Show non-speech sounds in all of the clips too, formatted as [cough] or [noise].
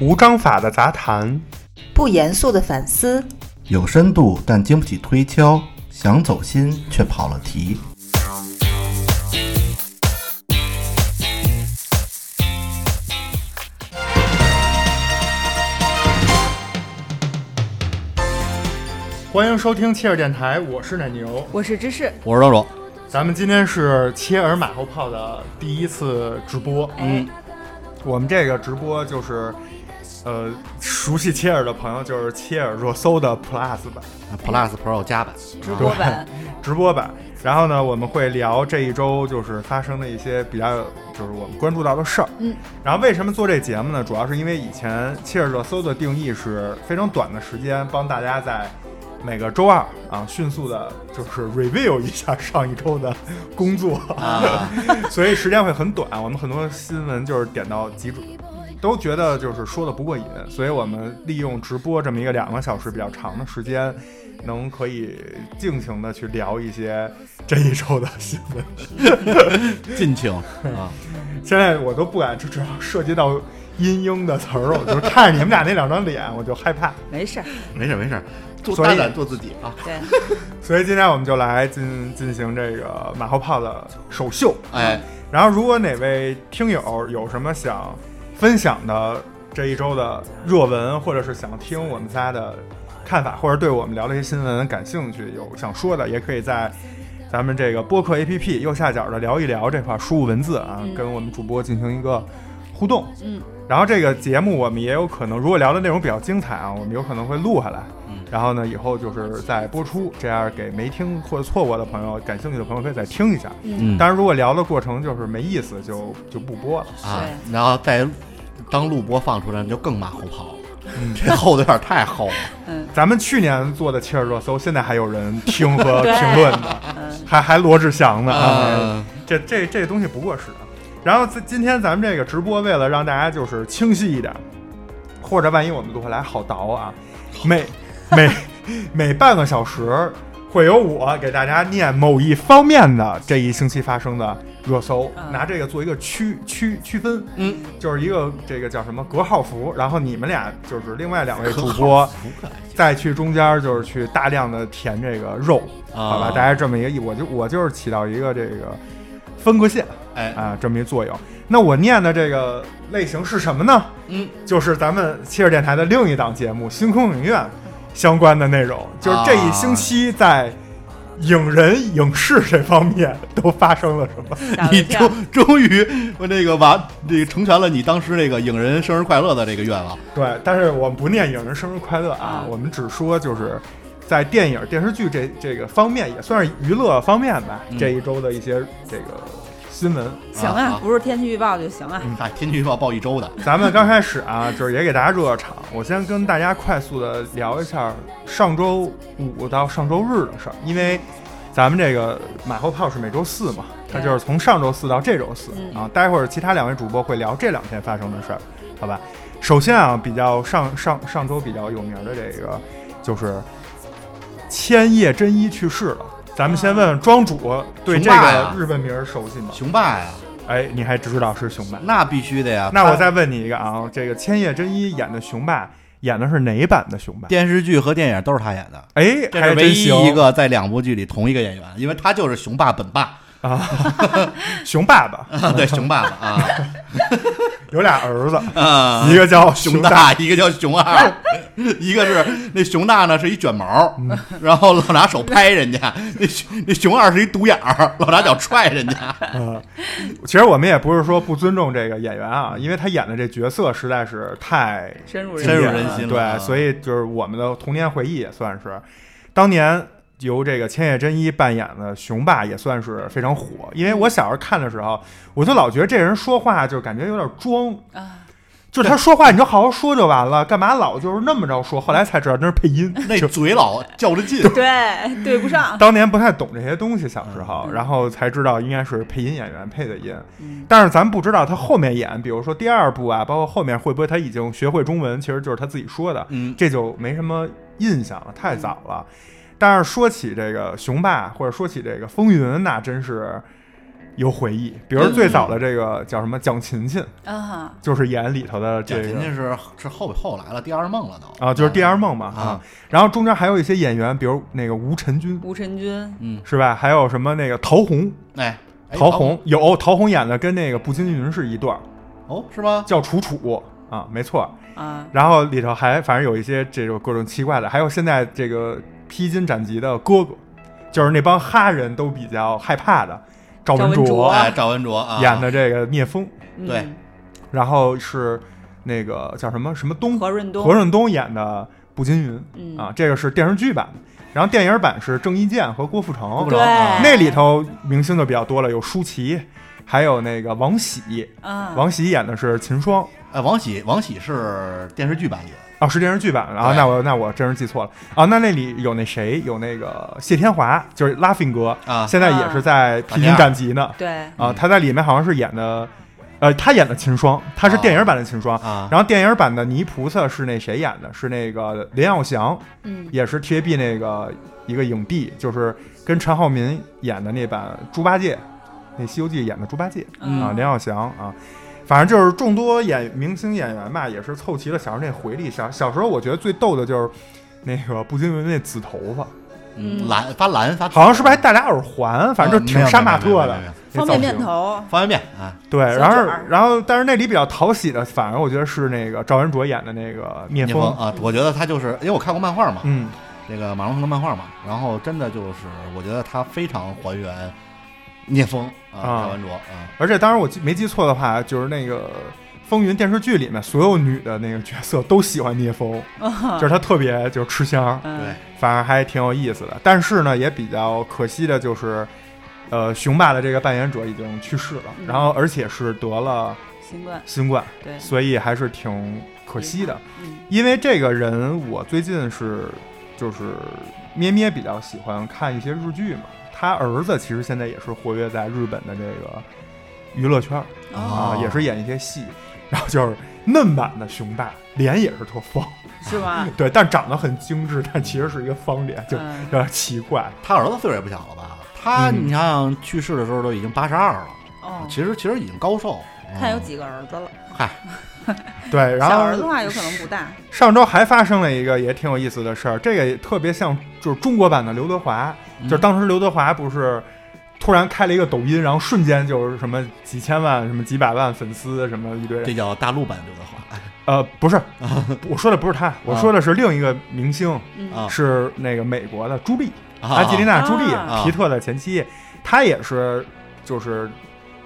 无章法的杂谈，不严肃的反思，有深度但经不起推敲，想走心却跑了题。欢迎收听切尔电台，我是奶牛。我是芝士，我是庄主，咱们今天是切尔马后炮的第一次直播，哎，我们这个直播就是，呃，熟悉切尔的朋友就是切尔热搜的 Plus 版，Plus Pro 加版，直播版，直播版。然后呢，我们会聊这一周就是发生的一些比较，就是我们关注到的事儿。嗯，然后为什么做这节目呢？主要是因为以前切尔热搜的定义是非常短的时间，帮大家在每个周二啊迅速的，就是 review 一下上一周的工作，啊、 [laughs] 所以时间会很短。我们很多新闻就是点到即止。都觉得就是说的不过瘾，所以我们利用直播这么一个两个小时比较长的时间，能可以尽情的去聊一些这一周的新闻。尽情啊，现在我都不敢，就只要涉及到阴英的词儿，我就看着你们俩那两张脸，我就害怕。没事儿，没事没事，做所以大胆做自己啊， [laughs] 对，所以今天我们就来进进行这个马后炮的首秀。哎，然后，如果哪位听友有什么想分享的这一周的热文，或者是想听我们仨的看法，或者对我们聊的一些新闻感兴趣，有想说的，也可以在咱们这个播客 APP 右下角的“聊一聊”这块输入文字啊，嗯跟我们主播进行一个互动。嗯，然后这个节目我们也有可能，如果聊的内容比较精彩啊，我们有可能会录下来。嗯然后呢，以后就是再播出，这样给没听或者错过的朋友、感兴趣的朋友可以再听一下。嗯当然，如果聊的过程就是没意思，就就不播了。啊，然后再当录播放出来，那就更马后炮了。这厚的有点太厚了，咱们去年做的切尔热搜，现在还有人听 [laughs] 和评论的，嗯，还还罗志祥呢啊！啊，这这这东西不过时啊。然后今今天咱们这个直播，为了让大家就是清晰一点，或者万一我们录回来好倒啊，每 [laughs] 每每半个小时会有我给大家念某一方面的这一星期发生的热搜，嗯拿这个做一个区区区分。嗯，就是一个这个叫什么格号符，然后你们俩就是另外两位哎主播再去中间就是去大量的填这个肉，好啊吧，大家这么一个，我就我就是起到一个这个分割线哎，啊这么一作用。那我念的这个类型是什么呢？嗯，就是咱们七十电台的另一档节目《星空影院》相关的内容，就是这一星期在影人影视这方面都发生了什么。吓我你一跳，终终于我那个完，这个成全了你当时那个影人生日快乐的这个愿望。对，但是我们不念影人生日快乐啊啊，我们只说就是在电影、电视剧这这个方面，也算是娱乐方面吧，嗯这一周的一些这个新闻。行啊啊啊，不是天气预报就行啊，哎，天气预报报一周的，咱们刚开始啊，就是也给大家热热场，我先跟大家快速的聊一下上周五到上周日的事儿，因为。咱们这个马后炮是每周四嘛，它对就是从上周四到这周四、嗯啊。待会儿其他两位主播会聊这两天发生的事儿，好吧？首先啊，比较上上上周比较有名的这个就是千叶真一去世了。咱们啊先问问庄主对这熊爸呀个日本名儿熟悉吗？雄霸呀，哎，你还知道是熊爸？那必须的 [laughs] 呀。那他我再问你一个啊，这个千叶真一演的熊爸演的是哪版的熊爸？电视剧和电影都是他演的，哎，这还是唯真一行一个在两部剧里同一个演员，因为他就是熊爸本爸，熊爸爸， [laughs] 对，熊爸爸啊有俩儿子，啊，一个叫熊大，大，一个叫熊 [laughs] 二，一个是那熊大呢是一卷毛，嗯然后老拿手拍人家，那熊那熊二是一独眼儿，老拿脚踹人 [laughs] 家，嗯，其实我们也不是说不尊重这个演员啊，因为他演的这角色实在是太深入深经入典人了心了啊对，所以就是我们的童年回忆也算是，当年由这个千叶真一扮演的熊爸也算是非常火。因为我小时候看的时候，我就老觉得这人说话就感觉有点装，啊，就是他说话你就好好说就完了，干嘛老就是那么着说？后来才知道那是配音。那嘴老较着劲，对，对不上，当年不太懂这些东西，小时候，嗯然后才知道应该是配音演员配的音。嗯但是咱不知道他后面演，比如说第二部啊，包括后面会不会他已经学会中文，其实就是他自己说的，嗯，这就没什么印象了，太早了。但是说起这个雄霸，或者说起这个风云，那真是有回忆，比如最早的这个叫什么蒋勤勤，啊，就是演里头的这这人个家是是后后来了，第二梦了都啊，就是第二梦嘛啊。然后中间还有一些演员，比如那个吴晨军吴晨君，是吧？还有什么那个陶虹，哎，哎陶虹有哦陶虹演的跟那个步惊云是一段儿，哦是吗？叫楚楚啊，没错。啊，然后里头还反正有一些这种各种奇怪的，还有现在这个披荆斩棘的哥哥，就是那帮哈人都比较害怕的赵文赵文卓卓哎，赵文卓啊演的这个聂风，嗯对，然后是那个叫什么什么东何润东，何润东演的步惊云、嗯啊，这个是电视剧版的，然后电影版是郑伊健和郭富城，郭富对城啊，那里头明星就比较多了，有舒淇，还有那个王喜，啊，王喜演的是秦霜。哎，王喜王喜是电视剧版演，哦，是电视剧版的啊，对那我那我真是记错了啊。那那里有那谁，有那个谢天华，就是拉菲哥啊嗯现在也是在《披荆斩棘》呢对，啊，他在里面好像是演的，呃，他演的秦霜，他是电影版的秦霜啊然后电影版的泥菩萨是那谁演的？是那个林耀祥，嗯，也是 TVB 那个一个影帝，就是跟陈浩民演的那版猪八戒，那《西游记》演的猪八戒嗯啊，林耀祥啊，反正就是众多演明星演员吧，也是凑齐了小时候那回力。小小时候我觉得最逗的就是那个步惊云那紫头发，嗯蓝发蓝发，好像是不是还戴俩耳环，反正就挺杀马特的哦没有没有没有没有没有那方造便型。面头，方便面啊，对，小然卷后儿然后但是那里比较讨喜的，反而我觉得是那个赵文卓演的那个聂聂风风，啊，我觉得他就是因为我看过漫画嘛，嗯，这个马龙腾的漫画嘛，然后真的就是我觉得他非常还原聂风啊啊，赵文卓啊，而且当然我记没记错的话，就是那个。风云电视剧里面所有女的那个角色都喜欢聂风，就就是她特别就是吃香，嗯对，反而还挺有意思的。但是呢，也比较可惜的就是，呃，雄霸的这个扮演者已经去世了，嗯然后而且是得了新冠，新冠，对，所以还是挺可惜的。嗯因为这个人，我最近是就是咩咩比较喜欢看一些日剧嘛，他儿子其实现在也是活跃在日本的这个娱乐圈儿哦，啊，哦也是演一些戏， [laughs] 然后就是嫩版的雄霸，脸也是特方，是吗？对，但长得很精致，但其实是一个方脸， [laughs] 就有啊嗯点奇怪。他儿子岁数也不小了吧？他嗯你想想去世的时候都已经八十二了，哦，其实其实已经高寿，看有嗯几个儿子了，对，然小儿子的后话有可能不大，上周还发生了一个也挺有意思的事儿，这个也特别像就是中国版的刘德华，嗯就是当时刘德华不是突然开了一个抖音，然后瞬间就是什么几千万、什么几百万粉丝，什么一堆人。这叫大陆版刘德华呃，不 [laughs] 是，我说的不是他，我说的是另一个明星，嗯啊是那个美国的朱莉，啊嗯阿吉丽娜·朱莉，啊皮特的前妻，她也是就是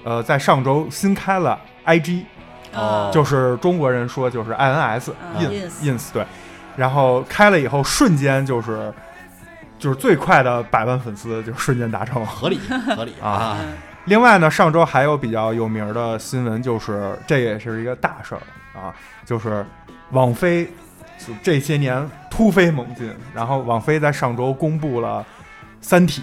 呃在上周新开了 IG。哦啊就是中国人说就是 INS 啊 ins ins ins 对，然后开了以后瞬间就是就是最快的百万粉丝就瞬间达成了。合理合理啊 [laughs] 啊，嗯另外呢，上周还有比较有名的新闻，就是这也是一个大事儿啊，就是网飞就这些年突飞猛进，然后网飞在上周公布了《三体》，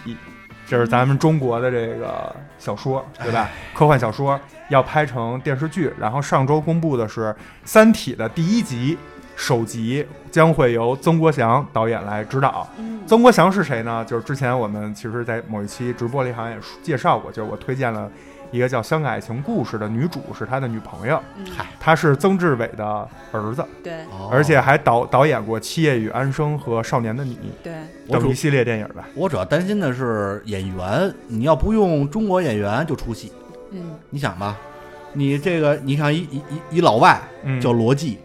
这是咱们中国的这个小说，对吧？科幻小说要拍成电视剧，然后上周公布的是《三体》的第一集。首集将会由曾国祥导演来指导，嗯曾国祥是谁呢？就是之前我们其实，在某一期直播里好像也介绍过，就是我推荐了一个叫《香港爱情故事》的女主是他的女朋友，嗯嗨他是曾志伟的儿子，对哦而且还导导演过《七夜与安生》和《少年的你对，》我等主一系列电影吧。我主要担心的是演员，你要不用中国演员就出戏，嗯你想吧，你这个你想一一一一老外嗯，叫罗辑，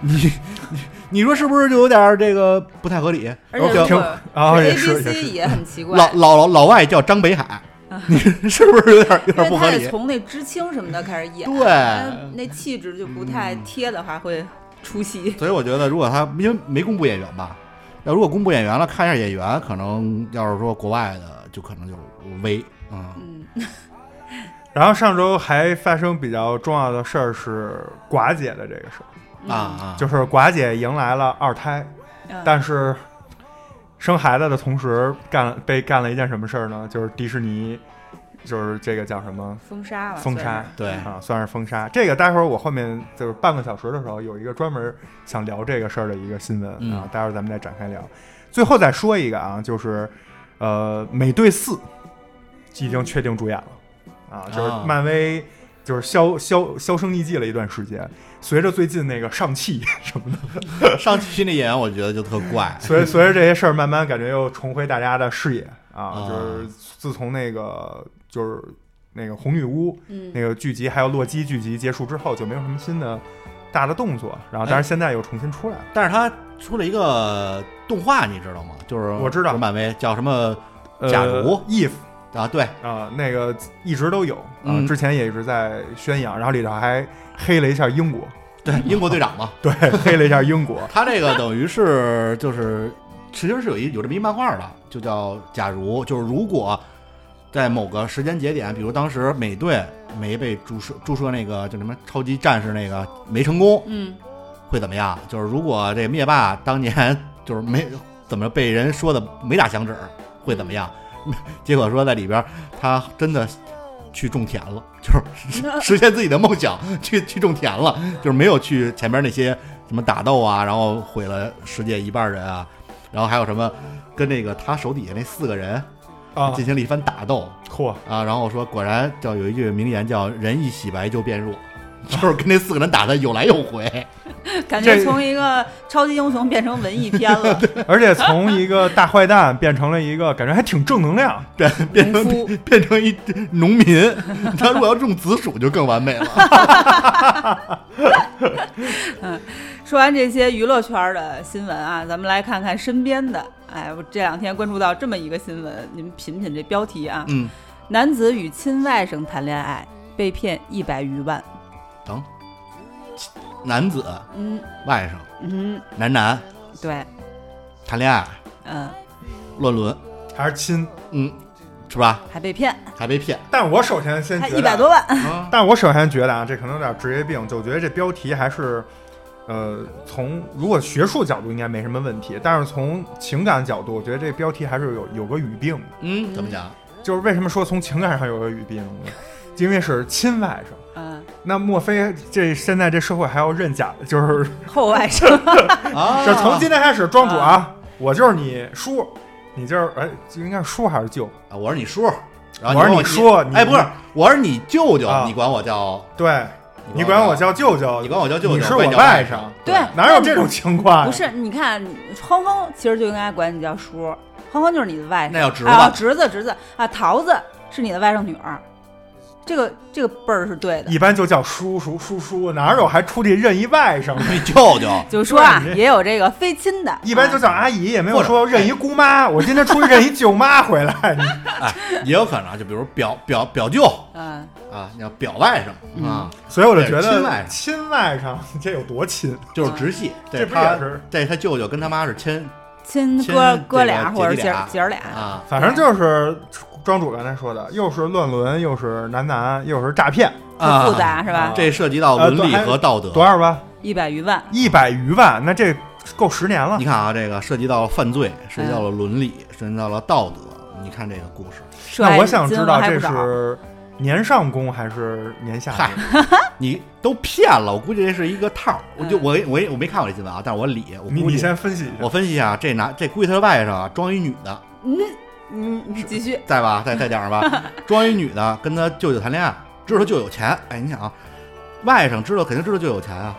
你 [laughs] 你你说是不是就有点儿这个不太合理？而且挺如果啊，也 A 是也 B 是，C 也很奇怪，老老老外叫张 [laughs] 北海，你是不是有点因有点为不他合得理？从那知青什么的开始演，对，嗯那气质就不太贴的话会出戏。所以我觉得如果他因为没公布演员吧，要如果公布演员了，看一下演员，可能要是说国外的，就可能就微啊、嗯嗯，然后上周还发生比较重要的事儿是寡姐的这个事儿，嗯啊，啊，就是寡姐迎来了二胎，嗯但是生孩子的同时干被干了一件什么事儿呢？就是迪士尼，就是这个叫什么封杀了，封杀算是对啊，算是封杀。这个待会儿我后面就是半个小时的时候有一个专门想聊这个事儿的一个新闻嗯啊，待会儿咱们再展开聊。最后再说一个啊，就是呃，美队四已经确定主演了。啊，就是啊漫威就是销销销声匿迹了一段时间。随着最近那个上汽什么的，啊上期那演员我觉得就特怪，随随着这些事儿慢慢感觉又重回大家的视野啊啊，就是自从那个就是那个红女巫嗯那个剧集还有洛基剧集结束之后，就没有什么新的大的动作，然后但是现在又重新出来了。 [laughs] 但是他出了一个动画，你知道吗？就是我知道就是漫威叫什么呃假如 if 啊？对，啊、那个一直都有啊、嗯之前也一直在宣扬，然后里头还黑了一下英国，对，英国队长嘛，对，黑了一下英国，他这个等于是就是其实是有一有这么一漫画的，就叫假如，就是如果在某个时间节点，比如当时美队没被注射注射那个叫什么超级战士那个没成功，嗯会怎么样？就是如果这灭霸当年 [laughs] 就是没怎么被人说的没打响指，会怎么样？ [laughs] 结果说在里边他真的去种田了，就是 [laughs] 实实现自己的梦想，去去种田了，就是没有去前面那些什么打斗啊，然后毁了世界一半人啊，然后还有什么跟那个他手底下那四个人啊，进行了一番打斗，嚯，啊，然后说果然叫有一句名言叫“人一洗白就变弱”， [laughs] 就是跟那四个人打的有来有回。嗯感觉这从一个超级英雄变成文艺片了，而且从一个大坏蛋变成了一个感觉还挺正能量，对， [laughs] 变农成夫变成一农民。 [laughs] 他如果要种紫薯就更完美了。 [laughs] 说完这些娱乐圈的新闻啊，咱们来看看身边的。哎，我这两天关注到这么一个新闻，你们品品这标题啊：嗯，男子与亲外甥谈恋爱被骗一百余万。等，男子嗯外甥嗯，男男对，谈恋爱嗯，乱伦，还是亲。嗯，是吧？还被骗，还被骗但我首先先还觉得一百多万。啊？但我首先觉得啊，这可能有点职业病，就觉得这标题还是，呃，从如果学术角度应该没什么问题，但是从情感角度，我觉得这标题还是有有个语病的。嗯，怎么讲？就是为什么说从情感上有个语病呢？因为是亲外甥。嗯，那莫非这现在这社会还要认假？ [laughs] 就是 [laughs] 后外甥。嗯啊，就从今天开始，庄主啊，我就是你叔，你就是哎，就应该是叔还是舅？啊，我是你叔，然我后是管你叔你哎，不是，我是你舅舅啊，你管我叫，对，你管我，叫舅舅，你管我叫舅舅，你是我我也叫外甥甥，对，哪有这种情况呀？啊不是，你看，哼哼其实就应该管你叫叔，哼哼就是你的外甥那叫侄子啊，侄子侄子啊，桃子是你的外甥女儿，这个这个辈儿是对的。一般就叫叔叔叔叔，哪有还出去认一外 [laughs] 甥的？你舅舅，就说啊对，你也有这个非亲的，一般就叫阿姨，也没有说认一姑妈。我今天出去认一舅妈回 [laughs] 来，你也有可能就比如表表表舅啊啊，你要表外甥啊，所以我就觉亲得外甥亲外甥这有多亲？就是直系，这不他也是？这他舅舅跟他妈是亲嗯亲亲哥这哥个俩姐或者弟姐俩姐儿俩，啊，反正就是庄主刚才说的，又是乱伦，又是男男，又是诈骗，啊很复杂是吧？这涉及到伦理和道德。呃多少吧？一百余万，一百余万，那这够十年了你。看啊，这个涉及到犯罪，涉及到了伦理，涉及到了道德。你看这个故事，涉那案我想知金额道还这不少是年上宫还是年下嗨宫？，你都骗了，我估计这是一个套儿。我就嗯我我我没看过这新闻啊，但是我理，我你估你计先分析一我下。分析一下，这男这估计他的外甥啊，装一女的，嗯，你继续，在吧，在在点儿吧，装一女的跟他舅舅谈恋爱，知道他舅舅有钱，哎，你想啊，外甥知道肯定知道舅舅有钱啊，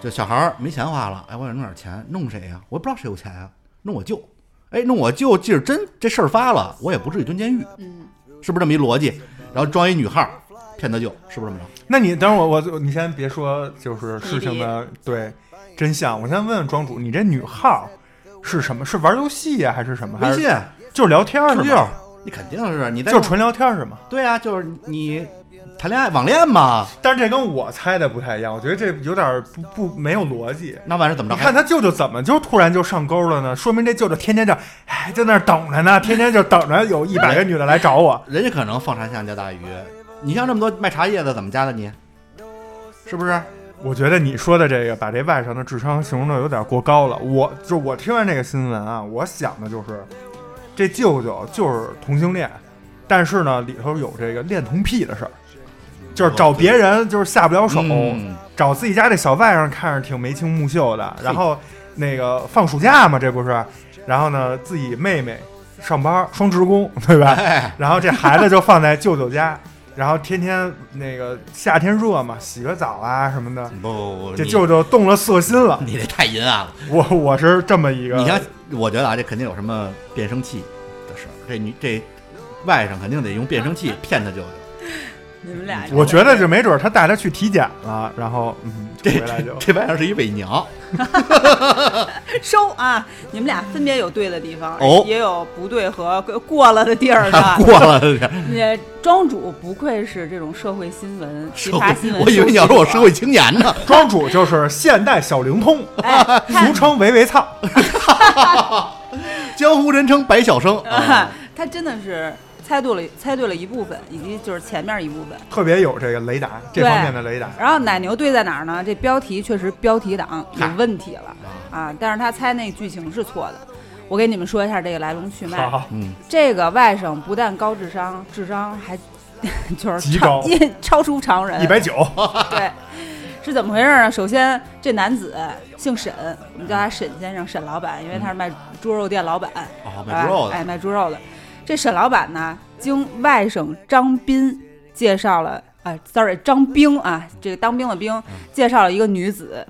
这小孩儿没钱花了，哎，我想弄点钱，弄谁呀、我也不知道谁有钱啊，弄我舅，哎，弄我舅，即使真这事儿发了，我也不至于蹲监狱，嗯，是不是这么一逻辑？然后装一女号儿骗他舅，是不是这么着？那你等会儿我我你先别说，就是谜事情底的对真相。我先问问庄主，你这女号是什么？是玩游戏呀、还是什么？还微是信、就是聊天儿是 QQ，吗？你肯定是你在就纯聊天儿是吗？对啊，就是你谈恋爱网恋嘛，但是这跟我猜的不太一样，我觉得这有点儿不不没有逻辑。那完事儿怎么你着？看他舅舅怎么就突然就上钩了呢？说明这舅舅天天就，哎，就那儿等着呢，天天就等着有一百个女的来找我。人家可能放长线钓大鱼，你像这么多卖茶叶的，怎么加的你？是不是？我觉得你说的这个，把这外甥的智商形容的有点过高了。我就我听完这个新闻啊，我想的就是，这舅舅就是同性恋，但是呢，里头有这个恋童癖的事儿，就是找别人就是下不了手，嗯找自己家这小外甥看着挺眉清目秀的，然后那个放暑假嘛，这不是，然后呢，自己妹妹上班双职工，对吧？哎，然后这孩子就放在舅舅家，然后天天那个夏天热嘛，洗个澡啊什么的，不不不，这你就就动了色心了。你这太阴暗了。我我是这么一个，你像，我觉得啊，这肯定有什么变声器的事儿。这女这外甥肯定得用变声器骗他舅舅。你们俩，我觉得就没准儿他带他去体检了，然后嗯，这回来就这外甥是一伪娘，收啊！你们俩分别有对的地方，哦？也有不对和过过了的地儿，是吧过了这点儿啊你庄主不愧是这种社会新闻、奇社葩新会，闻，我以为你要说我社会，青 [laughs] 年呢。庄主就是现代小灵通，哎，俗他称维维操。江湖人称白晓生啊， [laughs] 他真的是猜对了，猜对了一部分，以及就是前面一部分。特别有这个雷达这对方面的雷达。然后奶牛对在哪儿呢？这标题确实标题党有嗨问题了啊，但是他猜那剧情是错的。我给你们说一下这个来龙去脉。好，嗯，这个外甥不但高智商，智商还 [laughs] 就是极超高超出常人，一百九， [laughs] 对，是怎么回事呢？首先，这男子姓沈，我们叫他沈先生、沈老板，因为他是卖猪肉店老板，哦，卖猪肉的哎，卖猪肉的。这沈老板呢，经外甥张斌介绍了，啊、s o r r y 张兵啊，这个当兵的嗯兵介绍了一个女子。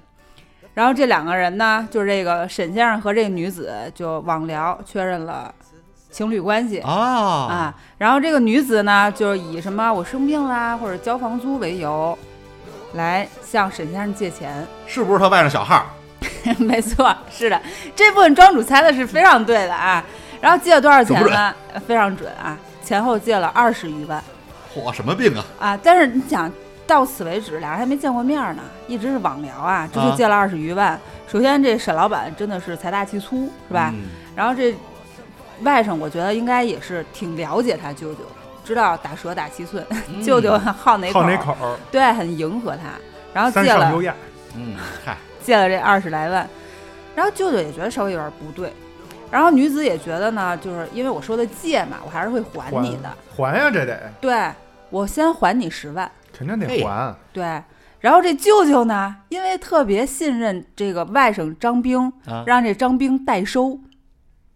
然后这两个人呢，就是这个沈先生和这个女子就网聊确认了情侣关系啊，啊，然后这个女子呢，就是以什么我生病啦或者交房租为由，来向沈先生借钱。 [laughs] 是不是他外甥小号？没错，是的，这部分庄主猜的是非常对的啊。然后借了多少钱准不呢？呃非常准啊，前后借了二十余万嚯，什么病啊？啊。但是你想到此为止，俩人还没见过面呢，一直是网聊啊，这啊就借了二十余万。首先，这沈老板真的是财大气粗，是吧？嗯？然后这外甥，我觉得应该也是挺了解他舅舅，知道打蛇打七寸，舅舅好哪嗯好哪口儿，哦对，很迎合他。然后三借上了优亚，嗯，嗨，借了这二十来万，然后舅舅也觉得稍微有点不对，然后女子也觉得呢，就是因为我说的借嘛，我还是会还你的，还呀，这得对我先还你十万，肯定得还。对。然后这舅舅呢，因为特别信任这个外甥张兵，啊让这张兵代收，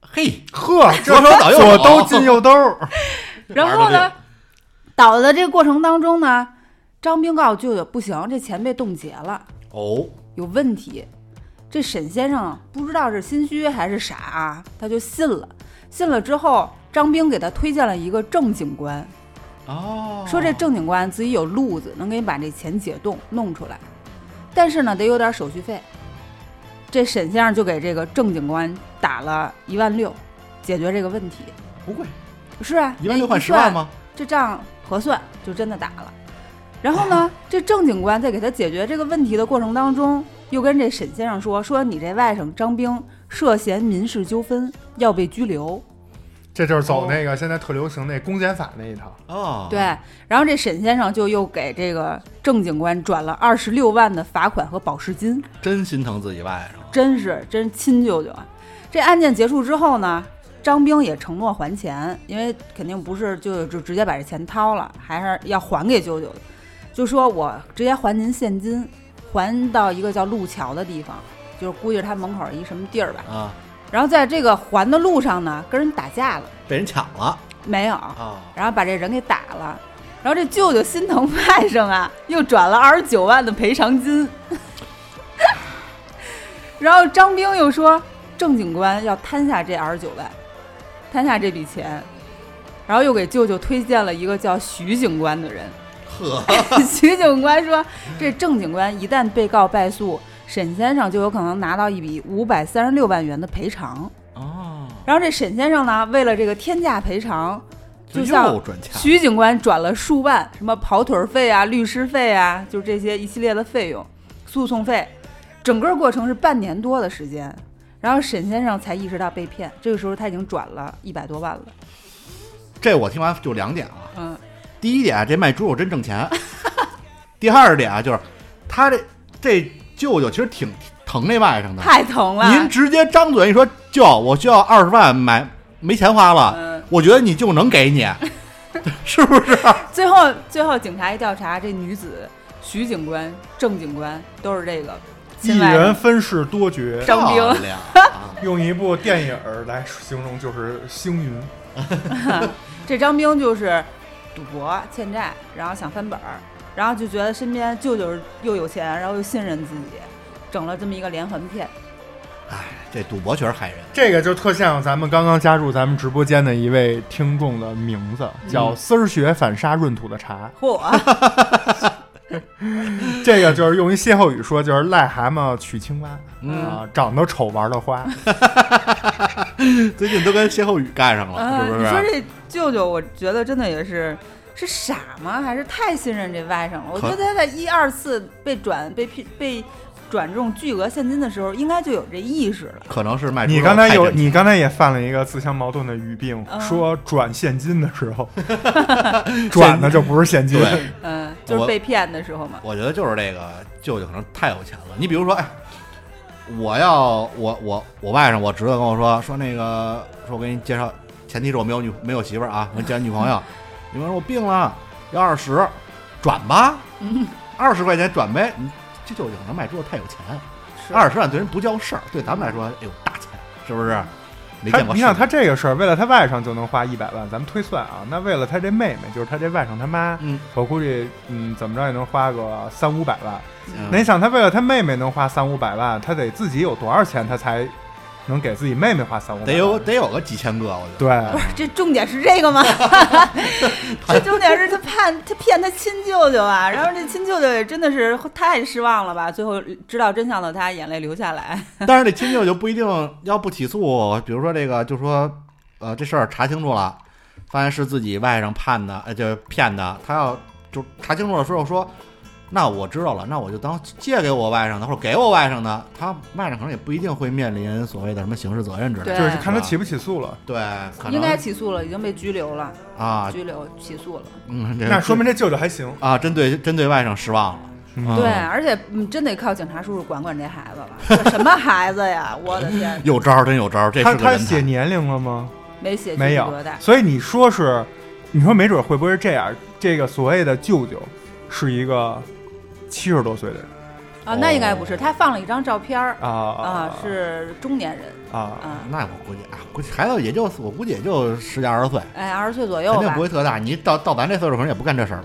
嘿， [laughs] 呵，这左手倒右手左兜进右兜儿， [laughs] 然后呢，倒的这个过程当中呢，张兵告诉舅舅不行，这钱被冻结了，哦，有问题。这沈先生不知道是心虚还是傻啊，他就信了。信了之后，张兵给他推荐了一个正经官，哦，说这正经官自己有路子，能给你把这钱解冻弄出来，但是呢，得有点手续费。这沈先生就给这个正经官打了一万六，解决这个问题。不贵，是啊，一万六换十算万吗？这仗核算就真的打了。然后呢，这郑警官在给他解决这个问题的过程当中，又跟这沈先生说：“说你这外甥张兵涉嫌民事纠纷，要被拘留。 [laughs] 这就是走那个现在特流行那公检法那一套。哦，”对，，然后这沈先生就又给这个郑警官转了二十六万的罚款和保释金，真心疼自己外甥。真是真亲舅舅啊！这案件结束之后呢，张兵也承诺还钱，因为肯定不是就就直接把这钱掏了，还是要还给舅舅的。就说我直接还您现金，还到一个叫路桥的地方，就是估计是他门口一什么地儿吧。啊，然后在这个还的路上呢，跟人打架了被人抢了没有？啊！然后把这人给打了。然后这舅舅心疼外甥啊， [laughs] 又转了二十九万的赔偿金。 [laughs] 然后张兵又说，郑警官要摊下这二十九万，摊下这笔钱。然后又给舅舅推荐了一个叫徐警官的人。 [laughs] 呵，徐警官说，这郑警官一旦被告败诉，沈先生就有可能拿到一笔五百三十六万元的赔偿。哦，然后这沈先生呢，为了这个天价赔偿，就像又赚钱了，徐警官转了数万，什么跑腿儿费啊、律师费啊，就是这些一系列的费用，诉讼费，整个过程是半年多的时间。然后沈先生才意识到被骗，这个时候他已经转了一百多万了。这我听完就两点啊。嗯，第一点啊，这卖猪肉真 [laughs] 挣钱；第二点啊，就是他这这舅舅其实挺疼这外甥的。太疼了。您直接张嘴一说舅，我需要二十万买，没钱花了，嗯，我觉得你舅能 [laughs] 给你，是不是？最后最后警察一调查，这女子徐警官、郑警官都是这个一亲外人甥。分饰多角，张兵漂亮啊 [laughs] 用一部电影儿来形容就是星云。这张兵就是赌博欠债，然后想翻本儿，然后就觉得身边舅舅又有钱，然后又信任自己，整了这么一个连环骗。这赌博确实害人。这个就特像咱们刚刚加入咱们直播间的一位听众的名字，叫“丝儿血反杀闰土的茶嚯，”。这个就是用一歇后语说，就是癞蛤蟆娶青蛙啊，长得丑玩的花。最近都跟歇后语干上了，啊， [laughs] 是不你说是？这舅舅，我觉得真的也是是傻吗？还是太信任这外甥了？我觉可得他在一二次被转被骗被转中巨额现金的时候，应该就有这意识了。可能是卖猪肉你刚才太有，挣你刚才也犯了一个自相矛盾的语病，嗯说转现金的时 [laughs] 候，转的就不是现金。对，嗯，就是我被骗的时候嘛。我觉得就是这个舅舅可能太有钱了。你比如说，哎，我要我我我外甥，我侄子跟我说说那个，说我给你介绍，前提是我没有女没有媳妇儿啊，我介绍女朋 [laughs] 友。你们说我病了，要二十，转吧，嗯二十块钱转呗。你这舅舅可能卖猪肉太有钱，是二十万对人不叫事儿，对咱们来说，哎呦大钱，是不是？没他，见过你世想面。他这个事儿，为了他外甥就能花一百万，咱们推算啊，那为了他这妹妹，就是他这外甥他妈，嗯，我估计，嗯，怎么着也能花个三五百万。嗯那你想，他为了他妹妹能花三五百万，他得自己有多少钱，他才能给自己妹妹花三五百万？得有得有个几千个，我觉得。对嗯不是，这重点是这个 [laughs] 吗？这重点是他判他骗他亲舅舅啊，然后这亲舅舅也真的是太失望了吧？最后知道真相的他眼泪流下来。 [laughs] 但是这亲舅舅不一定要不起诉，比如说这个，就说呃这事儿查清楚了，发现是自己外甥判的，呃就是骗的，他要就呃查清楚了之后说，那我知道了，那我就当借给我外甥的，或者给我外甥的，他外甥可能也不一定会面临所谓的什么刑事责任之类的，对就是看他起不起诉了。对，可能应该起诉了，已经被拘留了，啊，拘留起诉了。嗯，这那说明这舅舅还行。啊，针对针对外甥失望了，嗯对，而且嗯，真得靠警察叔叔管管这孩子了。这什么孩子呀？我的 [laughs] 天，有招儿，真有招儿，这他啊是个他人写才。年龄了吗？没写没清楚有多大。所以你说是，你说没准会不会是这样？这个所谓的舅舅是一个七十多岁的人啊？那应该哦不是，他放了一张照片儿啊啊，是中年人啊，啊，那我估计啊，估计孩子也就我估计也就十几二十岁，哎，二十岁左右肯定吧不。会特大。你到到咱这岁数，可能也不干这事儿了，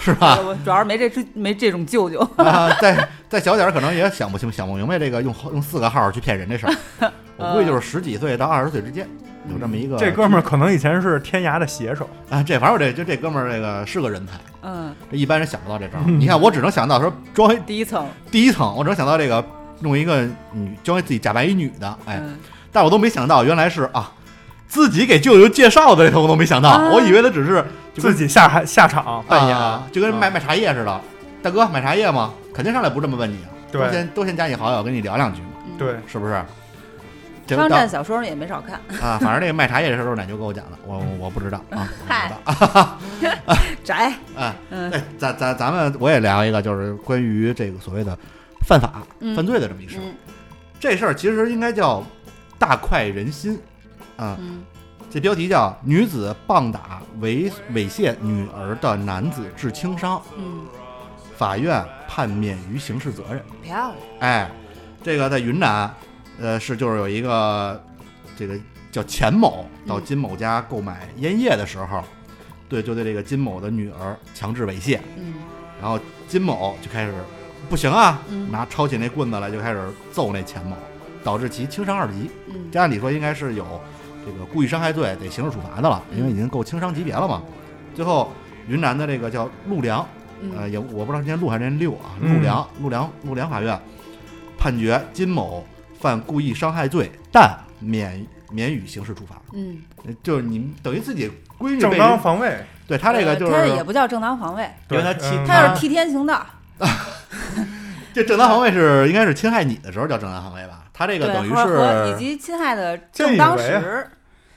是吧？我主要是没这没这种舅舅。 [laughs] 啊，再再小点儿，可能也想不清、想不明白这个用用四个号去骗人这事儿。 [laughs] 我估嗯计就是十几岁到二十岁之间有这么一个。这哥们儿可能以前是天涯的写手，啊，这反正我这就这哥们儿这个是个人才，嗯，这一般人想不到这招嗯儿。你看，我只能想到说装一第一层，第一层，我只能想到这个弄一个女装一自己假扮一女的，哎，嗯，但我都没想到原来是啊。自己给舅舅介绍的这头我都没想到，啊我以为他只是就跟自己下海下场扮演，啊就跟卖卖茶叶似的。大哥，买茶叶吗？肯定上来不这么问你啊，都对先都先加你好友，跟你聊两句嘛，嗯。对，是不是？这抗到战小说也没少看，啊，反正这个卖茶叶这事儿都是奶牛跟我讲的，我我我不知道啊，我不嗨知道啊。 [laughs] 宅，哎，嗯哎咱咱咱们我也聊一个，就是关于这个所谓的犯法、嗯犯罪的这么一事儿。嗯这事儿其实应该叫大快人心啊，嗯这标题叫“女子棒打猥猥亵女儿的男子致轻伤，嗯，法院判免于刑事责任”。漂亮，哎，这个在云南，呃，是就是有一个这个叫钱某到金某家购买烟叶的时候，对，就对这个金某的女儿强制猥亵，嗯然后金某就开始不行啊，嗯拿抄起那棍子来就开始揍那钱某，导致其轻伤二级。嗯这按理说应该是有这个故意伤害罪得刑事处罚的了，因为已经够轻伤级别了嘛。最后，云南的这个叫陆良呃，嗯，也我不知道今天陆还是今天六啊，嗯陆良、陆良、陆良法院判决金某犯故意伤害罪，但免免予刑事处罚。嗯，呃就是你等于自己闺女正被当人，防卫，对他这个就呃他是也不叫正当防卫，因对为他侵，嗯他要是替天行道，这正当防卫是应该是侵害你的时候叫正当防卫吧？他这个对，等于和和以是及侵害的见正义当勇为啊时，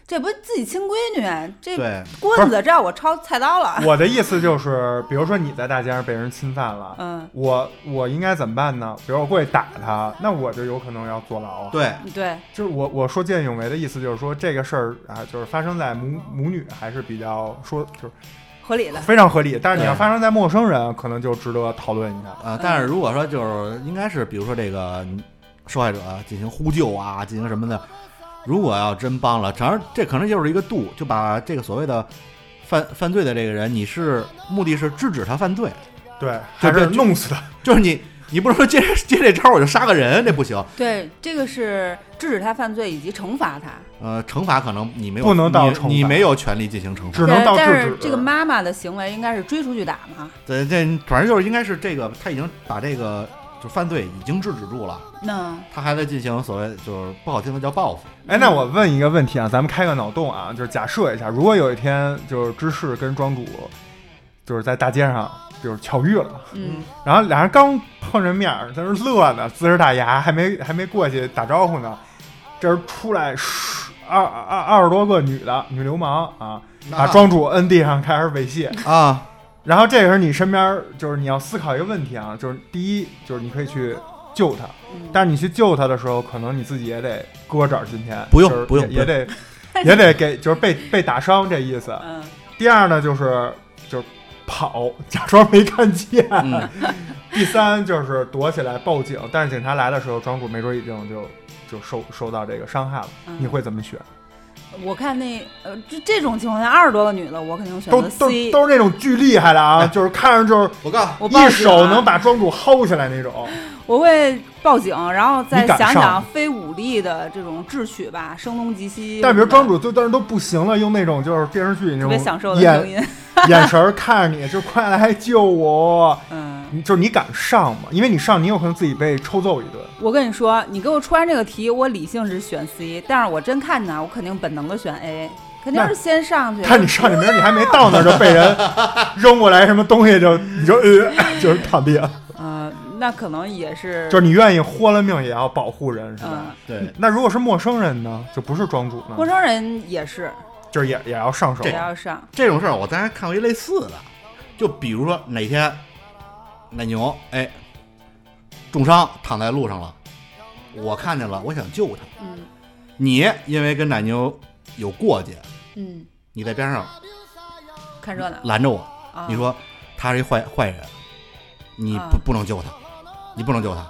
这不自己亲闺女，啊这对棍子这让我抄菜刀了，嗯我的意思就是，比如说你在大街上被人侵犯了，嗯，我我应该怎么办呢？比如我过去打他，那我就有可能要坐牢啊。，对对，就是我我说见义勇为的意思，就是说这个事儿啊，就是发生在母母女还是比较说就是合理 [laughs] 的，非常合理，但是你要对发生在陌生人，可能就值得讨论一下。呃，但是如果说就是应该是比如说这个受害者进行呼救啊，进行什么的，如果要真帮了，当然这可能就是一个度，就把这个所谓的犯犯罪的这个人，你是目的是制止他犯罪， [laughs] 对，就还是就弄死他，就是你你不能说接接这招我就杀个人，这不行。对，这个是制止他犯罪以及惩罚他。呃，惩罚可能你没有不能到你惩罚你没有权利进行惩罚。只能到对但制是止。这个妈妈的行为应该是追出去打嘛？对，这反正就是应该是这个，他已经把这个就犯罪已经制止住了，那他还在进行所谓就是不好听的叫报复。哎，那我问一个问题啊，咱们开个脑洞啊，就是假设一下，如果有一天就是芝士跟庄主就是在大街上就是巧遇了，嗯，然后俩人刚碰着面儿，在那儿乐呢，呲着大牙，还没还没过去打招呼呢，这儿出来十二二二十多个女的女流氓啊，把啊庄主摁地上开始猥亵。啊，然后这时候你身边儿就是你要思考一个问题啊，就是第一就是你可以去救他，嗯但是你去救他的时候，可能你自己也得搁点儿今天，不用就是不用也也 [laughs] 得也得给就是被被打伤这意思。嗯，第二呢就是就是跑， [laughs] 假装没看见。嗯， [laughs] 第三就是躲起来报警，但是警察来的时候，庄主没准已经就就受受到这个伤害了。嗯你会怎么选？我看那呃，这这种情况下，二十多个女的，我肯定选都择都 C。都是那种巨厉害的啊， [laughs] 哎就是看着就是我告诉我报一警手啊能把庄主薅起来那种。我会报警，然后再你敢想上想吗非武力的这种智取吧，声东击西。但比如庄主就当时都不行了，用那种就是电视剧那特种别享受的声眼音， [laughs] 眼神儿看着你，就快来救我。嗯，你就是你敢上吗？因为你上，你有可能自己被抽揍一顿。我跟你说，你给我出完这个题，我理性是选 C，但是我真看见啊，我肯定本能的选 A，肯定那是先上 [laughs] 去。看你上去没有，你还没到那儿就被人扔过来什么东西就，你就呃 [laughs] 就是躺地了。呃，那可能也是，就是你愿意豁了命也要保护人，是吧嗯？，对，那如果是陌生人呢，就不是庄主陌呢，生人也是就是也也要上手也。要上，这种事儿我当然看过一类似的，就比如说哪天奶牛哎重伤躺在路上了，我看见了，我想救他。嗯你因为跟奶牛有过节，嗯，你在边上看热闹拦着我，啊。你说他是一坏坏人，你啊不不能救他，你不能救他，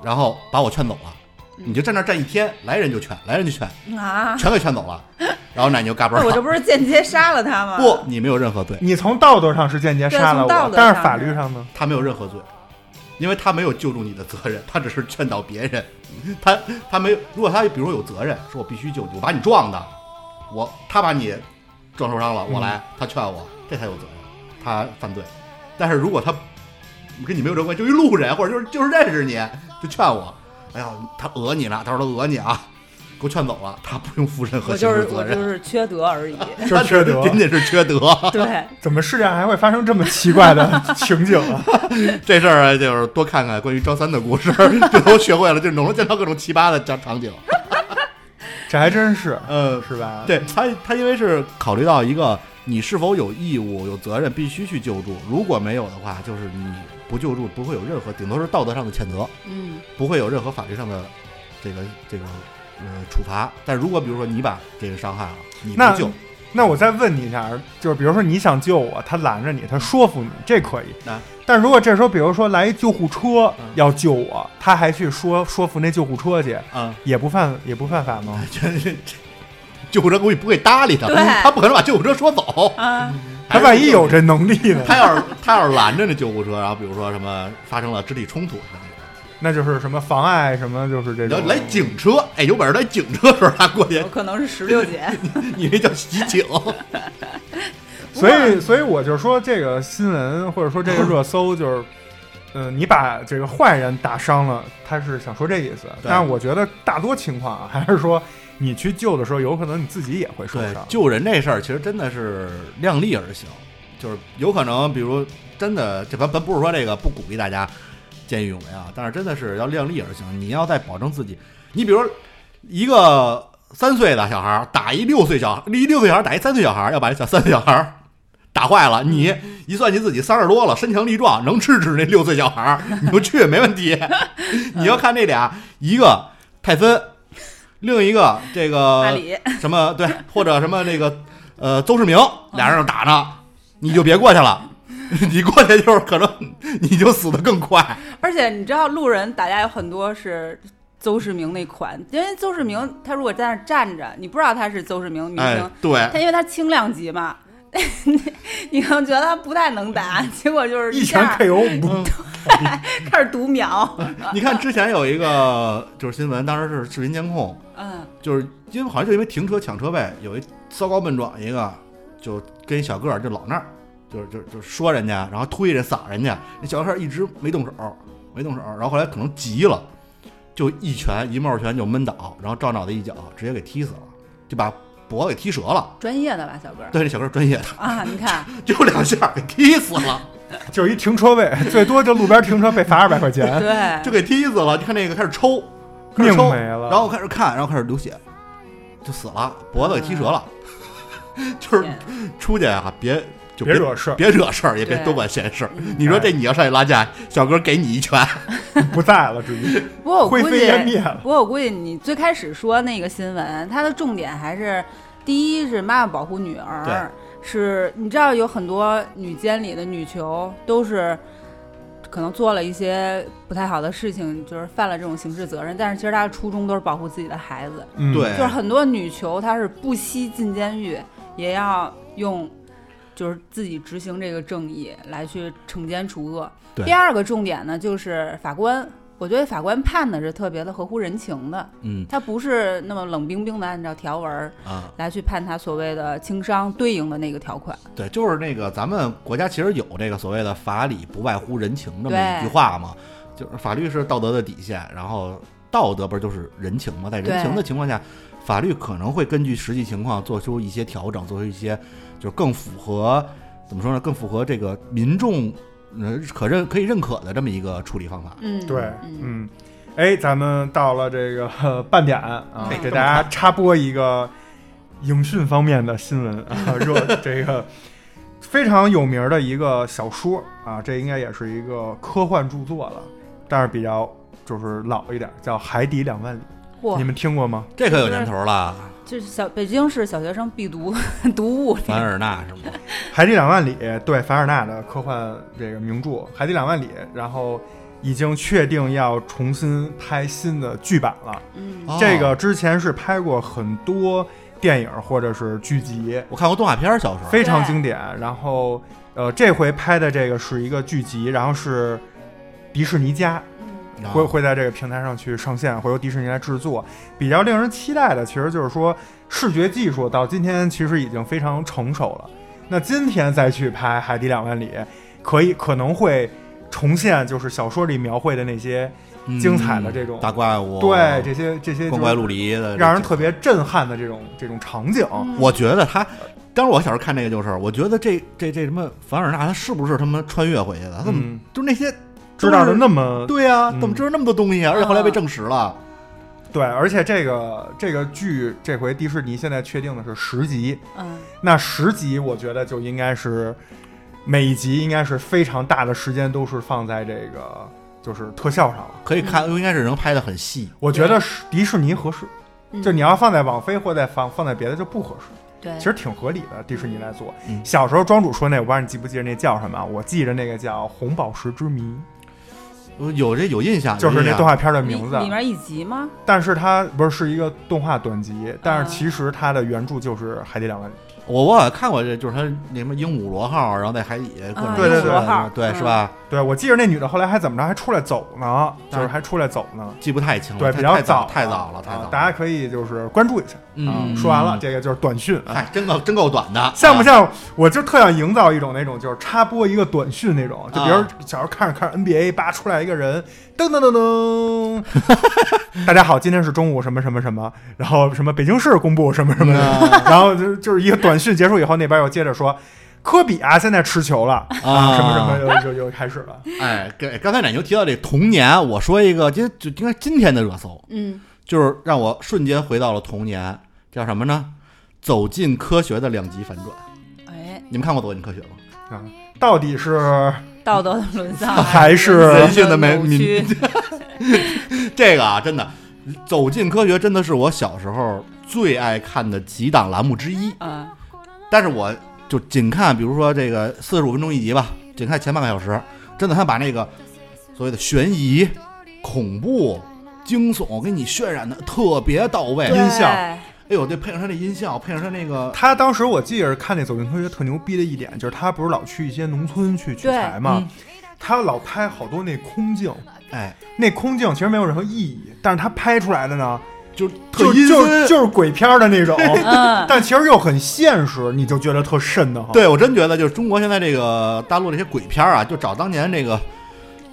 然后把我劝走了，嗯你就站那儿站一天，来人就劝，来人就劝， [laughs] 啊，全给劝走了，然后奶牛嘎嘣那我这儿，不是间接杀了他吗？不，，你没有任何罪，你从道德上是间接杀了对从道我，德但是上法是律上呢？他没有任何罪，因为他没有救助你的责任， [laughs] 他只是劝导别人， [laughs] 他他没有，如果他比如说有责任，说我必须救你，我把你撞的，我他把你撞受伤了，我来，他劝我，这才有责任，他犯罪，但是如果他跟你没有这关系，就一路人或者就是就是认识你，就劝我，哎呀，他讹你了，他说他讹你啊，给我劝走了，他不用负任何我刑就是事责我任就。是缺德而 [laughs] 已。就是缺德 [laughs] 仅仅是缺德，对，怎么世界上还会发生这么奇怪的 [laughs] 情景啊？这事儿啊就是多看看关于张三的故事， [laughs] 这都学会了，就能见到各种奇葩的场场景。这还真是，呃，是吧？对他，他因为是考虑到一个你是否有义务、有责任，必须去救助。如果没有的话，就是你不救助，不会有任何，顶多是道德上的谴责，嗯不会有任何法律上的这个这个呃处罚。但如果比如说你把这人伤害了，你那不救，那我再问你一下，就是比如说你想救我，他拦着你，他说服你，这可以。嗯啊但如果这时候，比如说来一救护车嗯要救我，他还去说说服那救护车去，嗯，也不犯也不犯法吗？这这 [laughs] 救护车估计不会搭理他，对他不可能把救护车说走。啊，他万一有这能力呢？哎 [laughs] 他要是他要是拦着那救护车，然后比如说什么发生了肢体冲突什么的，那就是什么妨碍什么，就是这你要种。来警车，哎，有本事来警车的时候他过去 [laughs] 我，可能是石榴姐。你那叫袭警。所以，所以我就说这个新闻或者说 [laughs] 这个热搜就是，嗯、你把这个坏人打伤了，他是想说这意思。对但是我觉得大多情况啊，还是说你去救的时候，有可能你自己也会受对伤，。救人这事儿其实真的是量力而行，就是有可能，比如真的，这咱咱不是说这个不鼓励大家见义勇为啊，但是真的是要量力而行，你要在保证自己，你比如一个三岁的小孩儿打一六岁小孩儿，一六岁小孩儿打一三岁小孩儿，要把这小三岁小孩儿 [laughs] 打坏了，你一算计自己三十多了，身强力壮，能制止那六岁小 [laughs] 孩儿，你就去没问题。你要看这俩，一个泰森，另一个这个阿里，什么对，或者什么那个呃邹市明俩人打呢，你就别过去了， [laughs] 你过去就是可能你就死得更快。而且你知道路人打架有很多是邹市明那款，因为邹市明他如果在那儿站着，你不知道他是邹市明女哎星，，对他因为他轻量级嘛， [laughs] 你可能觉得他不太能打，嗯结果就是一拳下嗯 KO 五，开始读秒，你看之前有一个就是新闻，当时是视频监控，嗯就是因为好像就因为停车抢车位，有一骚高笨壮一个，就跟一小个儿就老那儿，就是就是就是说人家，然后推人搡人家，那小个儿一直哎没动手，没动手，然后后来可能急了，就一拳一帽拳就闷倒，然后照脑袋一脚直接给踢死了，就把脖子给踢折了。专业的吧，小 [laughs] 哥儿对，这小个儿专业的，啊，你 [laughs] 看，就两下给踢死了， [laughs] 就是一停车位，最多就路边停车被罚二百块钱，对，就给踢死了。你看那个开始抽，开始命抽，没了然后开始看，然后开始流血，就死了，脖子给踢折了。 [laughs] 就是天出去啊，别就别惹事儿，别惹事儿，也别对嗯多管闲事儿。你说这你要上去拉架，小哥给你一拳，不在了，至于不过我灰估飞计，烟灭了。不过我估计你最开始说那个新闻，它的重点还是第一是妈妈保护女儿，是你知道有很多女监里的女囚都是可能做了一些不太好的事情，就是犯了这种刑事责任，但是其实她的初衷都是保护自己的孩子，嗯，对就是很多女囚她是不惜进监狱也要用。就是自己执行这个正义来去惩奸除恶。对第二个重点呢，就是法官，我觉得法官判的是特别的合乎人情的，嗯他不是那么冷冰冰的按照条文儿啊，来去判他所谓的轻伤对应的那个条款。对，就是那个咱们国家其实有这个所谓的法理不外乎人情这么对一句话嘛，就是法律是道德的底线，然后道德不是就是人情嘛，在人情的情况下，法律可能会根据实际情况做出一些调整，做出一些就是更符合怎么说呢，更符合这个民众呃可认可以认可的这么一个处理方法。嗯，对，嗯，嗯，哎，咱们到了这个呃半点啊哎，给大家插播一个影讯方面的新闻啊， [laughs] 热这个非常有名的一个小说啊，这应该也是一个科幻著作了，但是比较就是老一点，叫《海底两万里》，嚯你，们听过吗？这可有年头了，这是小北京市小学生必读 [laughs] 读物里。凡尔纳是吗？ 《海底两万里》对凡尔纳的科幻这个名著《海底两万里》，然后已经确定要重新拍新的剧版了。嗯，哦这个之前是拍过很多电影或者是剧集，我看过动画片，儿，小时候非常经典。然后，呃，这回拍的这个是一个剧集，然后是迪士尼家啊会会在这个平台上去上线，会由迪士尼来制作。比较令人期待的，其实就是说，视觉技术到今天其实已经非常成熟了。那今天再去拍《海底两万里》，可以可能会重现就是小说里描绘的那些嗯精彩的这种大怪物，对这些这些光就是怪陆离的，让人特。别震撼的这种这种场景。嗯我觉得他，当时我小时候看这个就是，我觉得这这这什么凡尔纳，他是不是他妈穿越回去的？他怎么、嗯就是那些知道的都是那么对呀、嗯怎么知道那么多东西啊？而且后来被证实了，对，而且这个这个剧这回迪士尼现在确定的是十集，嗯，那十集我觉得就应该是每一集应该是非常大的时间都是放在这个就是特效上了。可以看，应该是能拍的很细。我觉得是迪士尼合适，嗯就你要放在网飞或在放放在别的就不合适。对，其实挺合理的，迪士尼来做。嗯小时候庄主说那，我不知道你记不记得那叫什么啊，我记着那个叫《红宝石之谜我有这有印象，》，就是那动画画片的里名字。啊里面一集吗？但是它不是是一个动画短集，但啊是其实它的原著就是《海底两万里》。我我好像看过这，就是他那什么鹦鹉螺号，然后在海底各种啊对对对对号对嗯是吧？对，我记着那女的后来还怎么着，还出来走呢，对就啊是还出来走呢。记不太清了，对，嗯太比较太早了太早了，太早啊了。大家可以就是关注一下。啊嗯，说完了，，这个就是短讯啊。嗨，哎真够真够短的，像不啊？像？我就特想营造一种那种，就是插播一个短讯那种，就比如啊小时候看着看着 NBA，叭出来一个人，噔噔噔 [laughs] 噔，大家好，今天是中午什么什么什么，然后什么北京市公布什么什么嗯什啊么，然后就就是一个短讯结束以后，那边又接着说，科比啊现在持球了 [laughs] 啊什么什么又又又开始了，哎，刚刚才奶牛提到这童年，我说一个，今就应该今天的热搜，嗯，就是让我瞬间回到了童年，叫什么呢？走进科学的两极反转。哎，你们看过《走进科学》吗？啊，到底是道德的沦丧 [laughs] 啊还是人性的美扭曲，这个啊，真的，《走进科学》真的是我小时候最爱看的几档栏目之一。嗯但是我就仅看，比如说这个四十五分钟一集吧，仅看前半个小时，真的他把那个所谓的悬疑、恐怖、惊悚给你渲染的特别到位。音效对哎呦，这配上他那音效，配上他那个，他当时我记着看那《走进科学》特牛逼的一点，就是他不是老去一些农村去取对材嘛，嗯他老拍好多那空镜，哎，那空镜其实没有任何意义，但是他拍出来的呢，就是特就阴是就是森。就是鬼片儿的那种，嗯， [laughs] 但其实又很现实，你就觉得特瘆得慌。，对我真觉得，就是中国现在这个大陆这些鬼片儿啊，就找当年这个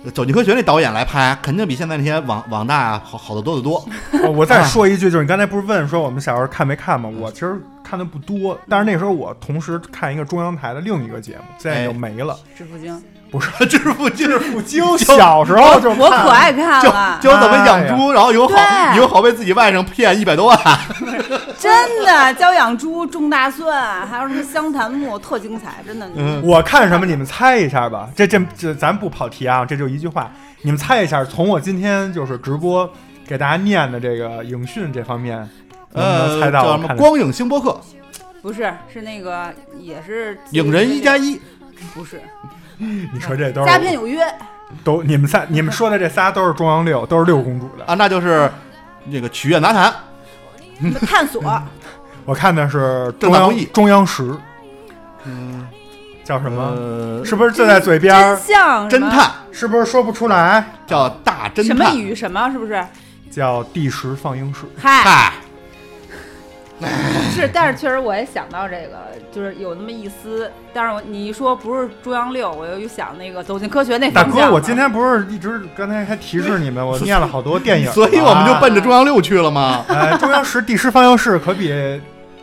《走进科学》那导演来拍，肯定比现在那些网网大啊好好得多得多。 [laughs] 哦我再说一句，就是你刚才不是问说我们小时候看没看吗？我其实看的不多，但是那时候我同时看一个中央台的另一个节目，现在就没了。致富经，致富经， [laughs] 不经小时候就我可看爱看教了，教怎么哎养猪，然后有好啊对有好被自己外甥骗一百多 [laughs] 万。真的教养猪、种大蒜，还有什么湘潭木，特精彩，真的。嗯 [laughs] 我看什么，你们猜一下吧。这这这，咱不跑题啊，这就一句话，你们猜一下。从我今天就是直播给大家念的这个影讯这方面，能不能呃，猜到叫我什么？看的？光影星播客，不是，是那个也是影人一加，一，不是你说这都佳片是有约，都你们仨，你们说的这仨都是中央六，都是六公主的。啊，那就是那个曲苑杂谈，探索我看的是正中大央公益中央十，嗯，叫什么？呃是不是就在嘴边真儿？相什侦么探，是不是说不出来？叫大侦探。什么与什么，是不是？叫第十放映室。嗨，嗨，哎是，但是确实我也想到这个，就是有那么一丝。但是我你一说不是中央六，我又又想那个走进科学那大方向哥，了我今天不是一直刚才还提示你们，我念了好多电影啊，所以我们就奔着中央六去了嘛。呃，中央十地师方向室可比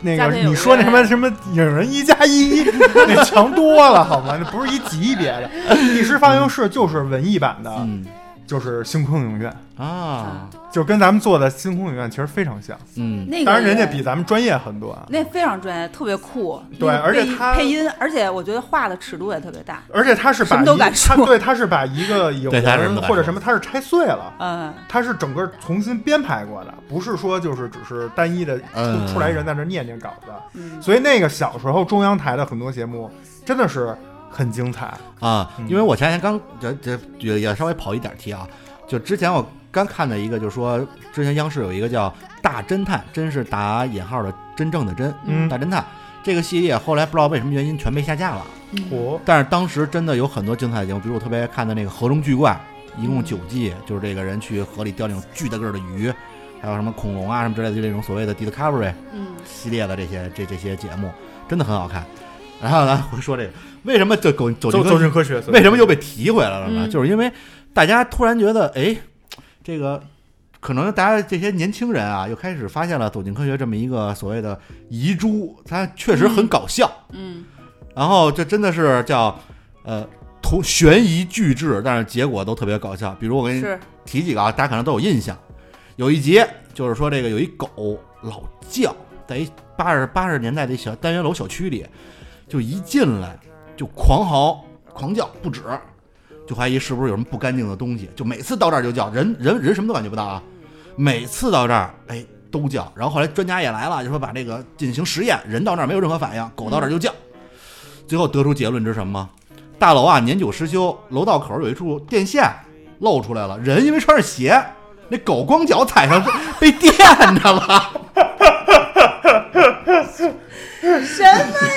那家个庭有你说那约什么什么影人一加一那强多了，好吗？那不是一级别的。地师方向室就是文艺版的，嗯就是星空影院，啊，就跟咱们做的星空影院其实非常像。嗯，那个当然，人家也比咱们专业很多啊。那非常专业，特别酷。对那个而且配他配音，而且我觉得画的尺度也特别大。而且他是什把么一都敢他说对他是把一 [laughs] 个影对他什么都人敢或者说什么，他是拆碎了。嗯，它是整个重新编排过的，不是说就是只是单一的嗯出出来人在那儿念念稿子。嗯所以那个小时候中央台的很多节目真的是很精彩。啊，嗯因为我前两天刚这这也也稍微跑一点题啊，就之前我刚看的一个，就是说之前央视有一个叫《大侦探》，真是打引号的真正的真，嗯大侦探这个系列后来不知道为什么原因全被下架了，嗯我但是当时真的有很多精彩的节目，比如我特别爱看的那个《河中巨怪》，一共九季，就是这个人去河里钓那种巨大个儿的鱼，还有什么恐龙啊什么之类的，就这种所谓的 Discovery 嗯，系列的这些这这些节目，真的很好看。然后咱回说这个，为什么就狗走走进科学走进科学，为什么又被提回来了呢？嗯就是因为大家突然觉得，哎，这个可能大家这些年轻人啊，又开始发现了《走进科学》这么一个所谓的遗珠，它确实很搞笑。嗯，然后这真的是叫呃同悬疑巨制，但是结果都特别搞笑。比如我给你是提几个啊，大家可能都有印象。有一集就是说这个有一狗老叫，在一八十八十年代的小单元楼小区里，就一进来就狂嚎狂叫不止，就怀疑是不是有什么不干净的东西，就每次到这儿就叫，人人人什么都感觉不到啊，每次到这儿哎都叫，然后后来专家也来了，就说把这个进行实验，人到那儿没有任何反应，狗到这儿就叫，最后得出结论是什么吗？大楼啊年久失修，楼道口有一处电线露出来了，人因为穿着鞋，那狗光脚踩上被被电着了。 [laughs] 什么呀？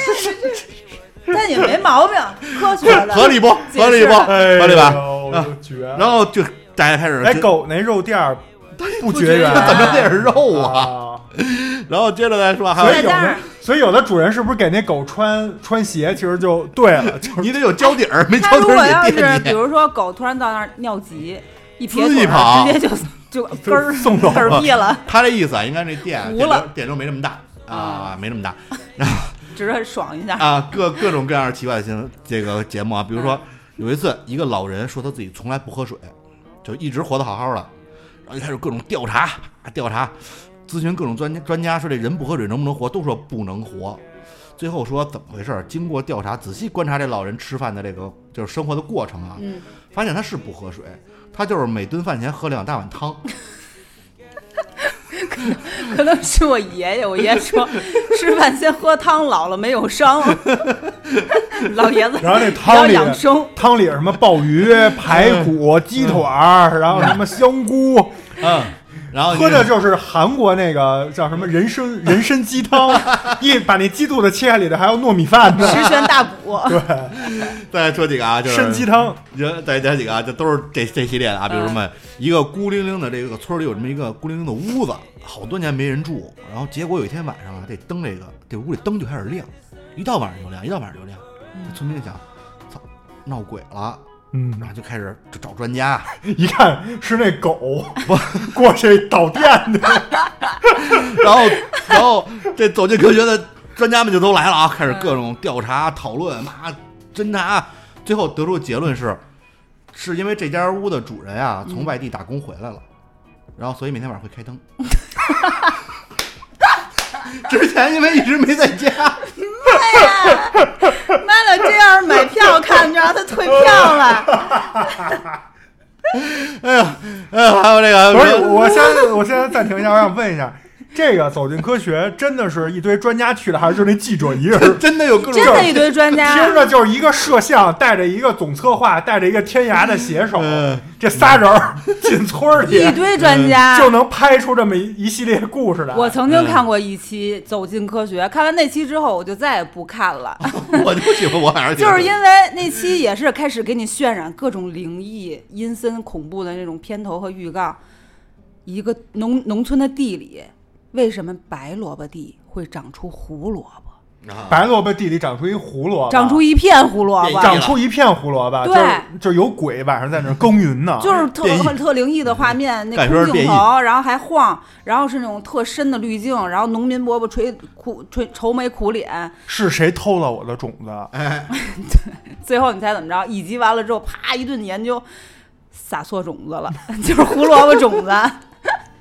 这但也没毛病，科学的，合理不解释哎合理不了合理吧？啊吧？哎绝了！然后就大家开始哎，觉狗那肉店儿不绝绝缘缘怎么这是肉哎啊？啊！然后接着再说，还所以有有在那的儿，所以有的主人是不是给那狗穿穿鞋，其实就对 [laughs] 了，就你得有胶底儿，没哎他胶如底果要儿也是电比你。如说狗突然到那儿尿急，一撇自腿己跑儿直接 [laughs] 就就根儿送走了根儿闭了，他这意思啊，应该那电糊电流了电流没这么大啊，没这么大只是爽一下。 [laughs] 啊，各各种各样的奇怪的新闻这个节目啊，比如说嗯有一次一个老人说他自己从来不喝水，就一直活得好好的，然后就开始各种调查调查，咨询各种专家专家说这人不喝水能不能活，都说不能活。最后说怎么回事儿？经过调查，仔细观察这老人吃饭的这个就是生活的过程啊，嗯，发现他是不喝水，他就是每顿饭前喝两大碗汤。可能是我爷爷，我爷 [laughs] 爷说吃饭先喝汤，老了没有伤。老爷子然后那要汤里养生，汤里有什嗯么鲍鱼、排骨、鸡腿儿，然后什么香菇，嗯， [laughs] 然后喝的这就是韩国那个叫什么人参 [laughs] 人参鸡汤，一把那鸡肚子切开里头还有糯米饭呢，十全大补。再说几个啊，就是参鸡汤。人再讲几个啊，这都是这这系列的啊，比如什么一个孤零零的这个村儿里有这么一个孤零零的屋子，好多年没人住，然后结果有一天晚上啊，这灯这个这屋里灯就开始亮，一到晚上就亮，一到晚上就亮，这村民就想，操，闹鬼了，嗯然，后就开始就找专家，一看是那狗 [laughs] 过去导电 [laughs] 的，然后然后这走进科学的专家们就都来了啊，开始各种调查讨论，妈侦查，最后得出结论是，是因为这家屋的主人啊从外地打工回来了，然后所以每天晚上会开灯。 [laughs] 之前因为一直没在家， [laughs] 妈的，这要是买票看着他退票 [laughs] 了，哎呀，哎呀，还有这个，不是，我先我先暂停一下，我想问一下，这个走进科学真的是一堆专家去了，还是就那记者 [laughs] 一个人？真的有各种真的一堆专听啊家。着就是一个摄像，带着一个总策划，带着一个天涯的写手，嗯这仨人儿进村儿里一堆专家，嗯就嗯能拍出这么一一系列故事来。 [laughs] 我曾经看过一期《走进科学》，看完那期之后，我就再也不看了，哦我就喜欢我还是喜就欢是因为那期也是开始给你渲染各种灵异、阴森、恐怖的那种片头和预告。一个农农村的地里，为什么白萝卜地会长出胡萝卜，啊白萝卜地里长出一胡萝卜，长出一片胡萝变卜异？长出一片胡萝卜，对就是就是有鬼晚上在那儿耕耘呢。就是特啊变异特灵异的画面，那感觉空是变镜异头，然后还晃，然后是那种特深的滤镜，然后农民伯伯垂苦垂愁眉苦脸，是谁偷了我的种子？哎，最后你猜怎么着？以及完了之后，啪一顿研究，撒错种子了， [laughs] 就是胡萝卜种子。 [laughs]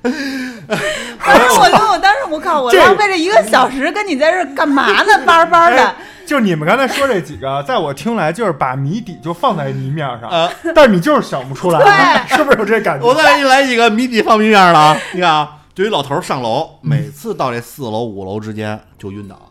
当时我就，我当时我靠，我这浪费这一个小时跟你在这儿干嘛 [laughs] 呢？巴巴的哎，就是你们刚才说这几个，在我听来就是把谜底就放在泥面上，啊但是你就是想不出来， [laughs] 是不是有这感觉？我再一来几个谜底放明面了啊！你看啊，就一老头儿上楼，每次到这四楼五楼之间就晕倒。哎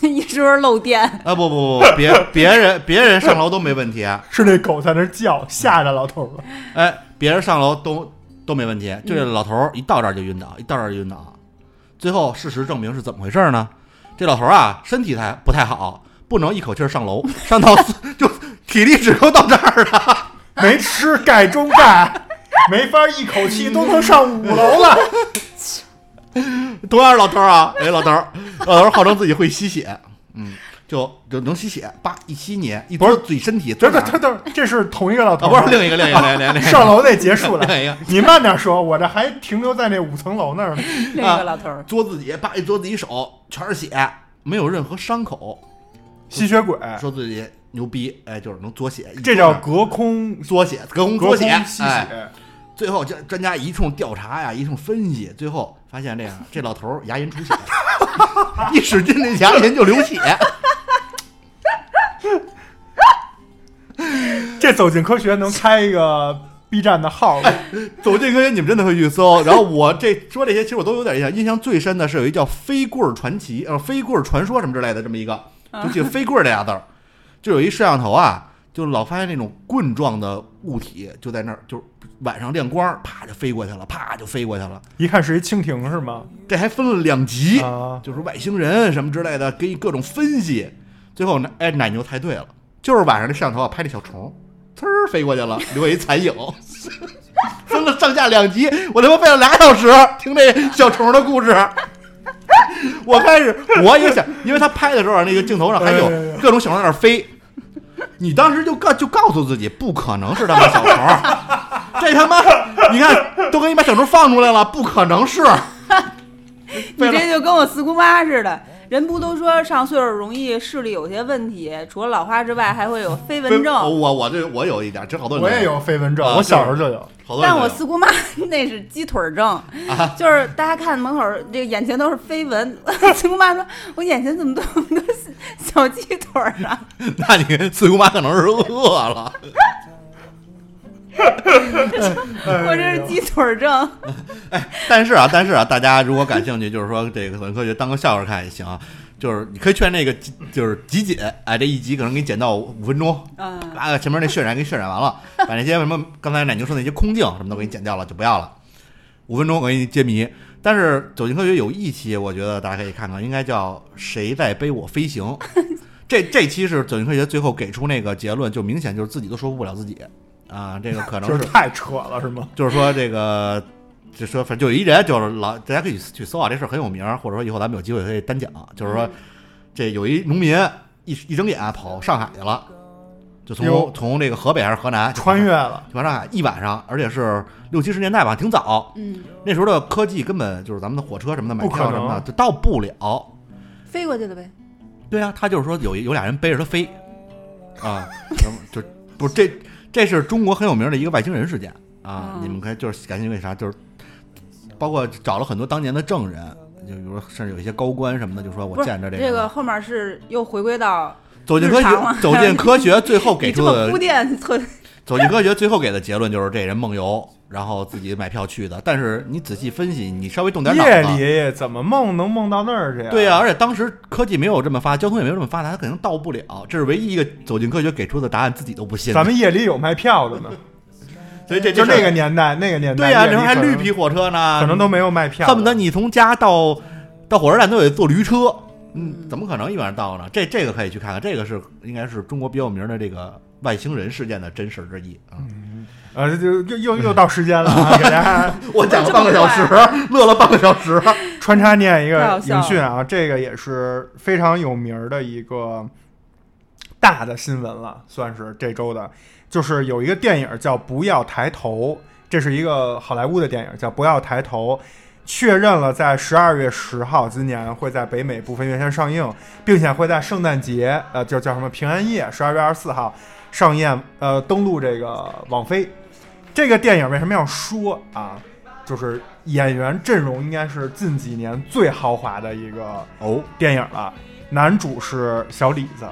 [laughs] 你是不是漏 [laughs] 电？啊不不不不，别别人别人上楼都没问题，啊是那狗在那儿叫，吓着老头了。哎，别人上楼都都没问题，就这老头儿一到这儿就晕倒，一到这儿就晕倒。最后事实证明是怎么回事呢？这老头儿啊，身体太不太好，不能一口气儿上楼，上到 [laughs] 就体力只够到这儿了。没吃钙中钙，没法一口气都能上五楼 [laughs] 了。同样是老头儿啊，哎，老头儿，老头儿号称自己会吸血，嗯，就就能吸血，叭一吸你，一不是嘬自己身体，等嘬点等儿等等，这是同一个老头啊，儿不吗，是另一个，另一个，另一个，另一个，上楼那结束了。 [laughs] 另一个，你慢点说，我这还停留在那五层楼那儿呢。那啊个老头儿，嘬自己，叭一嘬自己手，全是血，没有任何伤口，吸血鬼，说自己牛逼，哎，就是能嘬血，这叫隔空嘬血，隔空隔嘬空血，吸哎，血。最后这专家一通调查呀，一通分析，最后发现这样，这老头儿牙龈出血， [laughs] 一使劲那牙龈就流血，这走进科学能开一个 B 站的号吗，哎走进科学，你们真的会去搜。然后我这说这些，其实我都有点印象。印象最深的是有一叫《飞棍儿传奇》呃，《飞棍儿传说》什么之类的这么一个，就记得“飞棍儿”这俩字儿。就有一摄像头啊，就老发现那种棍状的物体就在那儿，就是晚上亮光，啪就飞过去了，啪就飞过去了。一看是一蜻蜓是吗？这还分了两集，啊，就是外星人什么之类的，给你各种分析。最后呢，哎，奶牛猜对了，就是晚上这摄像头啊拍那小虫，呲儿飞过去了，留下一残影。 [laughs] 分了上下两集，我他妈费了俩小时听这小虫的故事。我开始我也想，因为他拍的时候啊那个镜头上还有各种小虫在那儿飞，你当时就告就告诉自己不可能是他妈小虫儿，这他妈你看都给你把小虫放出来了，不可能是。你这就跟我四姑妈似的。人不都说上岁数容易视力有些问题，除了老花之外，还会有飞蚊症。哦我我我这我有一点，这好多人我也有飞蚊症，啊我小时候就有。好多但人都我有四姑妈 [laughs] 那是鸡腿儿症，就是大家看门口儿这个眼前都是飞蚊， [laughs] 四姑妈说：“我眼前怎么都 [laughs] 都是小鸡腿儿啊 [laughs] 那你四姑妈可能是饿了。哎？”我这是鸡腿儿症。 [laughs] 但是啊，但是啊，大家如果感兴趣，就是说这个很科学当个笑话看也行啊。就是你可以劝那个集就是集锦，哎，这一集可能给你剪到五分钟，啊嗯，把前面那渲染给渲染完了，把那些什么刚才奶牛说那些空镜什么都给你剪掉了，就不要了。五分钟我给你揭谜。但是《走进科学》有一期，我觉得大家可以看看，应该叫《谁在背我飞行》。这这期是《走进科学》最后给出那个结论，就明显就是自己都说服不了自己啊，这个可能就是是太扯了，是吗？就是说这个，就说反正就有一人就是老，大家可以去搜啊，这事儿很有名儿，或者说以后咱们有机会可以单讲。就是嗯说，这有一农民一一睁眼跑上海去了，就哟从从这个河北还是河南穿越了，就跑上海一晚上，而且是六七十年代吧，挺早。嗯，那时候的科技根本就是咱们的火车什么的买不可票什么的能就到不了。 [laughs] 飞过去了呗。对啊，他就是说有一有俩人背着他飞， [laughs] 啊，然后就不是这这是中国很有名的一个外星人事件啊，嗯你们可以就是感兴趣为啥就是，包括找了很多当年的证人，就比如说甚至有一些高官什么的，就说不我是见着这个后面是又回归到走进科日常了学，走进科学最后 [laughs] 给你这出么的铺垫，特走进科学最后给的结论就是这人梦游，然后自己买票去的。但是你仔细分析，你稍微动点脑夜子。里啊怎么梦能梦到那儿去呀？对呀、而且当时科技没有这么发，交通也没有这么发达，他肯定到不了。这是唯一一个走进科学给出的答案，自己都不信的。咱们夜里有卖票 [laughs] 的呢，所以这就这事儿那个啊年代，那个年代，对呀、夜那里时候还可能绿皮火车呢，可能都没有卖票的，恨不得你从家到到火车站都得坐驴车，嗯，怎么可能一晚上到呢？这这个可以去看看，这个是应该是中国比较有名的这个外星人事件的真事儿之一啊。呃，这就又又又到时间了 [laughs] 啊，给大家我讲了半个小时，乐了半个小时。 [laughs] 穿插念一太个好笑影讯啊，这个也是非常有名儿的一个大的新闻了，算是这周的，就是有一个电影叫《不要抬头》，这是一个好莱坞的电影，叫《不要抬头》。确认了，在十二月十号，今年会在北美部分院线上映，并且会在圣诞节，呃，就叫什么平安夜，十二月二十四号上映，呃，登陆这个网飞。这个电影为什么要说啊？就是演员阵容应该是近几年最豪华的一个哦，电影了。男主是小李子，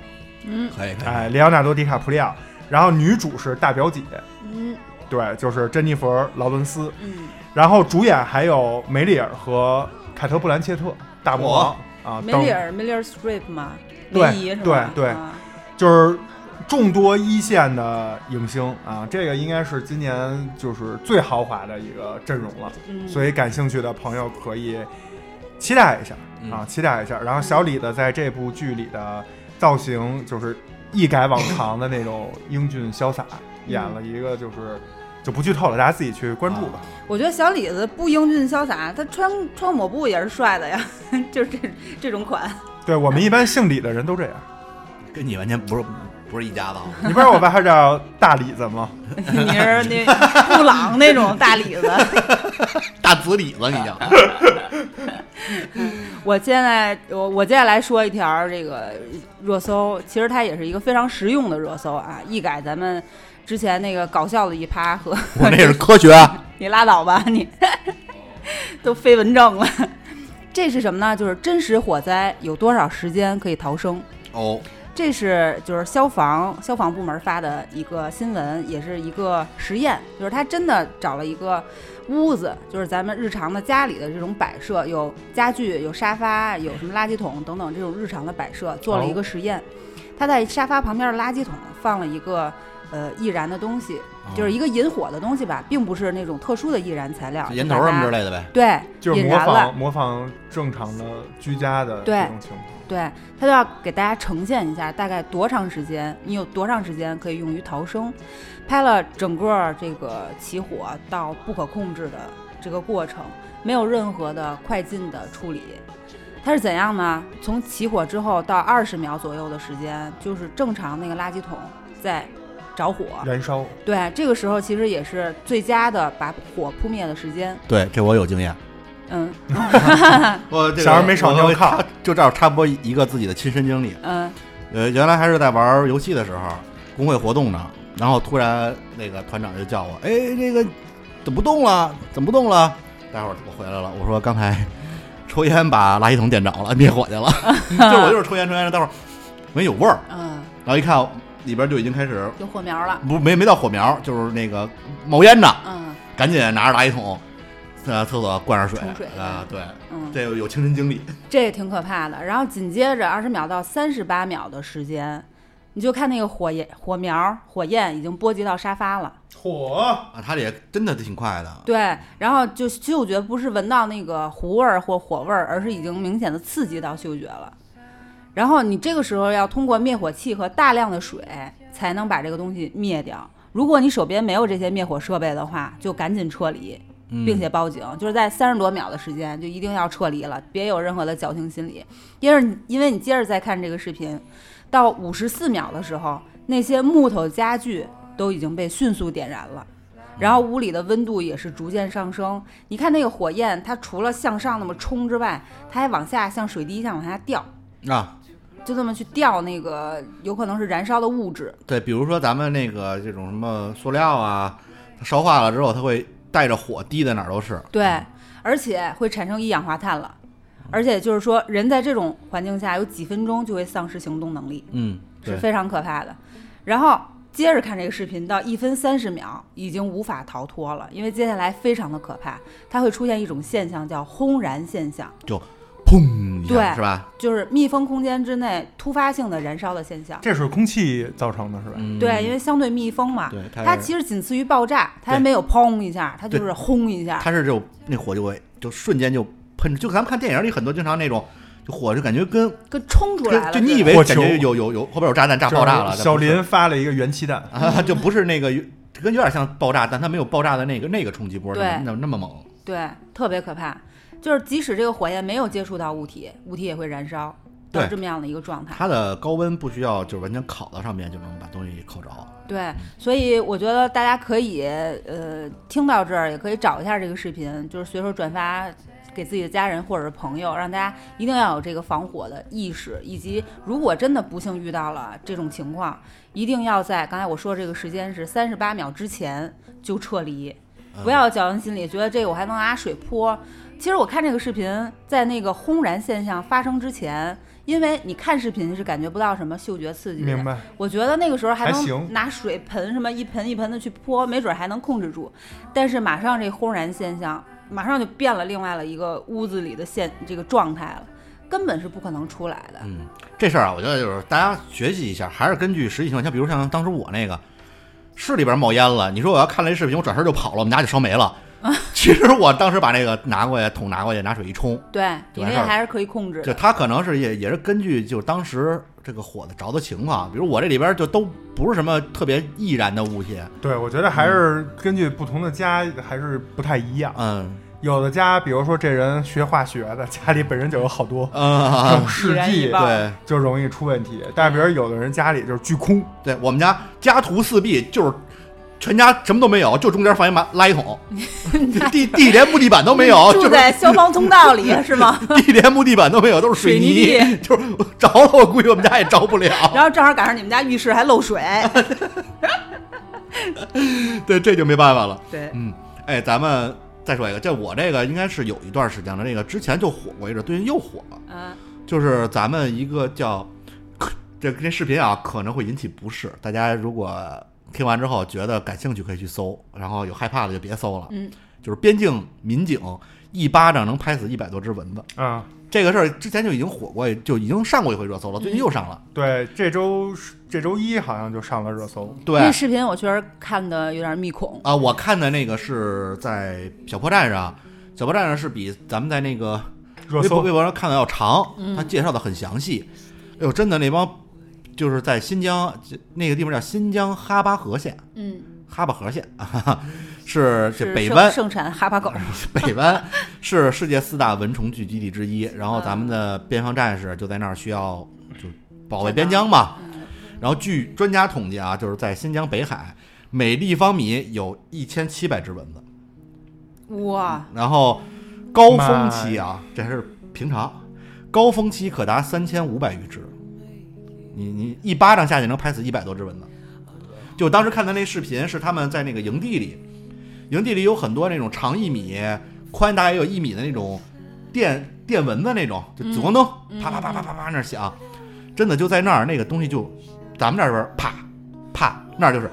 嗯可以可以，哎，莱昂纳多·迪卡普里奥，然后女主是大表姐，嗯对，就是珍妮佛·劳伦斯。嗯，然后主演还有梅丽尔和凯特·布兰切特，大魔王啊，梅等丽尔梅丽尔 Strip 嘛，对梅姨是吧？对对啊就是众多一线的影星啊，这个应该是今年就是最豪华的一个阵容了。嗯，所以感兴趣的朋友可以期待一下嗯嗯啊，期待一下。然后小李的在这部剧里的造型就是一改往常的那种英俊潇洒，演了一个就是就不剧透了，大家自己去关注吧。我觉得小李子不英俊潇洒，他穿穿抹布也是帅的呀， [laughs] 就是这这种款。 [laughs] 对我们一般姓李的人都这样，跟你完全不是不是一家子啊。你不知道我爸叫大李子 [laughs] 吗？你是那布朗那种大李子。 [laughs] 大紫李子，你讲我现在我我接下来说一条这个热搜，其实它也是一个非常实用的热搜啊，一改咱们之前那个搞笑的一趴和 [laughs] 我那是科学，啊你拉倒吧你， [laughs] 都非文正了。这是什么呢？就是真实火灾有多少时间可以逃生？ [laughs] 哦，这是就是消防消防部门发的一个新闻，也是一个实验，就是他真的找了一个屋子，就是咱们日常的家里的这种摆设，有家具、有沙发、有什么垃圾桶等等这种日常的摆设，做了一个实验。他在沙发旁边的垃圾桶放了一个呃易燃的东西，哦就是一个引火的东西吧，并不是那种特殊的易燃材料，烟头什么的。之类的呗。对，就是引模燃了仿。模仿正常的居家的对这种情况。对，他就要给大家呈现一下大概多长时间，你有多长时间可以用于逃生，拍了整个这个起火到不可控制的这个过程，没有任何的快进的处理。它是怎样呢？从起火之后到二十秒左右的时间，就是正常那个垃圾桶在着火。燃烧，对，这个时候其实也是最佳的把火扑灭的时间。对，这我有经验。嗯我这个小时候没少尿炕我就这儿插播一个自己的亲身经历。嗯呃，原来还是在玩游戏的时候，工会活动呢，然后突然那个团长就叫我，哎，这个怎么不动了？怎么不动了？待会儿我回来了，我说刚才抽烟把垃圾桶点着了，灭火去 [laughs] 了。就是我就是抽烟抽烟，待会儿没有味儿，嗯，然后一看里边就已经开始有火苗了。不没没到火苗，就是那个冒烟呢，嗯赶紧拿着垃圾桶，呃，厕所灌上水冲水啊，对，嗯，这有亲身经历，这也挺可怕的。然后紧接着二十秒到三十八秒的时间，你就看那个火焰、火苗、火焰已经波及到沙发了。火，啊，他这也真的挺快的，对，然后就嗅觉不是闻到那个糊味儿或火味儿，而是已经明显的刺激到嗅觉了。然后你这个时候要通过灭火器和大量的水才能把这个东西灭掉。如果你手边没有这些灭火设备的话，就赶紧撤离，嗯并且报警，就是在三十多秒的时间就一定要撤离了，别有任何的侥幸心理。因为你因为你接着再看这个视频，到五十四秒的时候，那些木头家具都已经被迅速点燃了。然后屋里的温度也是逐渐上升，你看那个火焰，它除了向上那么冲之外，它还往下像水滴一样往下掉，啊，就这么去掉那个有可能是燃烧的物质。对，比如说咱们那个这种什么塑料啊，它烧化了之后，它会带着火滴的哪儿都是。对，而且会产生一氧化碳了，而且就是说，人在这种环境下有几分钟就会丧失行动能力，嗯，是对，非常可怕的。然后接着看这个视频，到一分三十秒已经无法逃脱了，因为接下来非常的可怕，它会出现一种现象叫轰燃现象，砰一下对是吧？就是密封空间之内突发性的燃烧的现象。这是空气造成的是吧？嗯，对，因为相对密封嘛，对它它是其实仅次于爆炸，它还对没有砰一下，它就对是轰一下。它是就那火就会就瞬间就喷，就咱们看电影里很多经常那种。就火就感觉跟跟冲出来了跟就似的，你以为火感球觉有有有后边有炸弹炸爆炸就了，是但小不是林发了一个元气弹，啊， [laughs] 就不是那个跟有点像爆炸，但它没有爆炸的那个那个冲击波那么对那么那么猛。对，特别可怕。就是即使这个火焰没有接触到物体，物体也会燃烧到对这么样的一个状态。它的高温不需要就是完全烤到上面就能把东西烤着。对，所以我觉得大家可以呃听到这儿，也可以找一下这个视频，就是随手转发给自己的家人或者是朋友，让大家一定要有这个防火的意识，以及如果真的不幸遇到了这种情况，一定要在刚才我说这个时间是三十八秒之前就撤离。嗯不要侥幸心理，觉得这个我还能拿水泼。其实我看这个视频，在那个轰然现象发生之前，因为你看视频是感觉不到什么嗅觉刺激的，明白？我觉得那个时候还还行能拿水盆什么一盆一盆的去泼，没准还能控制住。但是马上这轰然现象，马上就变了另外了一个屋子里的现这个状态了，根本是不可能出来的。嗯，这事儿啊，我觉得就是大家学习一下，还是根据实际情况，像比如像当时我那个市里边冒烟了，你说我要看了一视频，我转身就跑了，我们家就烧没了。 [laughs] 其实我当时把那个拿过去，桶拿过去，拿水一冲，对，就你完这事儿了还是可以控制就的。他可能是也也是根据就当时这个火的着的情况，比如我这里边就都不是什么特别易燃的物体，对，我觉得还是根据不同的家还是不太一样。嗯有的家，比如说这人学化学的， [laughs] 家里本身就有好多这嗯种，试易燃易剂，爆对就容易出问题。但是比如有的人家里就是巨空， [laughs] 对，我们家家徒四壁，就是全家什么都没有，就中间放一马垃圾桶，地地连木地板都没有，哦就 [laughs] 住是 [laughs] 在消防通道里是吗？地连木地板都没有，都是水泥，水 [laughs] 就是着了，我估计我们家也着不了。然后正好赶上你们家浴室还漏水， [laughs] 对，这就没办法了。对，嗯，哎，咱们再说一个，这我这个应该是有一段时间了，这个之前就火过一阵，最近又火了，嗯。就是咱们一个叫这这视频啊，可能会引起不适，大家如果听完之后觉得感兴趣，可以去搜，然后有害怕的就别搜了。嗯，就是边境民警一巴掌能拍死一百多只蚊子，啊、这个事儿之前就已经火过，就已经上过一回热搜了，最近又上了。对，这周是这周一好像就上了热搜，对，那视频我确实看的有点密恐，啊，我看的那个是在小破站上，小破站上是比咱们在那个热微博搜微博上看的要长，嗯他介绍的很详细。哎呦，真的那帮就是在新疆那个地方叫新疆哈巴河县，嗯，哈巴河县啊 [laughs] 哈哈，是这是北盛湾盛产哈巴狗，北湾是世界四大蚊虫聚集地之一，然后咱们的嗯边防战士就在那儿需要就保卫边疆嘛。嗯然后据专家统计啊，就是在新疆北海，每立方米有一千七百只蚊子，哇，然后高峰期啊，这还是平常，高峰期可达三千五百余只。你你一巴掌下去能拍死一百多只蚊子。就当时看的那视频是他们在那个营地里，营地里有很多那种长一米、宽大概也有一米的那种电电蚊子那种，就紫光灯啪啪啪啪啪啪那儿响，真的就在那儿那个东西就咱们这边啪啪那儿就是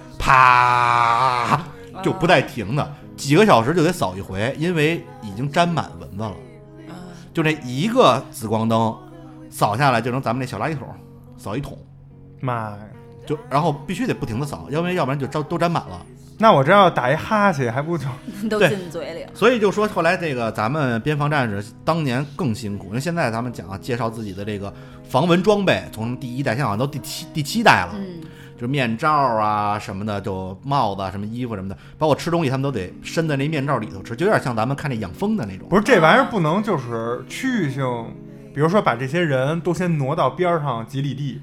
啪啊就不带停的，几个小时就得扫一回，因为已经沾满蚊子了。就那一个紫光灯扫下来就能咱们那小垃圾桶扫一桶，妈呀，就然后必须得不停的扫，要不然要不然就招都沾满了。那我这要打一哈欠，还不就呃都对进嘴里了。所以就说后来这个咱们边防战士当年更辛苦，因为现在咱们讲啊介绍自己的这个防蚊装备，从第一代现在好像都第七第七代了，嗯，就是面罩啊什么的，就帽子啊、什么衣服什么的，包括吃东西他们都得伸在那面罩里头吃，就有点像咱们看那养蜂的那种。不是这玩意儿不能就是区域性，比如说把这些人都先挪到边儿上几里地，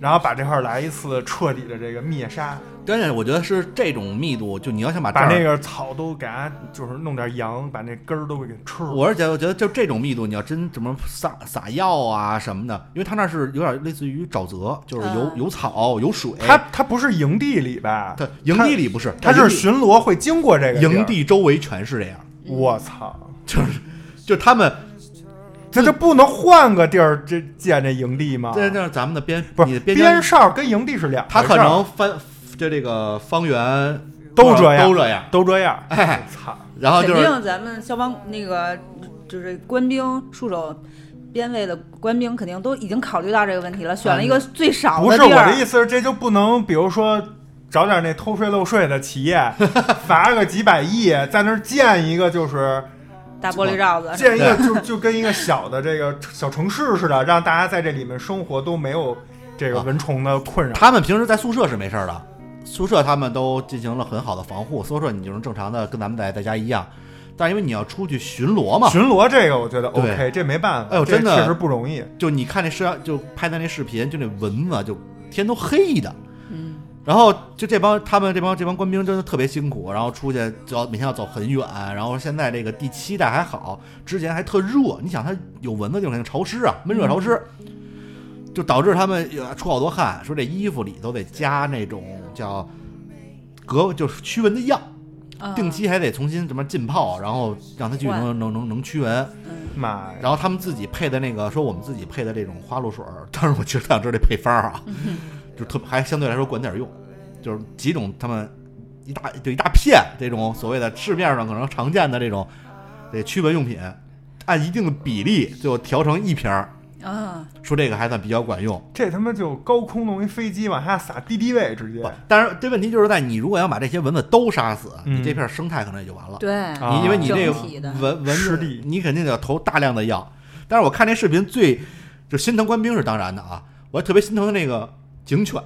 然后把这块儿来一次彻底的这个灭杀，关键我觉得是这种密度，就你要想把这把儿那个草都给它就是弄点羊，把那根儿都给吃了。我是觉得，我觉得就这种密度，你要真怎么撒撒药啊什么的，因为它那是有点类似于沼泽，就是有、嗯有草有水。它它不是营地里吧？它营地里不是，它哎营是地巡逻会经过这个儿营。地周围全是这样，我操！就是就他们嗯这这不能换个地儿这建这营地吗？在那儿咱们的边啊不你是的边疆哨跟营地是两回事他儿，可能翻就这个方圆啊都这样都这样，都这样。哎，操！然后就肯是定咱们消防那个就是官兵戍守边卫的官兵，肯定都已经考虑到这个问题了，选了一个嗯最少不的是地儿。我的意思是，这就不能比如说找点那偷税漏税的企业， [laughs] 罚个几百亿，在那儿建一个就是大玻璃罩哎子，嗯建一个就就跟一个小的这个小城市似的，让大家在这里面生活都没有这个啊蚊虫的困扰。他们平时在宿舍是没事儿的，宿舍他们都进行了很好的防护，宿舍你就能正常的跟咱们在在家一样，但因为你要出去巡逻嘛，巡逻这个我觉得对 OK，这没办法，哎呦这真的确实不容易。就你看那摄像，就拍的那视频，就那蚊子，就天都黑的。嗯，然后就这帮他们这帮这帮官兵真的特别辛苦，然后出去就要每天要走很远。然后现在这个第七代还好，之前还特热，你想它有蚊子就肯定潮湿啊，闷热潮湿，嗯就导致他们呃出好多汗。说这衣服里头得加那种叫隔就是驱蚊的药，嗯定期还得重新什么浸泡，然后让它去换能能能能驱蚊。嗯妈呀！然后他们自己配的那个，说我们自己配的这种花露水儿， [laughs] 但是我其实想知道这配方啊，嗯就特还相对来说管点用，就是几种他们一大就一大片这种所谓的市面上可能常见的这种这驱蚊用品，按一定的比例最后调成一瓶儿，啊，说这个还算比较管用。这他妈就高空弄一飞机往下撒敌敌畏，直接不，但是这问题就是在你如果要把这些蚊子都杀死，嗯你这片儿生态可能也就完了。对，啊你因为你这个整体的蚊蚊湿子地，你肯定得要投大量的药。但是我看那视频最就心疼官兵是当然的啊，我还特别心疼的那个警犬，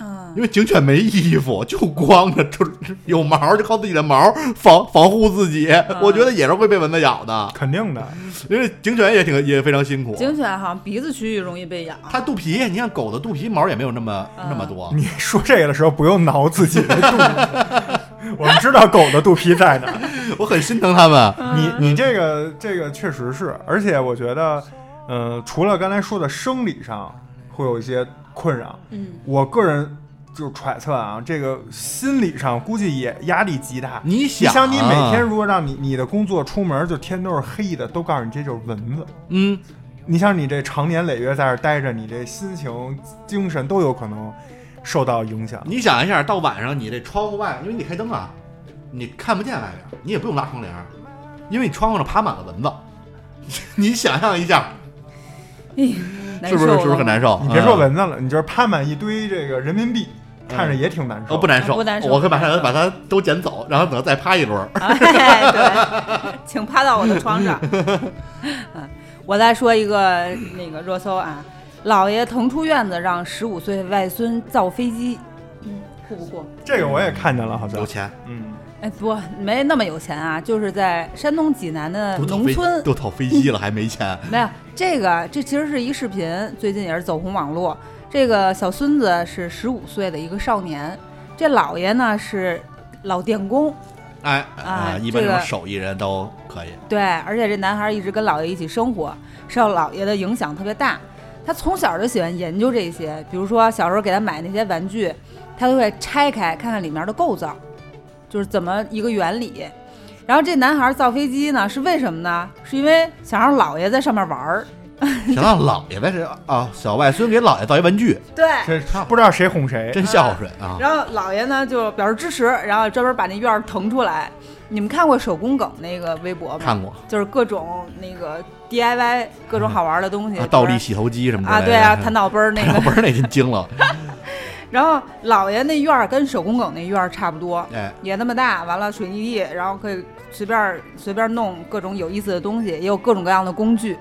嗯因为警犬没衣服，就光着，就有毛，就靠自己的毛防防护自己。嗯我觉得也是会被蚊子咬的，肯定的。因为警犬也挺也非常辛苦。警犬好像鼻子区域容易被咬，它肚皮，你看狗的肚皮毛也没有那么那嗯么多，你说这个的时候不用挠自己的肚子， [laughs] 我们知道狗的肚皮在哪儿。我很心疼它们。 [laughs] 你你这个这个确实是，而且我觉得，呃，除了刚才说的生理上会有一些困扰，嗯，我个人就揣测啊，这个心理上估计也压力极大。你你想，啊想，你每天，如果让你你的工作出门就天都是黑的，都告诉你这就是蚊子。嗯，你想，你这常年累月在这儿待着，你这心情、精神都有可能受到影响。啊你想一下，到晚上你这窗户外，因为你开灯啊，你看不见外边，你也不用拉窗帘，因为你窗户上爬满了蚊子。 [laughs] 你想象一下，哎难是受不是是不是很了难受？你别说嗯蚊子了，你就是趴满一堆这个人民币，看着也挺难受。哦，不难受，不难受我会把它把它都捡走，然后等它再趴一轮儿。 [laughs] 哎，对，请趴到我的床 [laughs] 上。嗯，我再说一个那个热搜啊，老爷腾出院子让十五岁外孙造飞机，嗯，酷不酷？这个我也看见了，好像有。钱，嗯，哎，不，没那么有钱啊，就是在山东济南的都造呃农飞村，啊都造飞机了还 [laughs] 没钱，没有这个，这其实是一视频，最近也是走红网络。这个小孙子是十五岁的一个少年，这老爷呢是老电工，哎啊一般这这种个手艺人都可以。对，而且这男孩一直跟姥爷一起生活，受姥爷的影响特别大。他从小就喜欢研究这些，比如说小时候给他买那些玩具，他都会拆开看看里面的构造，就是怎么一个原理。然后这男孩造飞机呢，是为什么呢？是因为想让姥爷在上面玩儿。想让姥爷呗，这啊小外孙给姥爷造一玩具，对，这不知道谁哄谁。真孝顺啊！然后姥爷呢就表示支持，然后专门把那院儿腾出来。你们看过手工梗那个微博吗？看过就是各种那个 DIY 各种好玩的东西，嗯啊，倒比立如洗头机什么之 [laughs] 啊，类对的啊，弹，倒杯儿那弹个到，不是那天惊了， [laughs] 然后姥爷那院儿跟手工梗那院儿差不多，哎，也那么大，完了水泥地，然后可以随便儿随便儿弄各种有意思的东西，也有各种各样的工具。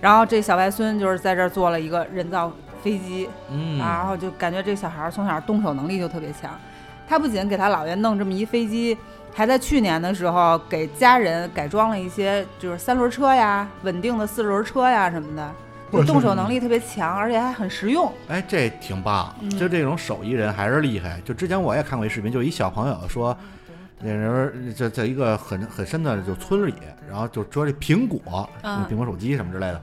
然后这小外孙就是在这儿做了一个人造飞机，嗯，然后就感觉这小孩儿从小动手能力就特别强。他不仅给他姥爷弄这么一飞机，还在去年的时候给家人改装了一些就是三轮车呀、稳定的四轮车呀什么的，就我动去手能力特别强，而且还很实用。哎，这挺棒，就这种手艺人还是厉害。就之前我也看过一视频，就是一小朋友说，那人在在一个很很深的就村里，然后就说这苹果，嗯苹果手机什么之类的，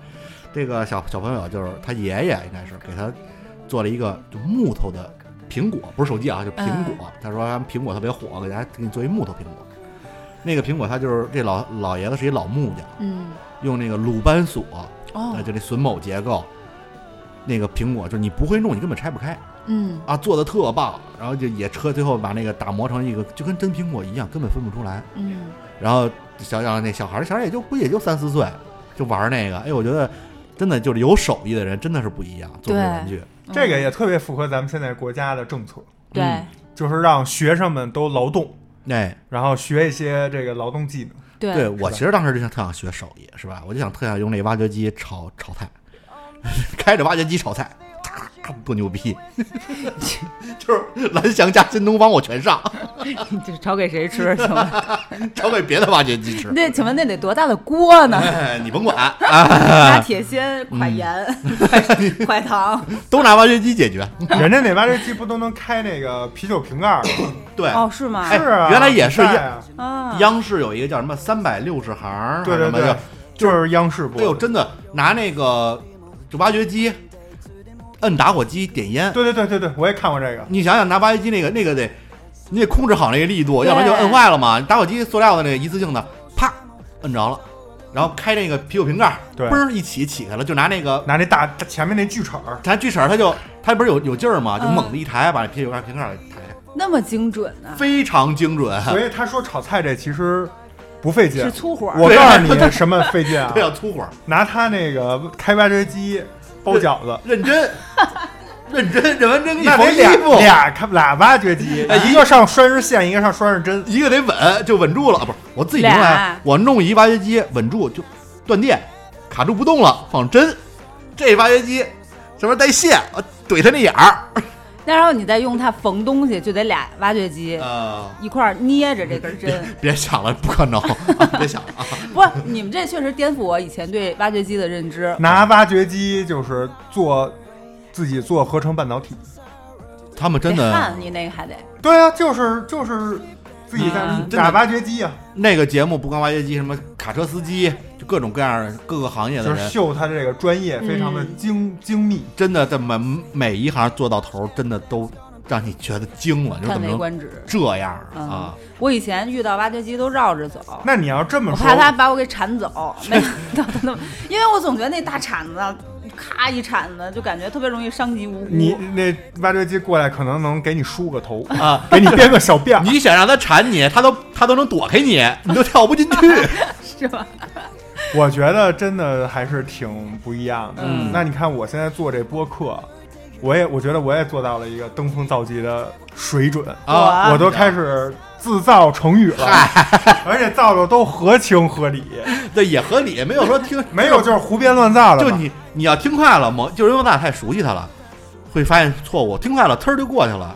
这个小小朋友就是他爷爷应该是给他做了一个就木头的苹果，不是手机啊，就苹嗯果。他说他们苹果特别火，给大家给你做一木头苹果。那个苹果，他就是这老老爷子是一老木匠，嗯，用那个鲁班锁，哦呃，就那榫卯结构，那个苹果，就是你不会弄，你根本拆不开嗯，啊，做的特棒。然后就也车最后把那个打磨成一个就跟真苹果一样，根本分不出来。嗯，然后小让那小孩儿，小孩儿也就估计也就三四岁，就玩那个。哎，我觉得真的就是有手艺的人真的是不一样，做这对玩具。这个也特别符合咱们现在国家的政策，对，嗯就是让学生们都劳动，哎，然后学一些这个劳动技能。对对我其实当时就想特想学手艺，是吧？我就想特想用那挖掘机炒炒菜， [laughs] 开着挖掘机炒菜，咔多牛逼！ [laughs] 就是蓝翔加新东方我全上， [laughs] 这炒给谁 [laughs] 吃？请问炒给别的挖掘机吃。那请问那得多大的锅呢？ [laughs] 哎，你甭管，拿铁锨、快盐、嗯快 [laughs] 快 [laughs] 糖。都拿挖掘机解决。人家那挖掘机不都能开那个啤酒瓶盖儿吗？对，哦，是吗哎？是啊，原来也是在啊，啊，央视有一个叫什么三百六十行儿，对还对是什么对的，，就是央视播哎呦，的。真的拿那个就挖掘机摁打火机点烟，对对对对对，我也看过这个。你想想拿挖掘机那个那个得，你得控制好那个力度，对要不然就摁坏了嘛。打火机塑料的那个一次性的，啪摁着了，然后开那个啤酒瓶盖儿，对嘣儿一起起开了，就拿那个拿那大前面那锯齿 [laughs] 儿，咱锯齿儿，它就它不是有有劲儿嘛，就嗯猛的一抬，把那啤酒盖瓶盖儿给抬开，那么精准啊呢？非常精准。 [laughs] 所以他说炒菜这其实不费劲是。粗活儿。我告诉你什么费劲啊 [laughs] 对，！要粗活儿，拿他那个开挖掘机包饺子，认 [laughs] 真，认真，认完真一那缝得衣服俩，俩开俩挖掘机哎，一一个上拴是线，一个上拴是针。一个得稳就稳住了，啊不是我自己弄来俩，我弄一挖掘机稳住就断电，卡住不动了，放针。这挖掘机上面带线，我怼它那眼儿。那然后你再用它缝东西，就得俩挖掘机呃，一块儿捏着这根 [laughs] 针。别想了，不可 [laughs] 能，啊别想了。啊不是，你们这确实颠覆我以前对挖掘机的认知。拿挖掘机就是做自己做合成半导体。他们真得的啊焊你那个还得对啊，就是就是自己在嗯打挖掘机啊，那个节目不光挖掘机，什么卡车司机，就各种各样的各个行业的就是人，秀他这个专业非常的嗯精精密。真的在每每一行做到头，真的都让你觉得惊了，你说叹怎么为能观止。这样嗯啊？我以前遇到挖掘机都绕着走，那你要这么我说，怕他把我给铲走，没想到他那么，因为我总觉得那大铲子，咔一铲子，就感觉特别容易伤及无辜。你那挖掘机过来可能能给你梳个头， [laughs] 啊，给你编个小辫儿。 [laughs] 你想让他缠你，他都他都能躲开 [laughs] 你，你都跳不进去。是吧？我觉得真的还是挺不一样的。嗯那你看我现在做这播客，我也我觉得我也做到了一个登峰造极的水准，啊我都开始自造成语了， [laughs] 而且造的都合情合 [laughs] 理，对，也合理，没有说听没有就是胡编乱造了嘛。就你你要听快了，某就是因为咱俩太熟悉他了，会发现错误，听快了，呲儿就过去了，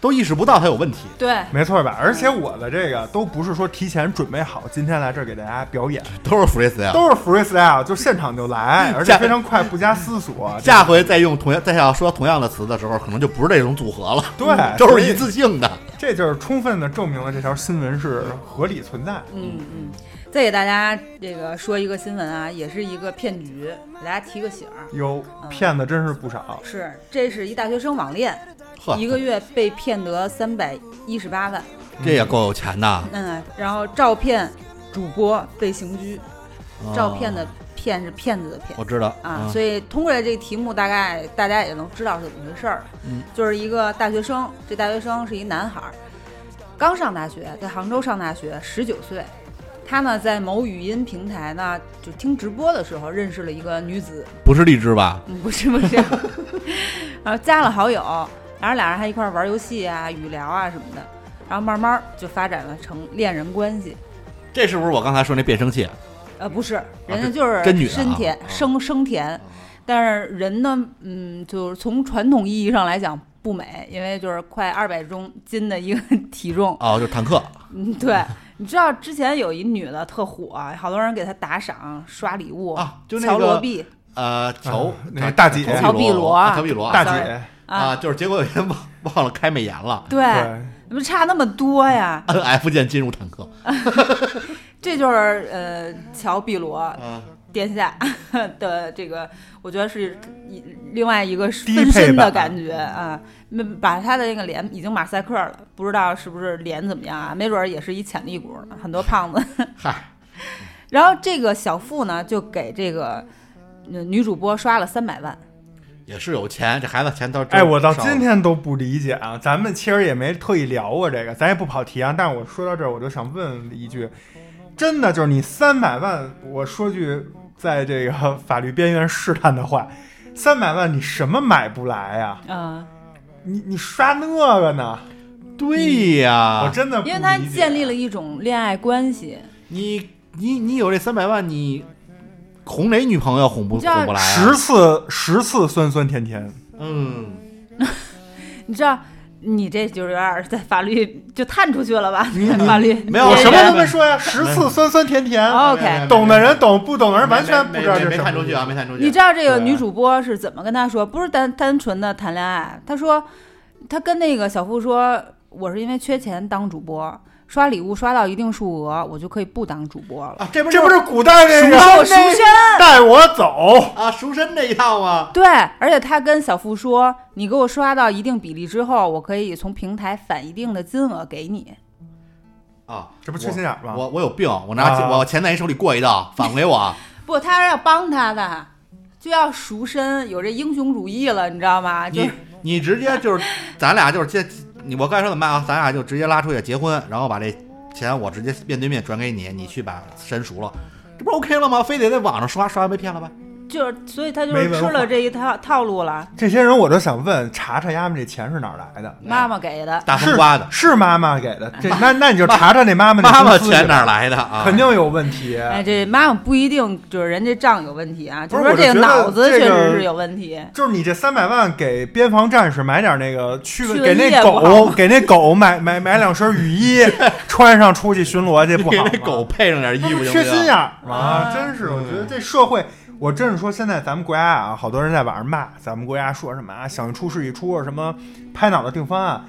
都意识不到他有问题。对，没错吧？而且我的这个都不是说提前准备好，今天来这儿给大家表演，都是 freestyle。都是 freestyle，就现场就 [laughs] 来，而且非常快，不加思索。下回再用同样再要说同样的词的时候，可能就不是这种组合了，对，都所是以一次性的。这就是充分的证明了这条新闻是合理存在。嗯嗯。再给大家这个说一个新闻啊，也是一个骗局，给大家提个醒儿。哟，骗子真是不少。是，这是一大学生网恋，呵，一个月被骗得三百一十八万。这也够有钱的。嗯，然后照片主播被刑拘，嗯照片的哦骗是骗子的骗我知道嗯啊，所以通过这个题目，大概大家也能知道是怎么回事儿。嗯，就是一个大学生，这大学生是一男孩儿，刚上大学，在杭州上大学，十九岁。他呢，在某语音平台呢，就听直播的时候认识了一个女子， [laughs] 不是荔枝吧？啊嗯，不是不是，然后加了好友，然后俩人还一块儿玩游戏啊、语聊啊什么的，然后慢慢就发展了成恋人关系。这是不是我刚才说那变声器？呃，不是，人这家就是真女的啊生甜、啊生生甜，但是人呢，嗯，就是从传统意义上来讲不美，因为就是快二百中斤的一个 [laughs] 体重。哦，就是坦克，嗯， [laughs] 对，你知道之前有一女的特火，啊好多人给她打赏、刷礼物啊就那乔个罗碧呃，乔啊那个乔大姐乔碧罗罗啊，乔碧罗啊大 sorry 姐，啊，就是结果有一天忘忘了开美颜了，对，哎对，怎么差那么多呀？按 F 键进入坦克，这就是呃，乔碧罗啊，殿下 [laughs] 的这个，我觉得是一另外一个低配分身的版感觉啊。那把他的那个脸已经马赛克了，不知道是不是脸怎么样啊？没准儿也是一潜力股呢，很多胖子。 [laughs] 嗨，然后这个小付呢，就给这个呃女主播刷了三百万。也是有钱，这孩子钱到哎，我到今天都不理解啊，咱们其实也没特意聊过这个，咱也不跑题啊。但我说到这儿，我就想问一句，真的就是你三百万，我说句在这个法律边缘试探的话，三百万你什么买不来呀、嗯，你你刷那个呢？我对呀，真的不因为他理解建立了一种恋爱关系，你你你有这三百万，你哄哪女朋友哄不你知道哄不来啊？十次十次酸酸甜甜，嗯，你知道。你这就是有点儿在法律就探出去了吧？你法律没有我边什么缘都没说呀，十次酸酸甜甜，哦懂的人懂，不懂的人完全不没知道没这没是什看么出去意思啊，没看出去。你知道这个对女主播是怎么跟他说？不是单单纯的谈恋爱，她说，她跟那个小付说，我是因为缺钱当主播，刷礼物刷到一定数额，我就可以不当主播了。啊，这不这不是是古代那赎个身赎身带我走，啊赎身这一套啊吗？对，而且她跟小付说，你给我刷到一定比例之后，我可以从平台返一定的金额给你。啊，这不缺心眼儿吗？我我有病，我拿啊我钱在你手里过一道，返给我。啊不，他要帮他的，就要赎身，有这英雄主义了，你知道吗？就你你直接就是，咱俩就是接你，我刚才说怎么办啊？咱俩就直接拉出去结婚，然后把这钱我直接面对面转给你，你去把身赎了，这不 OK 了吗？非得在网上刷刷完被骗了吧？就是，所以他就没是文吃化哎了这一套套路了，这些人我都想问，查查丫们这钱是哪儿来的？妈妈给的。大风是刮的，是妈妈给的，这那那你就查查那妈妈那妈妈工资钱去哪儿来的啊？肯定有问题。哎，这妈妈不一定就是人家账有问题啊，不就是说我就这觉个得脑子这确个实是有问题。就是你这三百万给边防战士买点那个驱驱蚊给那液不好狗吗给那狗买买买两身雨 [laughs] 衣，穿上出去巡逻去不给好吗那狗配上点衣那服不哎行缺不心行？眼儿嗯吗？啊真是，我觉得这社会，我真是说现在咱们国家啊，好多人在网上骂咱们国家说什么啊，想一出是一出啊，什么拍脑袋定方案。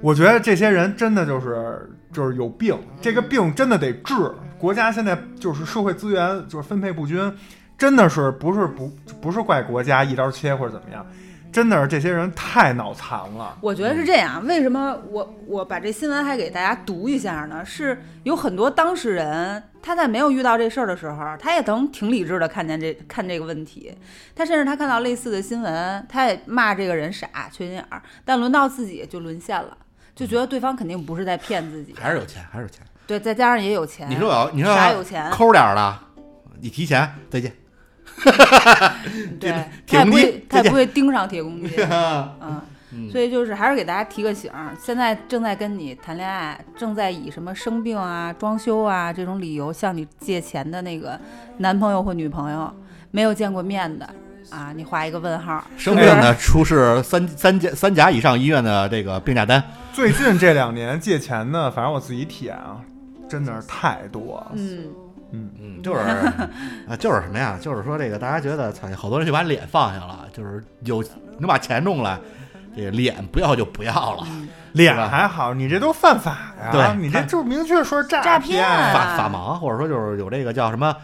我觉得这些人真的就是就是有病，这个病真的得治。国家现在就是社会资源就是分配不均，真的是不是不不是怪国家一刀切或者怎么样，真的是这些人太脑残了。我觉得是这样，为什么我我把这新闻还给大家读一下呢？是有很多当事人，他在没有遇到这事儿的时候，他也能挺理智的看见这看这个问题，他甚至他看到类似的新闻，他也骂这个人傻、缺心眼儿，但轮到自己就沦陷了，就觉得对方肯定不是在骗自己，还是有钱，还是有钱。对，再加上也有钱，你说我，你说啥我有钱抠点儿的，你提前再见。对，铁他也公不鸡会，他也再见不会盯上铁公鸡。啊嗯，所以就是还是给大家提个醒儿，现在正在跟你谈恋爱，正在以什么生病啊、装修啊这种理由向你借钱的那个男朋友或女朋友，没有见过面的啊，你画一个问号。生病的出示三三甲三甲以上医院的这个病假单，最近这两年借钱呢，反正我自己体验啊，真的是太多了。嗯，嗯 [laughs] 嗯，就是啊，就是什么呀？就是说这个大家觉得，操，好多人就把脸放下了，就是有能把钱弄来，这个脸不要就不要了，脸是吧还好，你这都犯法呀！对你这就是明确说是诈诈骗啊法法盲，或者说就是有这个叫什么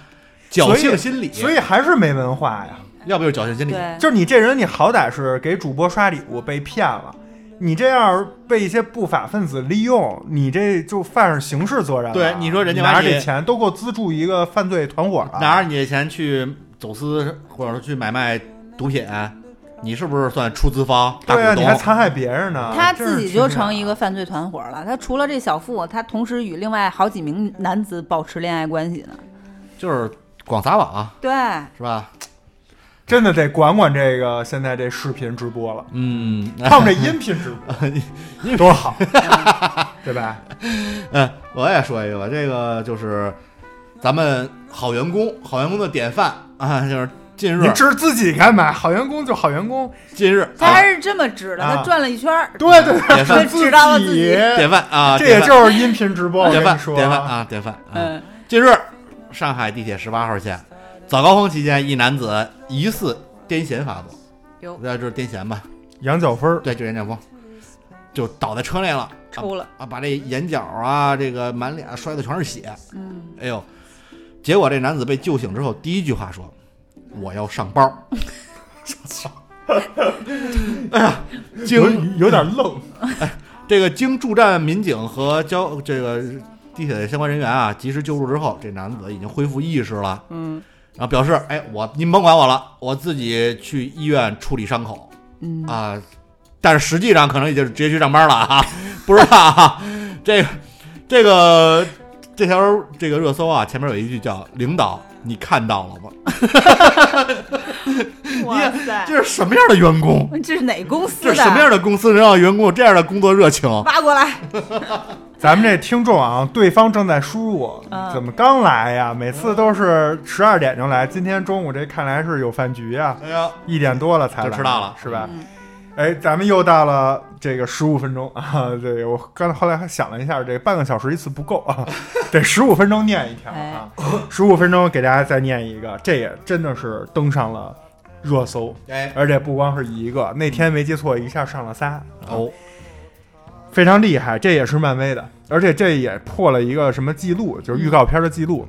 侥所以幸心理，所以还是没文化呀。要不就是侥幸心理，对，就是你这人，你好歹是给主播刷礼物被骗了，你这要是被一些不法分子利用，你这就犯上刑事责任了。对你说人家拿把着你这钱都够资助一个犯罪团伙了，拿着你的钱去走私或者说去买卖毒品，你是不是算出资方大对啊，股你东还？残害别人呢？他真是自己缺心就眼成一个犯罪团伙了。他除了这小付，他同时与另外好几名男子保持恋爱关系呢。就是广撒网对，是吧？真的得管管这个现在这视频直播 [laughs] 了，嗯，他们这音频直 [laughs] 播多好，对吧？嗯，我也说一个吧，这个就是咱们好员工，好员工的典范啊，就是近日你指自己干嘛？好员工就好员工，近日他啊还是这么指的，啊他转了一圈儿，对对典范对，指到了自己典范啊，这也典范就是音频直播。我跟典你范说，典范啊，典范啊。嗯，近日，上海地铁十八号线早高峰期间，一男子疑似癫痫发作，哟，那就是癫痫吧？羊角分儿，对，就是眼角风，就倒在车内了，啊抽了，啊，把这眼角啊，这个满脸摔的全是血，嗯，哎呦！结果这男子被救醒之后，第一句话说：“我要上 [laughs] 班。”哎呀，有经有点愣。这个经驻站民警和交这个地铁的相关人员啊及时救助之后，这男子已经恢复意识了，嗯然后表示：“哎，我您甭管我了，我自己去医院处理伤口嗯，啊。”但是实际上可能已经直接去上班了啊， [laughs] 不知道啊。 [laughs] 这个这个这条这个热搜啊，前面有一句叫“领导，你看到了吗？”哇塞，这是什么样的员工？这是哪公司这的？是什么样的公司能让员工有这样的工作热情？挖过来，咱们这听众啊，对方正在输入，嗯怎么刚来呀？每次都是十二点就来，今天中午这看来是有饭局啊，哎呀，一点多了才来就迟到了是吧？嗯哎，咱们又到了这个十五分钟 [laughs] 啊，这个我刚才后来还想了一下，这半个小时一次不够啊，得十五分钟念一条啊，十五分钟给大家再念一个，这也真的是登上了热搜，哎而且不光是一个，那天没记错，一下上了仨，哦，非常厉害，这也是漫威的，而且这也破了一个什么记录，就是预告片的记录，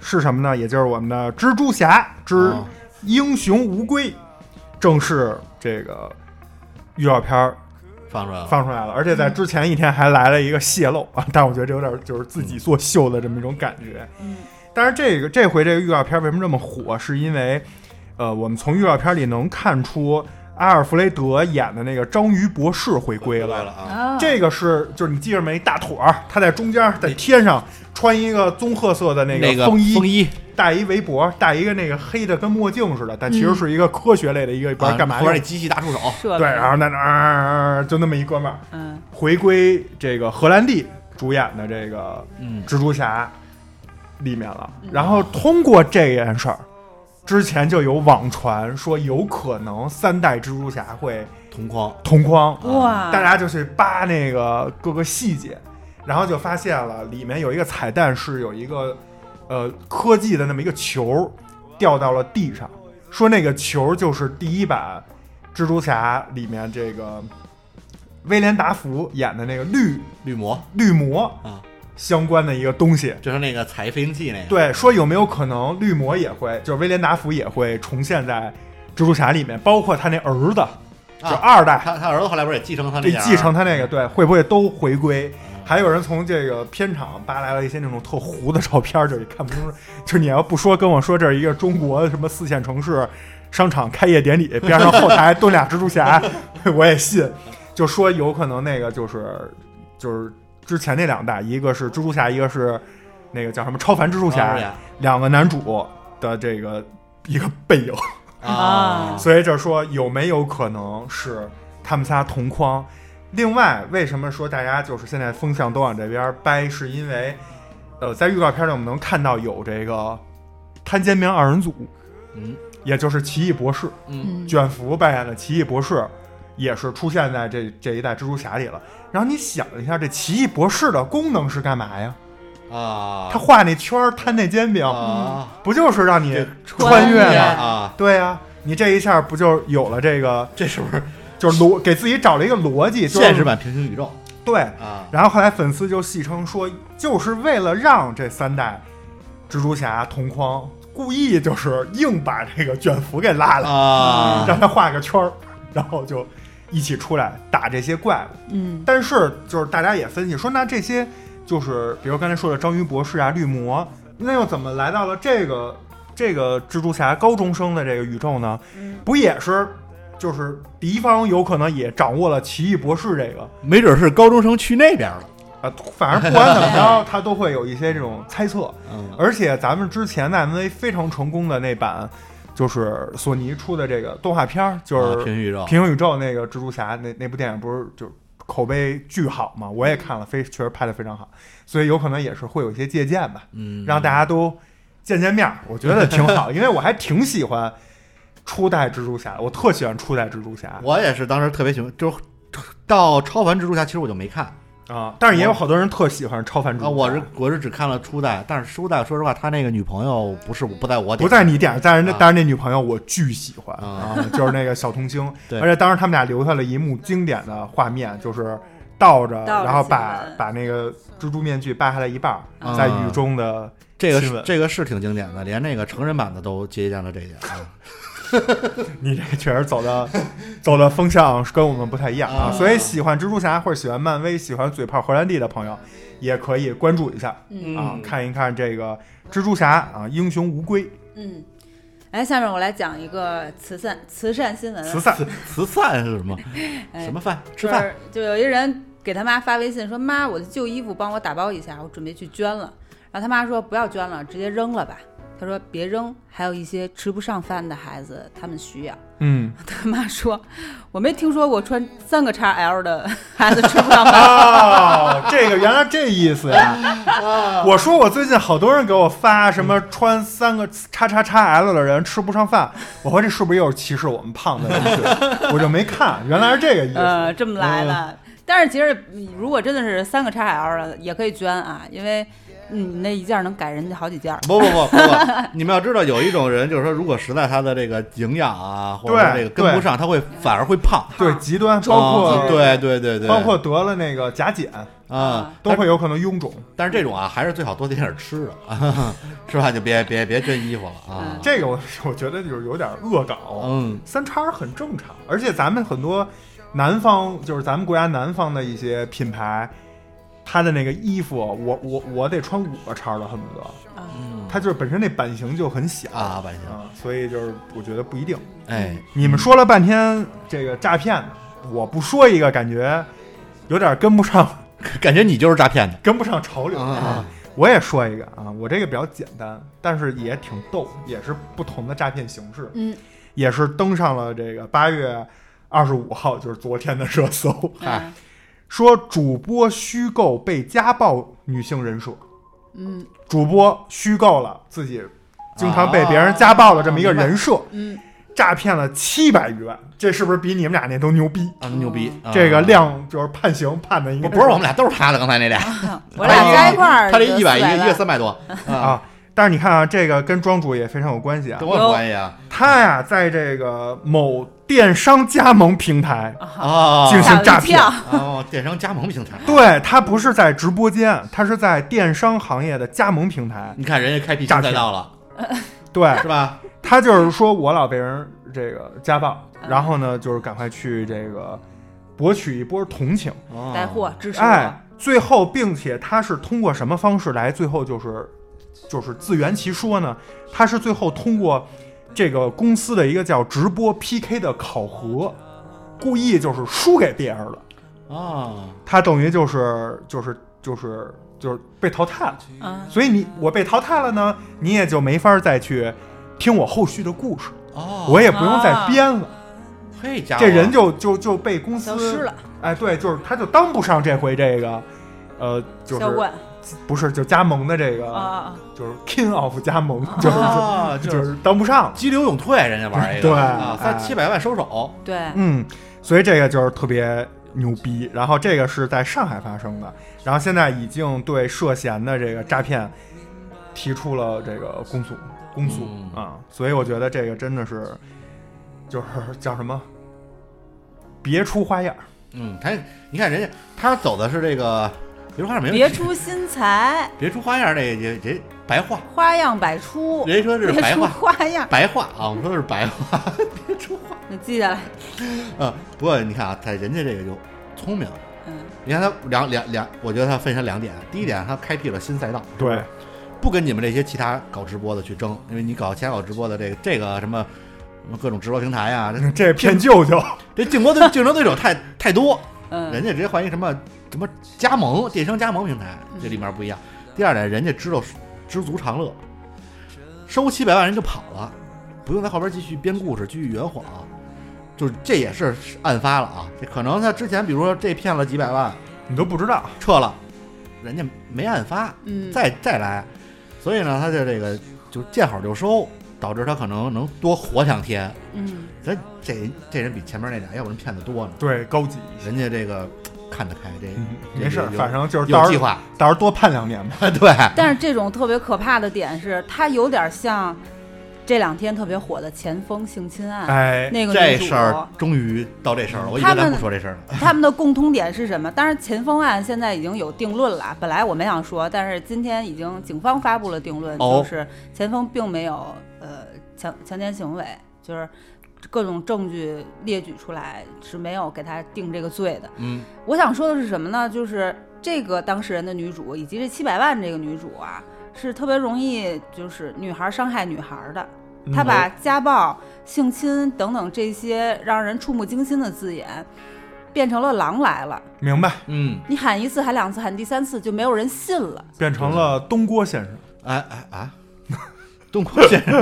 是什么呢？也就是我们的蜘蛛侠之哦英雄无归，正式这个预告片儿放啊出来了，放出来了，而且在之前一天还来了一个泄露啊，但我觉得这有点就是自己做秀的这么一种感觉。嗯，但是这个这回这个预告片为什么这么火，是因为呃，我们从预告片里能看出阿尔弗雷德演的那个章鱼博士回归回来了。了啊！啊，这个是就是你记着没？大腿儿，他在中间，在天上穿一个棕褐色的那那个个风衣，风衣戴一围脖，戴一个那个黑的跟墨镜似的，但其实是一个科学类的一个，不知道干嘛或用者啊那机器大触手，设备对，然后在那儿、啊就那么一哥们儿，嗯，回归这个荷兰弟主演的这个嗯，蜘蛛侠里面了。然后通过这件事儿，之前就有网传说有可能三代蜘蛛侠会同框，同框，啊哦哇，大家就去扒那个各个细节，然后就发现了里面有一个彩蛋是有一个呃科技的那么一个球掉到了地上，说那个球就是第一版蜘蛛侠里面这个威廉达福演的那个绿绿魔绿魔啊，相关的一个东西。就是那个踩飞行器那个，对，说有没有可能绿魔也会，就是威廉达福也会重现在蜘蛛侠里面，包括他那儿子，就啊二代，他他儿子啊后来不是也继承他那对，家继承他那个，对，会不会都回归？还有人从这个片场扒来了一些那种特糊的照片，就是看不清。就是你要不说跟我说这是一个中国什么四线城市商场开业典礼，边上后台蹲俩蜘蛛侠， [laughs] 我也信。就说有可能那个就是就是之前那两代，一个是蜘蛛侠，一个是那个叫什么超凡蜘蛛蜘蛛侠，侠两个男主的这个一个背影。啊，所以就是说有没有可能是他们仨同框？另外，为什么说大家就是现在风向都往这边掰，是因为，呃，在预告片里我们能看到有这个摊煎饼二人组，嗯也就是奇异博士嗯，嗯，卷福扮演的奇异博士，也是出现在这这一代蜘蛛侠里了。然后你想一下，这奇异博士的功能是干嘛呀？啊，他画那圈儿摊那煎饼，啊不就是让你嗯穿穿越越吗吗？啊，对呀、你这一下不就有了这个这是不是就是逻给自己找了一个逻辑，就是现实版平行宇宙对。啊？然后后来粉丝就戏称说，就是为了让这三代蜘蛛侠同框，故意就是硬把这个卷福给拉来，啊，让他画个圈儿，然后就一起出来打这些怪物。嗯，但是就是大家也分析说，那这些就是比如刚才说的章鱼博士啊、绿魔，那又怎么来到了这个这个蜘蛛侠高中生的这个宇宙呢？嗯不也是就是敌方有可能也掌握了奇异博士这个没准是高中生去那边了，啊，反正不管怎么着，他都会有一些这种猜测。嗯而且咱们之前漫威非常成功的那版。就是索尼出的这个动画片儿，就啊是平行宇宙，平行宇宙那个蜘蛛侠那那部电影不是就口碑巨好嘛？我也看了，非确实拍的非常好，所以有可能也是会有一些借鉴吧，嗯，让大家都见见面儿，我觉得挺 [laughs] 好，因为我还挺喜欢初代蜘蛛侠，我特喜欢初代蜘蛛侠我也是当时特别喜欢，就是到超凡蜘蛛侠，其实我就没看啊，但是也有好多人特喜欢超凡蜘蛛啊，侠，我是我是只看了初代，但是初代说实话，他那个女朋友不是不在我点不在你点儿，但是那啊但是那女朋友我巨喜欢啊，就是那个小童星， [laughs] 对而且当时他们俩留下了一幕经典的画面，就是倒着，倒着然后把亲吻把那个蜘蛛面具掰下来一半儿，啊在雨中的这个亲是吻这个是挺经典的，连那个成人版的都借鉴了这一点啊。你这确实走的走的风向跟我们不太一样啊，啊所以喜欢蜘蛛侠或者喜欢漫威、喜欢嘴炮荷兰弟的朋友，也可以关注一下嗯啊，看一看这个蜘蛛侠啊，英雄无归，嗯。哎，下面我来讲一个慈善慈善新闻啊，慈善慈慈善是什么？哎什么饭？吃就饭？是就有一人给他妈发微信说：“妈，我的旧衣服帮我打包一下，我准备去捐了。”然后他妈说：“不要捐了，直接扔了吧。”他说：“别扔，还有一些吃不上饭的孩子，他们需要。 [laughs] 嗯”他妈说：“我没听说过穿三个 XL 的孩子吃不上饭。哦，这个原来这意思呀、我说我最近好多人给我发什么穿三个叉叉叉 L 的人吃不上饭，我说这是不是又是歧视我们胖子人群？我就没看，原来是这个意”思。呃，这么来了。但是其实嗯如果真的是三个 XL 的，也可以捐啊，因为嗯，你那一件能改人家好几件儿。不不不不不，你们要知道，有一种人就是说，如果实在他的这个营养啊，或者说这对个跟不上，他会反而会胖， [laughs] 对极端，包括啊对对对对，包括得了那个甲减，啊，都会有可能臃肿。但是这种啊，还是最好多点点吃的， [laughs] 是吧？就别别别捐衣服了啊。这个我 [laughs] 我觉得就是有点恶搞。嗯，三叉很正常，而且咱们很多南方，就是咱们国家南方的一些品牌，它的那个衣服，我我我得穿五个叉了，恨不得。它就是本身那版型就很小啊版型啊，所以就是我觉得不一定。哎，你们说了半天这个诈骗的，我不说一个感觉有点跟不上，感觉你就是诈骗的。跟不上潮流啊啊！我也说一个啊，我这个比较简单，但是也挺逗，也是不同的诈骗形式，嗯，也是登上了这个八月二十五号，就是昨天的热搜， [laughs] 嗨说主播虚构被家暴女性人设，嗯主播虚构了自己经常被别人家暴的这么啊一个人设，嗯，诈骗了七百余万，这是不是比你们俩那都牛逼？啊，牛逼！啊这个量就是判刑判的应不该不是我们俩都是他的，刚才那俩，嗯我俩加一块儿他这就一百一400个，一万个三百多啊，啊。但是你看啊，这个跟庄主也非常有关系啊跟。我有关系啊他呀，在这个某电商加盟平台，啊！竟吓是我一诈骗跳哦，电商加盟平台，对他不是在直播间，他是在电商行业的加盟平台。你看人家开辟诈新骗赛道了，对是吧？他就是说我老被人这个家暴，然后呢，就是赶快去这个博取一波同情。哦 [laughs] 带货支持我。哎，最后，并且他是通过什么方式来？最后就是就是自圆其说呢？他是最后通过这个公司的一个叫直播 PK 的考核，故意就是输给别人了。哦，他等于就是就是就是就是被淘汰了。嗯所以你我被淘汰了呢，你也就没法再去听我后续的故事，哦，我也不用再编了。嘿，家伙这人就就就被公司啊消失了，哎，对，就是他就当不上这回这个。呃，就销是冠不是就加盟的这个，啊啊！就是 King of 加盟，就是说啊，就就是是当不上了。激流勇退，人家玩一个，对啊，哎三七百万收手，对，嗯，所以这个就是特别牛逼。然后这个是在上海发生的，然后现在已经对涉嫌的这个诈骗提出了这个公诉，公诉嗯啊、所以我觉得这个真的是就是 [laughs] 叫什么，别出花样儿。嗯，他你看人家他走的是这个，别出花样没问别题出心裁，别出花样，这也也白话，花样百出，人家说这别是白出话。花样。白话啊，我们说的是白话你记下来，啊。不过你看啊，他人家这个就聪明，嗯，你看他两两两，我觉得他分成两点。第一点，他开辟了新赛道，对，不跟你们这些其他搞直播的去争，因为你搞其他搞直播的这个这个什么什么各种直播平台啊，这 [laughs] 这骗舅舅，这竞争对竞争对手太太多，嗯，人家直接换一个什么什么加盟电商加盟平台，这里面不一样。第二点，人家知道知足常乐，收七百万人就跑了，不用在后边继续编故事，继续圆谎，就是这也是案发了啊。这可能他之前比如说这骗了几百万，你都不知道，撤了，人家没案发，嗯，再再来，所以呢，他就这个就见好就收，导致他可能能多活两天。嗯咱这这人比前面那俩要不然骗子多呢，对，高级。人家这个看得开，这嗯，这没事儿，有反正就是到有时计候划， [laughs] 到时候多判两年吧。对，但是这种特别可怕的点是，它有点像这两天特别火的前锋性侵案，哎，啊那个这女主事儿终于到这事儿了，我以为他们咱不说这事儿了。 [laughs] 他们的共通点是什么？当然，前锋案现在已经有定论了。本来我没想说，但是今天已经警方发布了定论，哦就是前锋并没有呃强强奸行为，就是各种证据列举出来是没有给他定这个罪的。嗯，我想说的是什么呢？就是这个当事人的女主以及这七百万这个女主啊，是特别容易就是女孩伤害女孩的。嗯她把家暴、性侵等等这些让人触目惊心的字眼，变成了狼来了。明白，嗯，你喊一次，喊两次，喊第三次就没有人信了。变成了东郭先生。哎哎啊，东郭先生，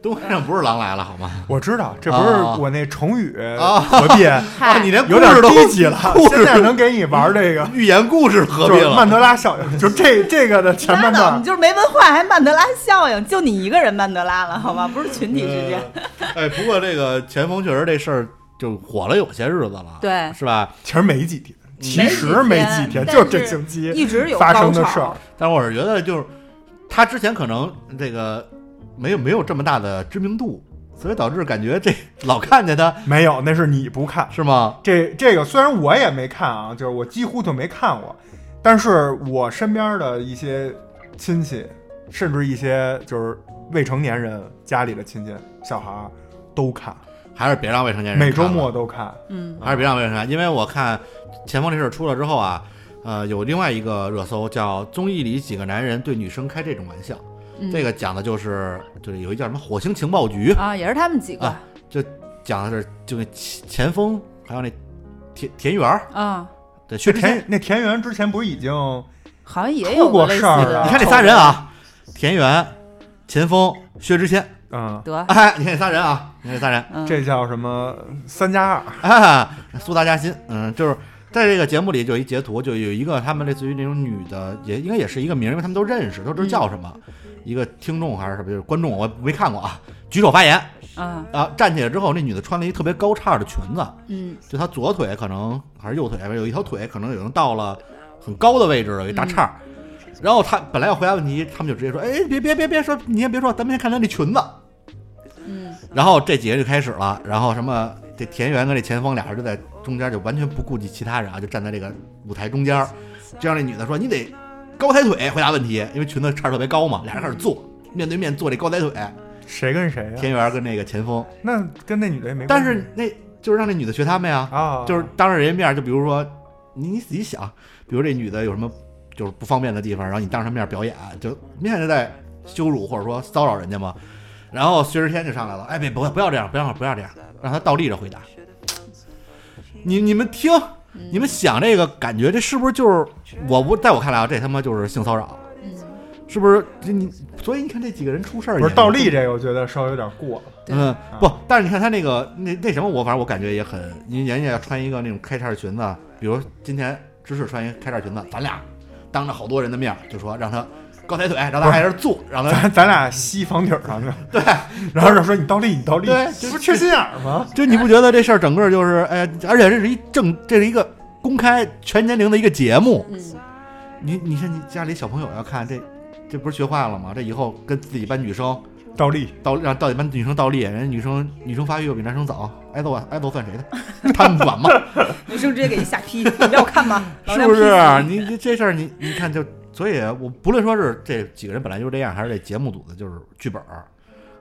东郭先生不是狼来了好吗？我知道，这不是啊啊我那成语啊何必？ [laughs] 嗨，你连有点哎故事都低级了，故现事，在能给你玩这个寓言故事合就并是曼了，德拉效应，就 [laughs] 这这个的前拉半倒，段你。就是没文化，还曼德拉效应，就你一个人曼德拉了，好吗？不是群体之间。呃哎，不过这个前锋确实这事儿就火了有些日子了，对是吧？其实没几天，其实没没几天几天，但就是这星期一直有发高生的潮事儿。但我是觉得就是他之前可能这个没有没有这么大的知名度，所以导致感觉这 [laughs] 老看见他没有，那是你不看。是吗？这这个虽然我也没看啊，就是我几乎就没看过，但是我身边的一些亲戚，甚至一些就是未成年人家里的亲戚小孩儿都看，还是别让未成年人每看周了末都看。嗯还是别让别人看，因为我看前方这事儿出了之后啊，呃，有另外一个热搜叫“综艺里几个男人对女生开这种玩笑”，嗯，这个讲的就是就是有一叫什么火星情报局，啊，也是他们几个啊讲的是就那前前锋还有那田田园儿啊，对薛那之谦田，那田园之前不是已经好像也出有过类似事儿的啊你看这仨人啊，田园、前锋、薛之谦，嗯，得，哎，你看这仨人啊，你看这仨人，嗯，这叫什么三加二？啊，苏大嘉欣，嗯，就是在这个节目里就有一截图，就有一个他们类似于那种女的，也应该也是一个名儿，因为他们都认识，都知道叫什么。嗯一个听众还是什么，就是观众，我没看过啊。举手发言啊，啊！站起来之后，那女的穿了一特别高叉的裙子，嗯就她左腿可能还是右腿，有一条腿可能已经到了很高的位置了，有一大叉儿。然后她本来要回答问题，他们就直接说：“哎，别别别别说，你先别说，咱们先看她那裙子。”嗯，然后这几个人就开始了，然后什么这田园跟这前锋俩人就在中间就完全不顾及其他人啊，就站在这个舞台中间儿。这样那女的说：“你得高抬腿回答问题，因为裙子叉儿特别高嘛。”俩人开始坐，面对面坐这高抬腿，谁跟谁呀、田园跟那个前锋。那跟那女的也没关但系。是那就是让那女的学他们呀，啊，就是当着人家面儿，就比如说你你自己想，比如这女的有什么就是不方便的地方，然后你当着她面儿表演，就明显就在羞辱或者说骚扰人家嘛。然后薛之谦就上来了，哎，别不要不要这样，不要不要这样，让他倒立着回答。你你们听，你们想这个感觉，这是不是就是我不在我看来啊，这他妈就是性骚扰，嗯是不是？这你所以你看这几个人出事儿也不是倒立这个，我觉得稍微有点过了。对嗯，啊不，但是你看他那个那那什么，我反正我感觉也很，因为人家要穿一个那种开叉的裙子，比如今天芝士穿一个开叉裙子，咱俩当着好多人的面儿就说让他高抬腿，让他还是坐，让他咱咱俩吸房顶上去，嗯对，然后就说你倒立，你倒立，对这不是缺心眼儿吗？就你不觉得这事儿整个就是哎，而且这是一正，这是一个公开全年龄的一个节目，嗯，你你看你家里小朋友要看这，这不是学坏了吗？这以后跟自己班女生倒立，倒让到底班女生倒立，人家女生女生发育又比男生早，挨揍啊挨揍算谁的？他们管吗？女生直接给一下劈，你要看 [laughs] 吗？老是娘不是劈死？你你这事儿你你看就，所以我不论说是这几个人本来就是这样，还是这节目组的就是剧本儿，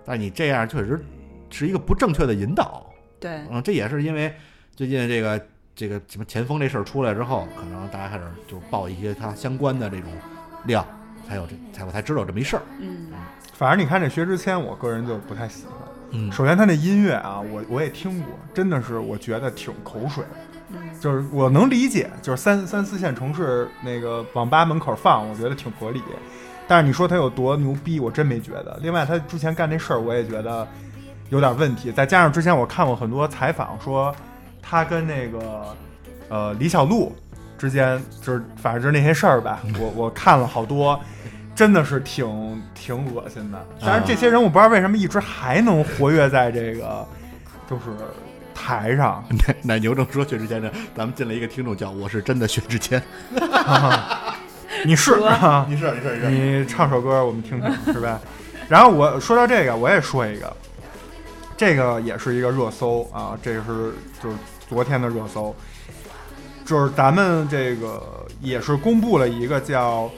但是你这样确实是一个不正确的引导。你对，嗯，这也是因为最近这个这个什么前锋这事儿出来之后，可能大家开始就报一些它相关的这种料，才有这才我才知道这么一事儿。 [laughs] 嗯反正你看这薛之谦，我个人就不太喜欢。嗯首先他那音乐啊，我我也听过，真的是我觉得挺口水的，嗯就是我能理解，就是三三四线城市那个网吧门口放，我觉得挺合理。但是你说他有多牛逼，我真没觉得。另外，他之前干那事儿，我也觉得有点问题。再加上之前我看过很多采访说，他跟那个呃李小璐之间，就是反正就是那些事儿吧， [laughs] 我我看了好多。真的是挺挺恶心的，但是这些人我不知道为什么一直还能活跃在这个就是台上，奶奶牛正说薛之谦这，咱们进来一个听众叫我是真的薛之谦，你是啊，你是你是你唱首歌我们听听，是吧？ [laughs] 然后我说到这个，我也说一个，这个也是一个热搜啊，这个是就是昨天的热搜，就是咱们这个也是公布了一个叫，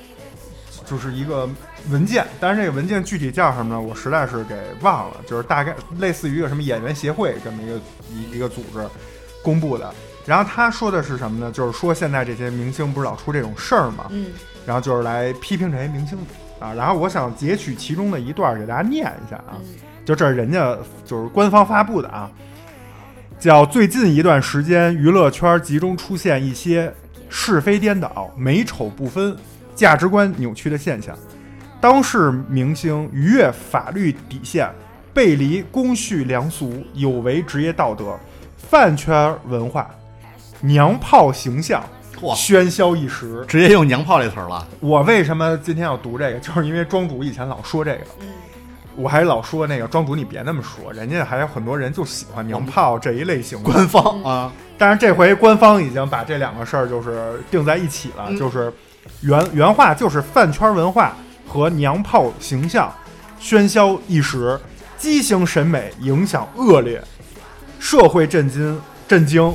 就是一个文件，但是这个文件具体叫什么呢？我实在是给忘了，就是大概类似于一个什么演员协会这么一个一一个组织公布的。然后他说的是什么呢？就是说现在这些明星不是老出这种事儿吗？嗯，然后就是来批评这些明星的啊。然后我想截取其中的一段儿给大家念一下啊，就这是人家就是官方发布的啊，叫最近一段时间娱乐圈集中出现一些是非颠倒、美丑不分、价值观扭曲的现象，当事明星逾越法律底线，背离公序良俗，有违职业道德，饭圈文化。娘炮形象哇，喧嚣一时，直接用娘炮这词儿了，我为什么今天要读这个？就是因为庄主以前老说这个，嗯我还老说那个庄主你别那么说，人家还有很多人就喜欢娘炮这一类型的。官嗯方啊，但是这回官方已经把这两个事儿就是定在一起了，嗯就是原原话就是饭圈文化和娘炮形象喧嚣一时，畸形审美影响恶劣，社会震惊震惊，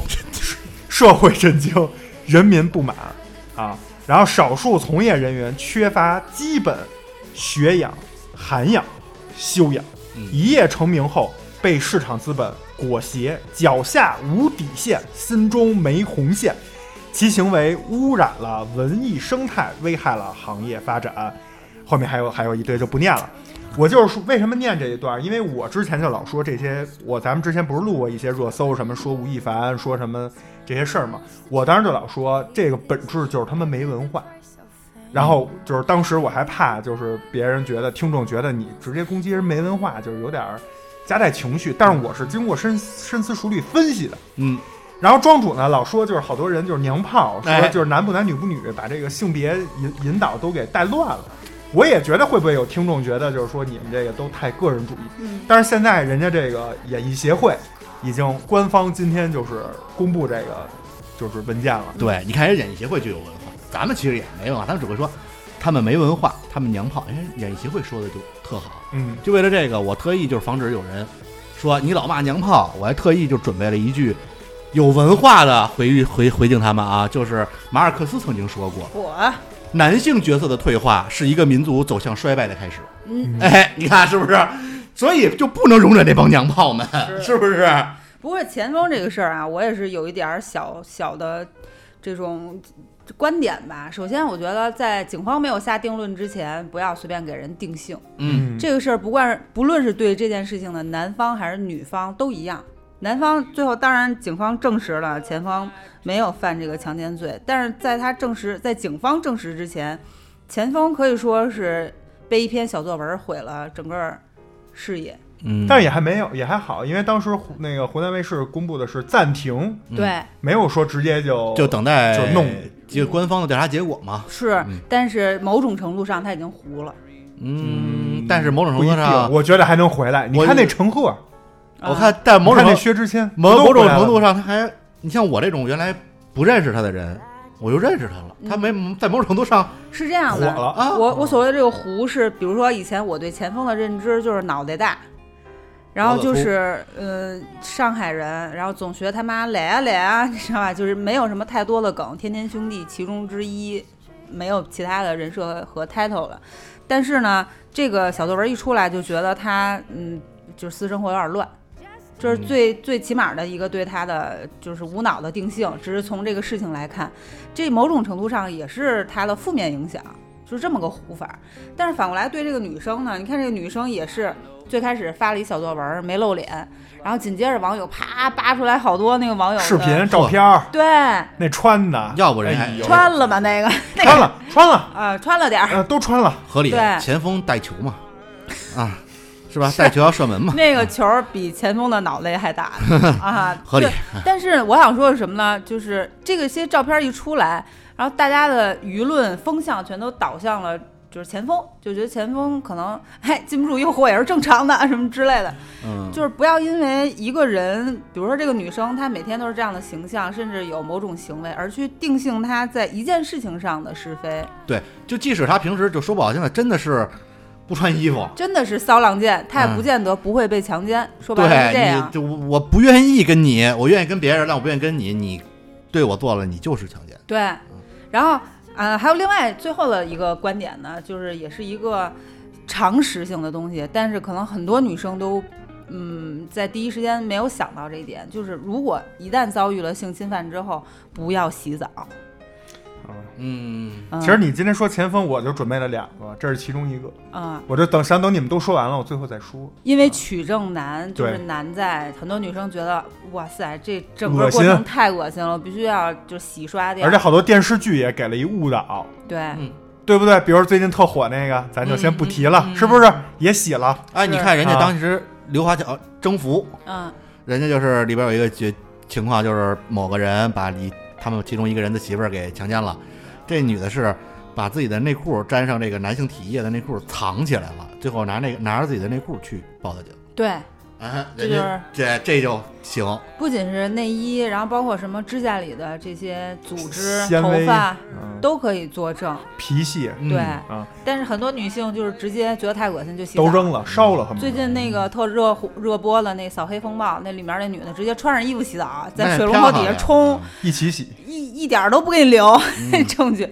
社会震惊，人民不满啊。然后少数从业人员缺乏基本学养、涵养、修养，嗯一夜成名后被市场资本裹挟，脚下无底线，心中没红线，其行为污染了文艺生态，危害了行业发展。后面还有还有一堆就不念了。我就是说，为什么念这一段儿？因为我之前就老说这些，我咱们之前不是录过一些热搜，什么说吴亦凡，说什么这些事儿嘛。我当时就老说，这个本质就是他们没文化。然后就是当时我还怕，就是别人觉得听众觉得你直接攻击人没文化，就是有点儿夹带情绪。但是我是经过深深思熟虑分析的。嗯，然后庄主呢老说就是好多人就是娘炮，说哎就是男不男女不女，把这个性别引引导都给带乱了。我也觉得会不会有听众觉得就是说你们这个都太个人主义，嗯但是现在人家这个演艺协会已经官方今天就是公布这个就是文件了，对，你看人家演艺协会就有文化，咱们其实也没文化，咱们只会说他们没文化，他们娘炮，人家演艺协会说的就特好，嗯就为了这个，我特意就是防止有人说你老骂娘炮，我还特意就准备了一句有文化的回回回敬他们啊，就是马尔克斯曾经说过，我男性角色的退化是一个民族走向衰败的开始。嗯，哎，你看是不是？所以就不能容忍这帮娘炮们，是不是？不过前方这个事儿啊，我也是有一点儿小小的这种观点吧。首先，我觉得在警方没有下定论之前，不要随便给人定性。嗯，这个事儿，不管不论是对这件事情的男方还是女方都一样。男方最后当然，警方证实了前方没有犯这个强奸罪，但是在他证实，在警方证实之前，前方可以说是被一篇小作文毁了整个事业。嗯但是也还没有也还好，因为当时湖那个湖南卫视公布的是暂停，对，没有说直接就就等待就弄这个官方的调查结果嘛。是，但是某种程度上他已经糊了。嗯，但是某种程不度一定上，我觉得还能回来。你我看那陈赫，啊我看，但某你看种那程薛之谦，某不都某回种来了程度上，他还你像我这种原来不认识他的人，我又认识他了。他没嗯在某种程度上是这样火的，了，啊，我我所谓的这个糊是，比如说以前我对前锋的认知就是脑袋大，然后就是呃上海人，然后总学他妈垒啊垒啊， [laughs] 你知道吧？就是没有什么太多的梗，天天兄弟其中之一，没有其他的人设和 title 了。但是呢，这个小作文一出来，就觉得他嗯，就是私生活有点乱。这是最最起码的一个对他的就是无脑的定性，只是从这个事情来看，这某种程度上也是他的负面影响，就是这么个糊法。但是反过来对这个女生呢，你看这个女生也是最开始发了一小作文，没露脸，然后紧接着网友啪扒出来好多那个网友的视频、照片儿，对，那穿的，要不人哎还呦穿了吧那个，那穿个了，穿了， [laughs] 啊、穿了点儿，呃，都穿了。合理对前锋带球嘛，啊，是吧？带球要射门嘛，那个球儿比前锋的脑袋还大呢啊，合理对。但是我想说的是什么呢？就是这个些照片一出来，然后大家的舆论风向全都导向了。就是前锋，就觉得前锋可能哎禁不住诱惑也是正常的，什么之类的。嗯，就是不要因为一个人，比如说这个女生，她每天都是这样的形象，甚至有某种行为，而去定性她在一件事情上的是非，对，就即使他平时就说不好听的，真的是不穿衣服，真的是骚浪贱，她也不嗯见得 [laughs] 不会被强奸。说白了是这对，样你。就我不愿意跟你，我愿意跟别人，但我不愿意跟你，你对我做了，你就是强奸。对，嗯然后呃，还有另外最后的一个观点呢，就是也是一个常识性的东西，但是可能很多女生都嗯在第一时间没有想到这一点，就是如果一旦遭遇了性侵犯之后，不要洗澡。嗯，嗯、其实你今天说前锋，我就准备了两个，这是其中一个，啊、我就等想等你们都说完了，我最后再说。因为取证难就是对难在很多女生觉得哇塞，这整个恶过心啊程太恶心了，必须要就洗刷掉。而且嗯好多电视剧也给了一误导，对，对不对？比如最近特火那个，咱就先不提了，嗯嗯嗯是不是？也洗了，哎，是你看人家啊当时刘华强呃征服，嗯人家就是里边有一个情情况，就是某个人把里他们其中一个人的媳妇儿给强奸了，这女的是把自己的内裤沾上这个男性体液的内裤藏起来了，最后拿那个拿着自己的内裤去报的警。对，啊，这人就是家这这就行，不仅是内衣，然后包括什么指甲里的这些组织、纤头维发嗯都可以作证。皮屑嗯对，啊但是很多女性就是直接觉得太恶心就洗澡。都扔了，烧了，恨不嗯最得。近那个特热火热播的那《扫黑风暴》，那里面那女的直接穿上衣服洗澡，在那水龙头漂亮底下呀冲，一起洗，一一点儿都不给你留 [laughs] 嗯证据。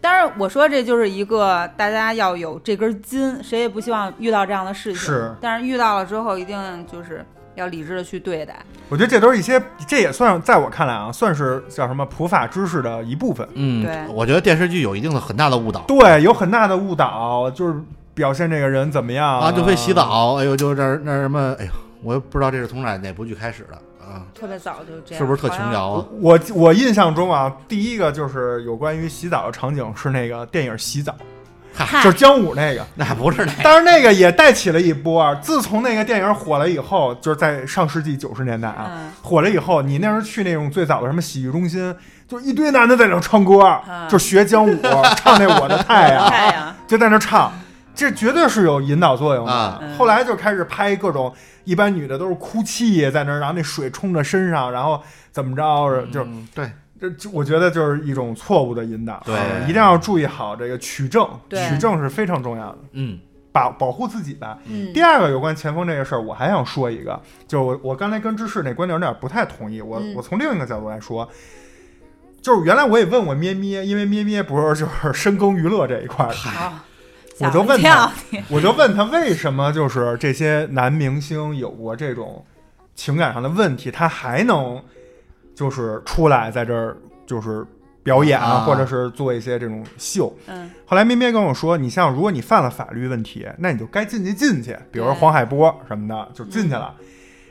当然，我说这就是一个大家要有这根筋，谁也不希望遇到这样的事情。是但是遇到了之后，一定就是要理智的去对待。我觉得这都是一些，这也算在我看来啊，算是叫什么普法知识的一部分。嗯，对我觉得电视剧有一定的很大的误导。对，有很大的误导，就是表现这个人怎么样啊，就会洗。澡，哎呦，就这儿那儿什么，哎呦，我也不知道这是从哪哪部剧开始的啊，特别早就这样，是不是特好琼像瑶啊？我我印象中啊，第一个就是有关于洗澡的场景是那个电影《洗澡》，嗨哎就是姜武那个。那不是那当然，那个也带起了一波啊。自从那个电影火了以后，就是在上世纪九十年代啊，嗯火了以后，你那时候去那种最早的什么洗浴中心，就是一堆男的在那唱歌，就学姜武唱那《我的太阳》，嗯 [laughs] 太阳，就在那唱，这绝对是有引导作用的。啊，嗯后来就开始拍各种，一般女的都是哭泣在那儿，然后那水冲着身上，然后怎么着，就嗯对，这这，我觉得就是一种错误的引导。对啊一定要注意好这个取证，对取证是非常重要的，嗯保保护自己吧。嗯第，二个有关前锋这个事儿，我还想说一个，就是我我刚才跟芝士那观点有点不太同意，我嗯我从另一个角度来说，就是原来我也问过咩咩，因为咩咩不是就是深耕娱乐这一块儿的，好，我吓就一问跳他，我就问他为什么就是这些男明星有过这种情感上的问题，他还能就是出来在这儿就是表演啊或者是做一些这种秀。嗯后来咩咩跟我说，你像如果你犯了法律问题，那你就该进去进去，比如说黄海波什么的就进去了。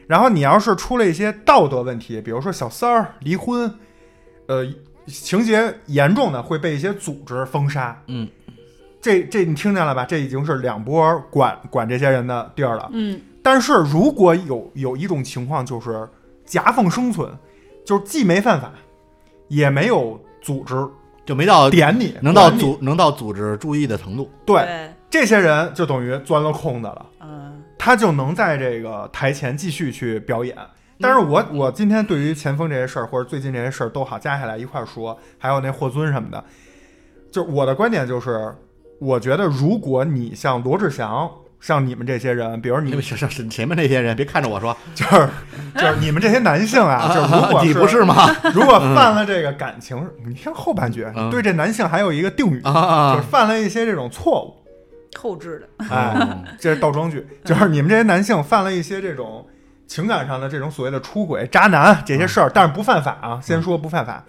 然后你要是出了一些道德问题，比如说小三儿离婚，呃，情节严重的会被一些组织封杀。嗯，这这你听见了吧？这已经是两波管管这些人的地儿了。嗯，但是如果有有一种情况就是夹缝生存，就是既没犯法，也没有组织就没到点你，呃能到管你组能到组织注意的程度，对，这些人就等于钻了空子了，嗯，他就能在这个台前继续去表演。但是我我今天对于前锋这些事儿，或者最近这些事儿都好加起来一块儿说，还有那霍尊什么的，就我的观点就是，我觉得如果你像罗志祥，像你们这些人，比如你你们是是前面那些人别看着我说，就是就是 [laughs] 你们这些男性啊，就是如果你不 [laughs] 是吗？如果犯了这个感情，你听后半句，嗯你对这男性还有一个定语，啊就是啊，犯了一些这种错误，后置的， [laughs] 哎，嗯这是倒装句，就是你们这些男性犯了一些这种情感上的这种所谓的出轨、渣男这些事儿，但是不犯法啊。先说不犯法，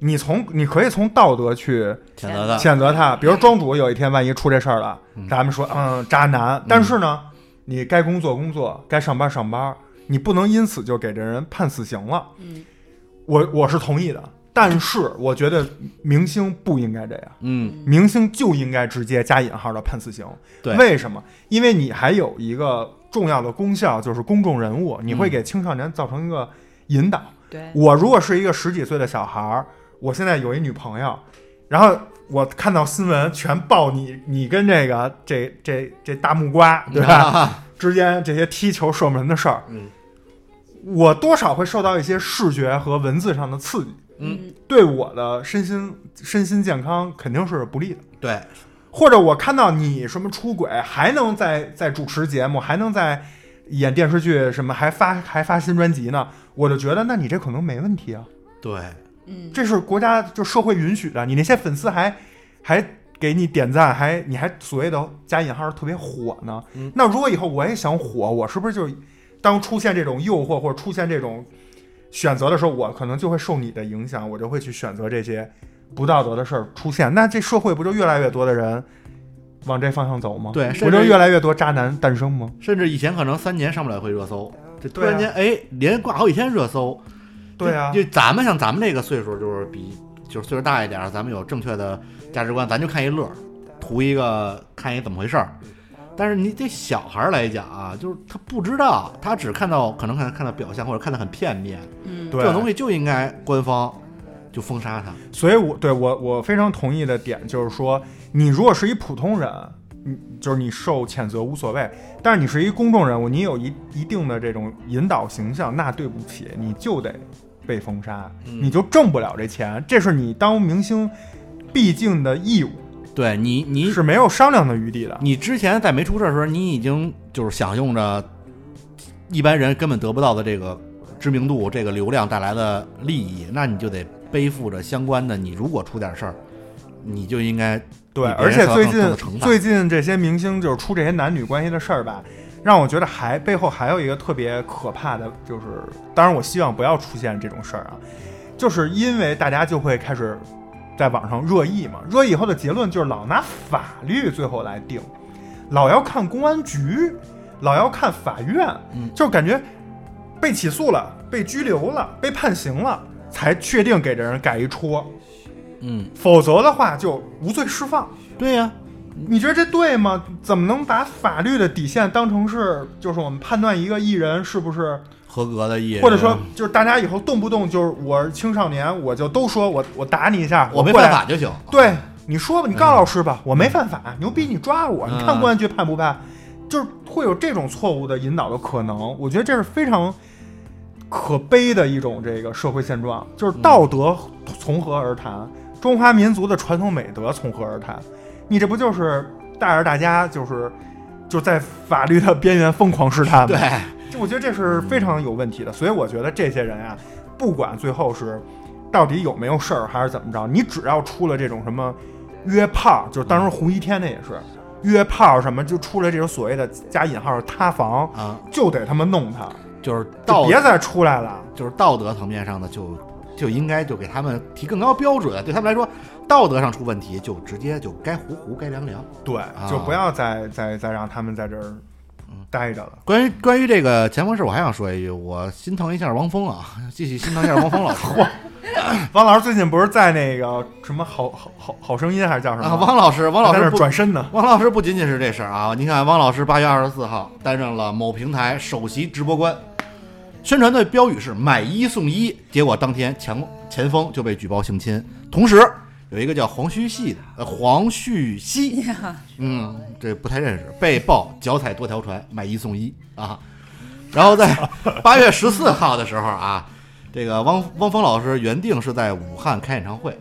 你从你可以从道德去谴责的，谴责他，比如庄主有一天万一出这事儿了，啊嗯咱们说嗯渣男，但是呢，你该工作工作，该上班上班，你不能因此就给这人判死刑了。嗯，我我是同意的，但是我觉得明星不应该这样，嗯，明星就应该直接加引号的判死刑。对为什么？因为你还有一个重要的功效，就是公众人物，你会嗯给青少年造成一个引导。对，我如果是一个十几岁的小孩儿，我现在有一女朋友，然后我看到新闻全报你，你跟这个这这这大木 [laughs] 瓜对啊吧、吧？之间这些踢球射门的事儿，嗯我多少会受到一些视觉和文字上的刺激，嗯，对我的身心身心健康肯定是不利的。对，或者我看到你什么出轨，还能在在主持节目，还能在演电视剧，什么还发还发新专辑呢，我就觉得那你这可能没问题啊。对，嗯，这是国家就社会允许的，你那些粉丝还还给你点赞，还你还所谓的加引号特别火呢。嗯那如果以后我也想火，我是不是就当出现这种诱惑或者出现这种选择的时候，我可能就会受你的影响，我就会去选择这些不道德的事儿出现。那这社会不就越来越多的人往这方向走吗？对不甚就至越来越多渣男诞生吗？甚至以前可能三年上不了一回热搜，这突对啊然间哎，连挂好几天热搜。对啊，就就咱们像咱们这个岁数，就是比就是岁数大一点儿，咱们有正确的价值观，咱就看一乐儿，图一个看一怎么回事儿。但是你对小孩儿来讲啊，就是他不知道，他只看到可能看看到表象或者看得很片面，嗯对这种东西就应该官方就封杀他。所以我，对我我非常同意的点就是说，你如果是一普通人，你就是你受谴责无所谓；但是你是一公众人物，你有一一定的这种引导形象，那对不起，你就得被封杀，嗯你就挣不了这钱，这是你当明星必尽的义务，对你，你是没有商量的余地的。你之前在没出事儿的时候，你已经就是享用着一般人根本得不到的这个知名度、这个流量带来的利益，那你就得背负着相关的。你如果出点事儿，你就应该对，比别而人且受到最更多的近惩罚最近这些明星就是出这些男女关系的事儿吧，让我觉得还背后还有一个特别可怕的，就是当然我希望不要出现这种事儿啊，就是因为大家就会开始在网上热议嘛，热议以后的结论就是老拿法律最后来定，老要看公安局，老要看法院，嗯就是感觉被起诉了、被拘留了、被判刑了，才确定给这人改一戳，嗯，否则的话就无罪释放。对呀、你觉得这对吗？怎么能把法律的底线当成是就是我们判断一个艺人是不是，合格的艺人，或者说就是大家以后动不动就是我是青少年，我就都说我我打你一下，我没过来犯法，就行。对，你说吧，你告老师吧，我没犯法，牛逼，你抓我，你看嗯公安局判不判？就是会有这种错误的引导的可能，我觉得这是非常可悲的一种这个社会现状，嗯就是道德从何而谈，中华民族的传统美德从何而谈？你这不就是带着大家就是就在法律的边缘疯狂试探吗？对，就我觉得这是非常有问题的，所以我觉得这些人啊，不管最后是到底有没有事儿还是怎么着，你只要出了这种什么约炮，就是当时胡一天那也是约炮什么，就出了这种所谓的加引号塌房，啊，就得他妈弄他，就是就道别再出来了。就是道德层面上的就就应该就给他们提更高标准，对他们来说，道德上出问题就直接就该糊糊该凉凉。对，啊就不要再再再让他们在这儿待着了。关于关于这个前锋事，我还想说一句，我心疼一下汪峰啊， [laughs] 继续心疼一下汪 [laughs] 峰老师嗯王老师最近不是在那个什么好好好好声音还是叫什么？啊，汪老师，汪老在那师儿不，转身呢。汪老师不仅仅是这事儿啊，你看，汪老师八月二十四号担任了某平台首席直播官，宣传的标语是“买一送一”，结果当天前前锋就被举报性侵，同时有一个叫黄旭系的，呃，黄旭熙，嗯，这不太认识，被曝脚踩多条船，买一送一啊。然后在八月十四号的时候啊，这个汪汪峰老师原定是在武汉开演唱会，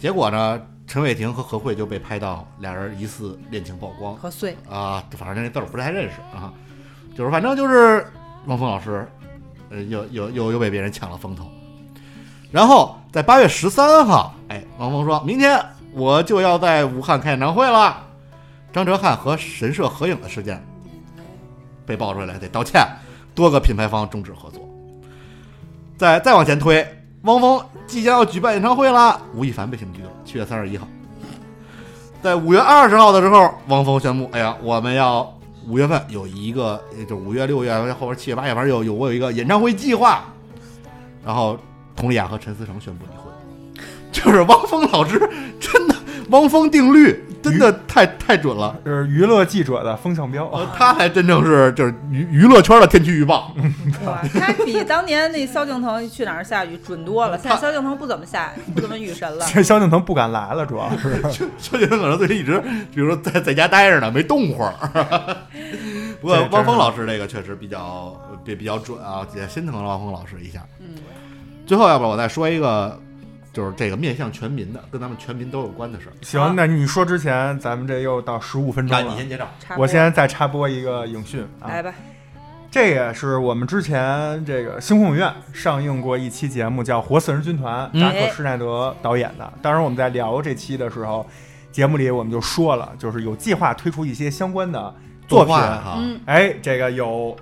结果呢，陈伟霆和何慧就被拍到俩人疑似恋情曝光 [laughs] 和碎，啊，反正那字儿我不太认识啊，就是反正就是汪峰老师，呃，又又又又被别人抢了风头。然后在八月十三号，哎，汪峰说明天我就要在武汉开演唱会了。张哲瀚和神社合影的事件被爆出来，得道歉，多个品牌方终止合作。再再往前推，汪峰即将要举办演唱会啦，吴亦凡被刑拘了，七月三十一号。在五月二十号的时候，汪峰宣布：“哎呀，我们要五月份有一个，也就五月、六月后边七月、八月，反正有有我有一个演唱会计划。”然后佟丽娅和陈思诚宣布离婚。就是汪峰老师真的汪峰定律真的太太准了。就是娱乐记者的风向标。 [laughs] 呃他才真正是就是娱娱乐圈的天气预报，哇他比当年那萧敬腾去哪儿下雨准多了。现在他萧敬腾不怎么下，不怎么雨神 [laughs] 了。这萧敬腾不敢来了，主要是萧敬腾可能最近一直，比如说在在家待着呢，没动会儿。 [laughs] 不过这真是汪峰老师这个确实比较比比较准啊，也心疼了汪峰老师一下。嗯，最后，要不然我再说一个，就是这个面向全民的，跟咱们全民都有关的事儿。好行。那你说之前，咱们这又到十五分那钟你了先，接着，插播哎我先再插播一个影讯啊。来吧。这也是我们之前这个星空影院上映过一期节目，叫《活死人军团》，嗯扎哎克施耐德导演的。当时我们在聊这期的时候，节目里我们就说了，就是有计划推出一些相关的作动品画。啊哈，嗯，哎，这个有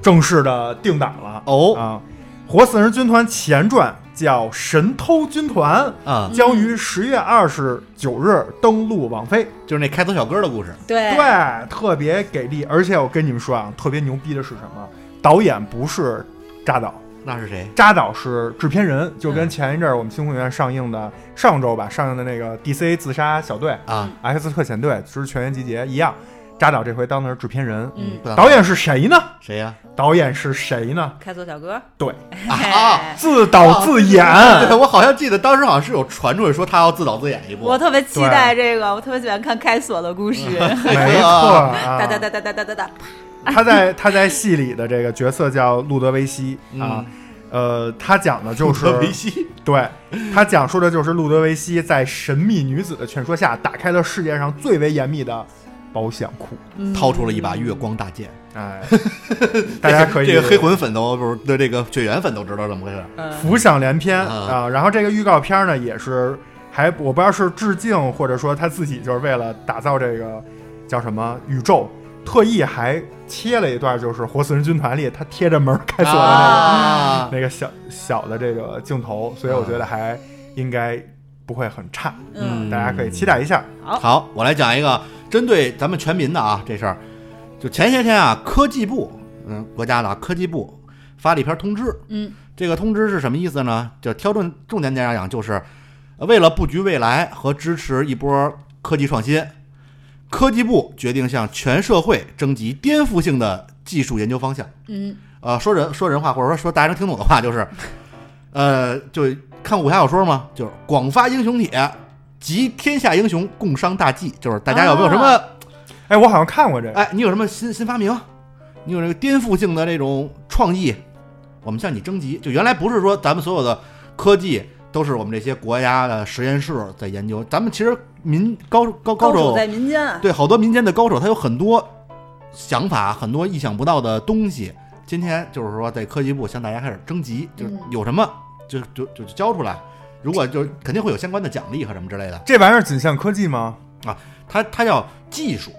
正式的定档了哦啊，《活死人军团》前传叫《神偷军团啊》，，将于十月二十九日登陆网飞。就是那开头小哥的故事，对嗯对，特别给力。而且我跟你们说啊，特别牛逼的是什么？导演不是扎导，那是谁？扎导是制片人，就跟嗯前一阵儿我们星空影院上映的上周吧上映的那个 DC 自杀小队、啊， X 特遣队之全员集结一样，扎导这回当的是制片人。嗯，不能导演是谁呢？谁呀？导演是谁呢？开锁小哥。对，啊自导自演。对， [laughs] 哦我好像记得当时好像是有传出来说他要自导自演一部我，特别期待这个，我特别喜欢看开锁的故事。 [laughs] 没错嗯啊，哒哒哒哒哒哒哒哒。他在他在戏里的这个角色叫路德维希啊嗯，呃，他讲的就是和维西对他讲述的就是路德维希在神秘女子的劝说下，打开了世界上最为严密的保险库。嗯掏出了一把月光大剑，哎，大家可以这个黑魂粉都不是对这个血缘粉都知道怎么回事。嗯浮想联翩啊啊。然后这个预告片呢，也是还我不知道是致敬，或者说他自己就是为了打造这个叫什么宇宙。特意还切了一段，就是《活死人军团》里他贴着门儿开锁的那个、啊那个小小的这个镜头，所以我觉得还应该不会很差，嗯，大家可以期待一下。好好，我来讲一个针对咱们全民的啊这事儿，就前些天啊，科技部，嗯，国家的啊科技部发了一篇通知，嗯，这个通知是什么意思呢？就挑重重点点讲，就是呃为了布局未来和支持一波科技创新，科技部决定向全社会征集颠覆性的技术研究方向。嗯呃，说人说人话，或者说说大家能听懂的话，就是，呃，就看武侠小说嘛，就是广发英雄帖，集天下英雄，共商大计。就是大家有没有什么，哎，我好像看过这个，哎，你有什么新新发明，你有这个颠覆性的这种创意，我们向你征集。就原来不是说咱们所有的科技都是我们这些国家的实验室在研究，咱们其实民高高高手手在民间啊。对，好多民间的高手，他有很多想法，很多意想不到的东西。今天就是说，在科技部向大家开始征集，就是嗯有什么就就就就交出来。如果就是肯定会有相关的奖励和什么之类的。这玩意儿仅限科技吗？它它叫技术，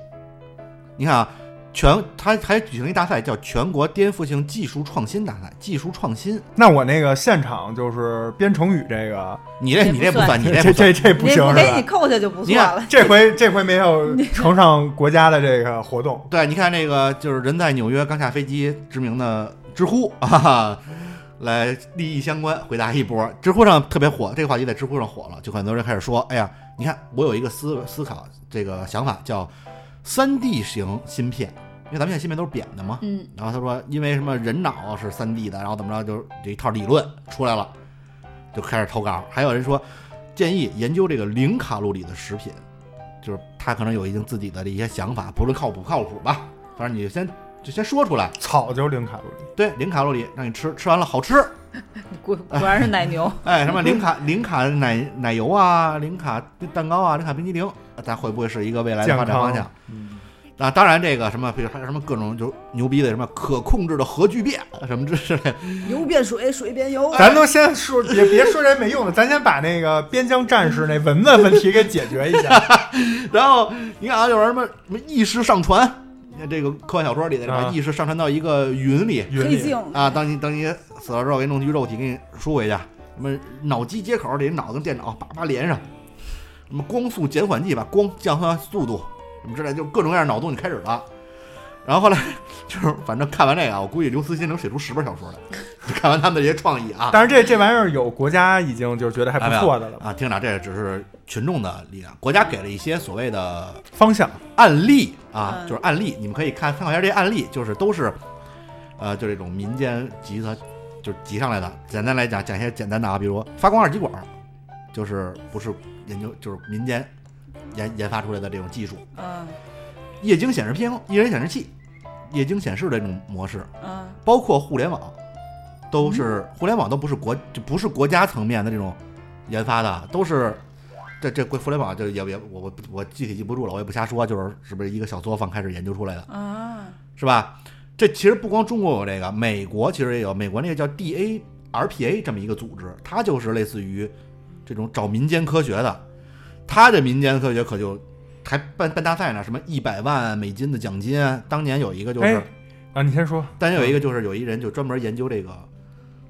你看啊，全它还举行一大赛，叫全国颠覆性技术创新大赛，技术创新。那我那个现场就是编程语这个，你这这你不这不算算，[laughs] 你这这这不算这不你行我是给你吧？扣下就不你算 [laughs] 看了。这回这回没有乘上国家的这个活动，对，你看这个就是人在纽约刚下飞机，知名的知乎 [laughs] 啊，来利益相关回答一波。知乎上特别火，这个话题在知乎上火了，就很多人开始说：“哎呀，你看我有一个思思考这个想法，叫三 D 型芯片，因为咱们现在芯片都是扁的嘛。嗯，然后他说，因为什么人脑是三 D 的，然后怎么着，就是这一套理论出来了，就开始投稿。还有人说，建议研究这个零卡路里的食品，就是他可能有一定自己的一些想法，不论靠谱不靠谱吧，反正你就先就先说出来，草就零卡路里。对，零卡路里让你吃，吃完了好吃，果果然是奶 [laughs] 牛。哎，什么零卡零卡奶奶油啊，零卡蛋糕啊，零卡冰激凌，咱会不会是一个未来的发展方健向康？嗯，啊，当然，这个什么，比如还有什么各种就是牛逼的什么可控制的核聚变什么之类的，油变水，水变油咱都先说，别别说这没用的，咱先把那个边疆战士那文文问题给解决一 [laughs] 下。 [laughs] 然后你看啊，有人什么什么意识上传，你看这个科幻小说里的什么啊意识上传到一个云里云黑里镜。啊，当你等你死了之后，给你弄具肉体给你输回去，什么脑机接口里脑跟电脑叭叭连上，什么光速减缓剂把光降下速度，什么之类，就各种各样的脑洞就开始了。然后后来 [laughs] 就是，反正看完这个啊，我估计刘慈欣能写出十本小说来。看完他们这些创意啊，但是这这玩意儿有国家已经就是觉得还不错的了，啊，听着，这只是群众的力量，国家给了一些所谓的方向案例啊，嗯就是案例，你们可以看参考一下这些案例，就是都是，呃，就这种民间集的，就是集上来的。简单来讲，讲一些简单的啊，比如发光二极管，就是不是研究，就是民间研研发出来的这种技术，嗯液晶显示屏、液晶显示器、液晶显示的这种模式，嗯包括互联网，都是、互联网都不是国就不是国家层面的这种研发的，都是这这互联网就也也我我我具体记不住了，我也不瞎说，就是是不是一个小作坊开始研究出来的，啊是吧？这其实不光中国有这个，美国其实也有，美国那个叫 DA RPA 这么一个组织，它就是类似于这种找民间科学的，它这民间科学可就。还办办大赛呢，什么一百万美金的奖金，啊当年有一个就是、哎啊。你先说，但有一个就是有一人就专门研究这个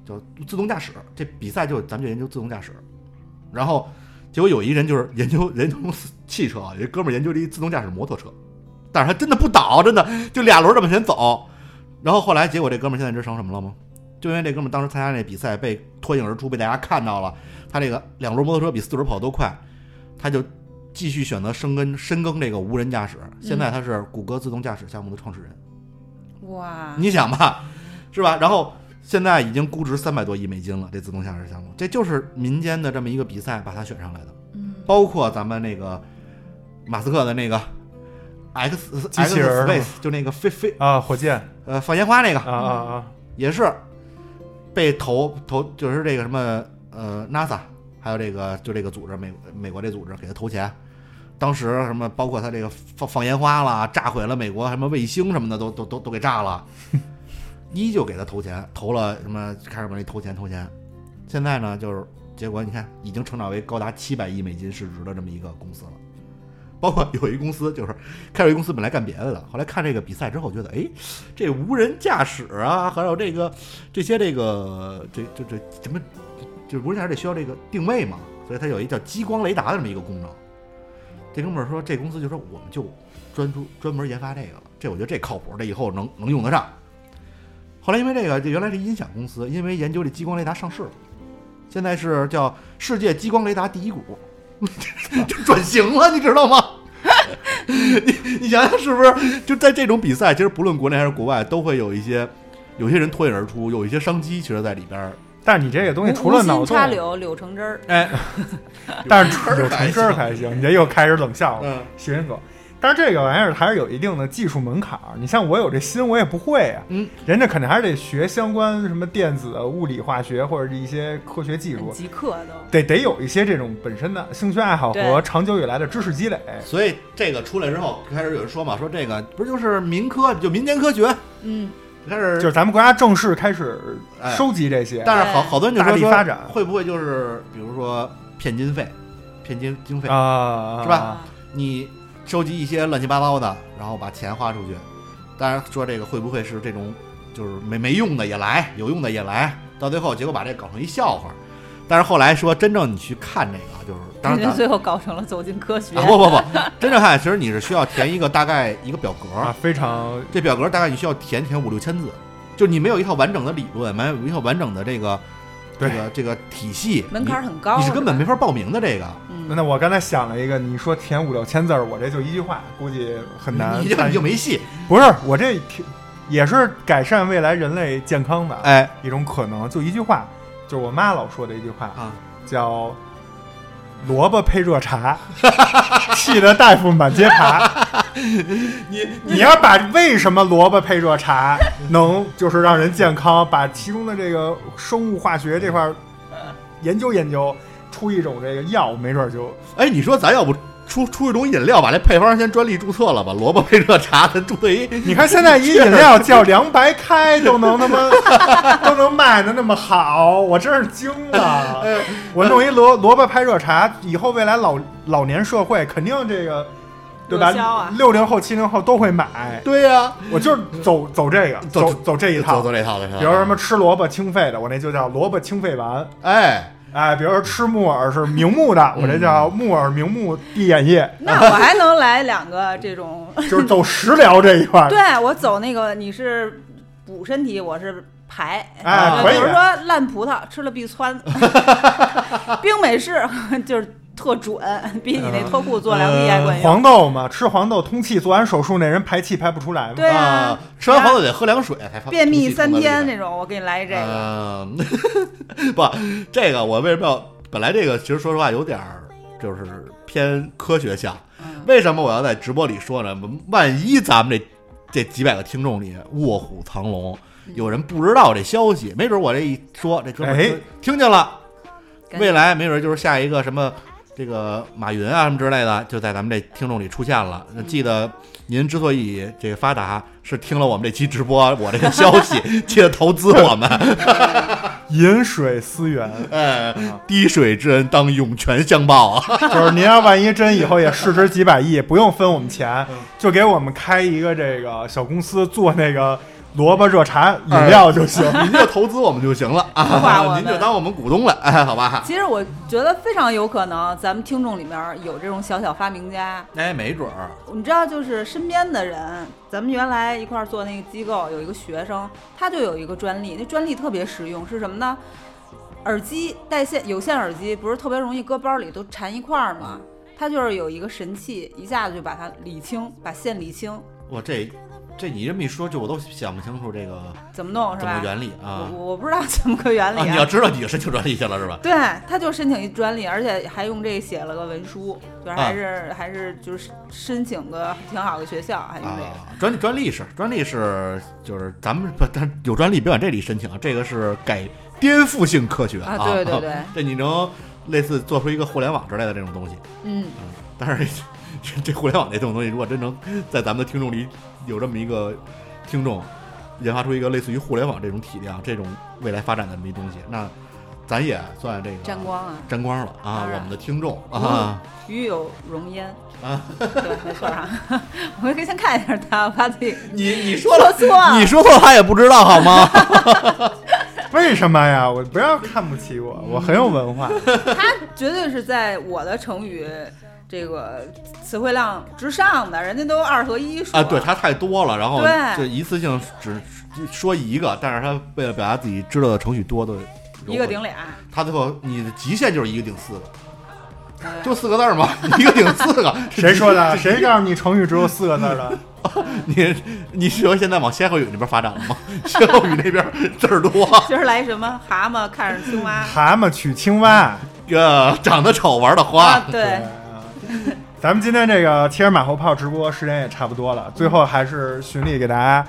叫自动驾驶，这比赛就咱们就研究自动驾驶，然后结果有一人就是研究研究汽车，有一哥们儿研究了一自动驾驶摩托车，但是他真的不倒，真的就俩轮儿这么往前走，然后后来结果这哥们儿现在知道成什么了吗？就因为这哥们儿当时参加那比赛被脱颖而出，被大家看到了，他这个两轮摩托车比四轮跑得都快，他就继续选择深耕深耕这个无人驾驶，现在他是谷歌自动驾驶项目的创始人。哇，你想吧，是吧？然后现在已经估值三百多亿美金了，这自动驾驶项目，这就是民间的这么一个比赛把它选上来的，嗯包括咱们那个马斯克的那个 X 机器人儿 X 吗 Space，就那个飞飞啊，火箭呃放烟花那个啊啊啊，也是被投投就是这个什么呃 NASA，还有这个就这个组织美美国这组织给他投钱。当时什么包括他这个放放烟花啦，炸毁了美国什么卫星什么的，都都都都给炸了，依旧给他投钱，投了什么开始往里投钱投钱，现在呢就是结果你看已经成长为高达七百亿美金市值的这么一个公司了，包括有一公司就是开始有一公司本来干别的的，后来看这个比赛之后觉得哎这无人驾驶啊，还有这个这些这个这这这什么，就是无人驾驶得需要这个定位嘛，所以它有一叫激光雷达的这么一个功能。这哥们儿说，这公司就说我们就专注专门研发这个了，这我觉得这靠谱，这以后能能用得上。后来因为这个，这原来是音响公司，因为研究这激光雷达上市了，现在是叫世界激光雷达第一股， [laughs] 就转型了，你知道吗？ [laughs] 你你想想是不是？就在这种比赛，其实不论国内还是国外，都会有一些有些人脱颖而出，有一些商机，其实在里边儿。但是你这个东西无除了无心脑洞，插柳柳成枝儿，哎，但是有成真儿还行，你这又开始冷笑了，嗯，徐云哥。但是这个玩意儿还是有一定的技术门槛儿，你像我有这心，我也不会啊。嗯，人家肯定还是得学相关什么电子、啊物理、化学或者是一些科学技啊术，极客都得得有一些这种本身的兴趣爱好和对长久以来的知识积累。所以这个出来之后，开始有人说嘛，说这个不是就是民科，就民间科学，嗯开始就。是咱们国家正式开始哎收集这些，但是好对好多人就大说力说发展会不会就是比如说骗经费，骗经经费，啊，是吧你收集一些乱七八糟的，然后把钱花出去。当然说这个会不会是这种，就是没没用的也来，有用的也来，到最后结果把这搞成一笑话。但是后来说真正你去看这个，就是当人家然咱最后搞成了走进科学 [laughs] 啊，不不不，真正看其实你是需要填一个大概一个表格，啊，非常这表格大概你需要填填五六千字，就你没有一套完整的理论，没有一套完整的这个这对个这个体系，门槛儿很你高，你是根本没吧法报名的这个。嗯那我刚才想了一个，你说填五六千字儿，我这就一句话，估计很难。你就但你就没戏，不是我这挺也是改善未来人类健康的哎一种可能，就一句话，就是我妈老说的一句话，啊，叫“萝卜配热茶”， [laughs] 气得大夫满街爬。 [laughs] 你你要把为什么萝卜配热茶能就是让人健康，把其中的这个生物化学这块儿研究研究，出一种这个药，没准儿就哎，你说咱要不出出一种饮料，把这配方先专利注册了吧？萝卜配热茶，咱注册一 [laughs] 你看现在一饮料 [laughs] 叫凉白开都能他妈都能卖的那么好，我真是惊了。嗯我弄一萝萝卜拍热茶，以后未来老老年社会肯定这个，对热销吧啊？六零、后、七零后都会买。对呀、我就是走走这个，嗯走走走这一走套走。这套的是吧？比如什么？吃萝卜清肺的，我那就叫萝卜清肺丸。哎，哎，比如说吃木耳是明目的，我这叫木耳明目地眼液， [laughs] 那我还能来两个这种，啊就是走食疗这一块儿。对我走那个你是补身体，我是牌，哎呃可以比如说烂葡萄吃了必 [laughs] 窜，冰美式 [laughs] 就是特准，比你那脱裤做凉皮还管呃用。黄豆嘛，吃黄豆通气，做完手术那人排气排不出来嘛。对啊啊，吃完黄豆得喝凉水才发便秘三天那那种，我给你来一这个，嗯 [laughs] 不，这个我为什么要？本来这个其实说实话有点儿就是偏科学向，嗯为什么我要在直播里说呢？万一咱们这这几百个听众里卧虎藏龙，嗯有人不知道这消息，没准我这一说，这哥们儿哎听听见了，赶紧未来没准就是下一个什么这个马云啊什么之类的，就在咱们这听众里出现了。那记得您之所以这个发达，是听了我们这期直播我这个消息， [laughs] 记得投资我们。饮水思源， [laughs] 哎，滴水之恩当涌泉相报啊！就是您要万一真以后也市值几百亿，不用分我们钱，嗯就给我们开一个这个小公司做那个萝卜热茶哎饮料就 [laughs] 行。您就投资我们就行了夸我啊，们您就当我们股东了，哎，好吧？其实我觉得非常有可能，咱们听众里面有这种小小发明家。哎，没准儿，你知道，就是身边的人，咱们原来一块儿做那个机构，有一个学生，他就有一个专利，那专利特别实用，是什么呢？耳机带线有线耳机不是特别容易搁包里都缠一块儿吗？他就是有一个神器，一下子就把它理清，把线理清，我这这你这么一说，就我都想不清楚这个怎么弄是怎吧么？原理啊我。我我不知道怎么个原理 [laughs] 啊，你要知道你就申请专利去了是吧？对，他就申请一专利，而且还用这写了个文书，就是啊还是、还是就是申请个挺好的学校，还用这个。啊，专利专利是专利是就是咱们不，但是有专利别往这里申请，啊，这个是改颠覆性科学啊对 [laughs] 对对这你能类似做出一个互联网之类的这种东西，嗯，但是这 [laughs] 这互联网这种东西，如果真能在咱们的听众里有这么一个听众，研发出一个类似于互联网这种体量、这种未来发展的这么一东西，那咱也算这个沾光啊，沾光了啊！当然我们的听众啊，鱼有容焉啊，对，没错啊。 [laughs] 我可以先看一下他，我怕自己 [laughs] 你你说说错了。你说错他也不知道 [laughs] 好吗？为什么呀？我不要看不起我，嗯我很有文 [laughs] 化。他绝对是在我的成语这个词汇量之上的，人家都二合一说啊，对他太多了，然后对就一次性只说一个，但是他为了表达自己知道的程序多的。一个顶俩，他最后你的极限就是一个顶四个，哎就四个字儿嘛， [laughs] 一个顶四个，谁说 [laughs] 的？谁告诉你成语只有四个字儿 [laughs] 的？你你是由现在往歇后语那边发展了吗？ [laughs] 歇后语那边字儿多，今儿来什么蛤蟆看上青 [laughs] 蛙蛤蟆娶青蛙。呃，长得丑玩的啊花，，对，啊， [laughs] 咱们今天这个贴着马后炮直播时间也差不多了，最后还是循例给大家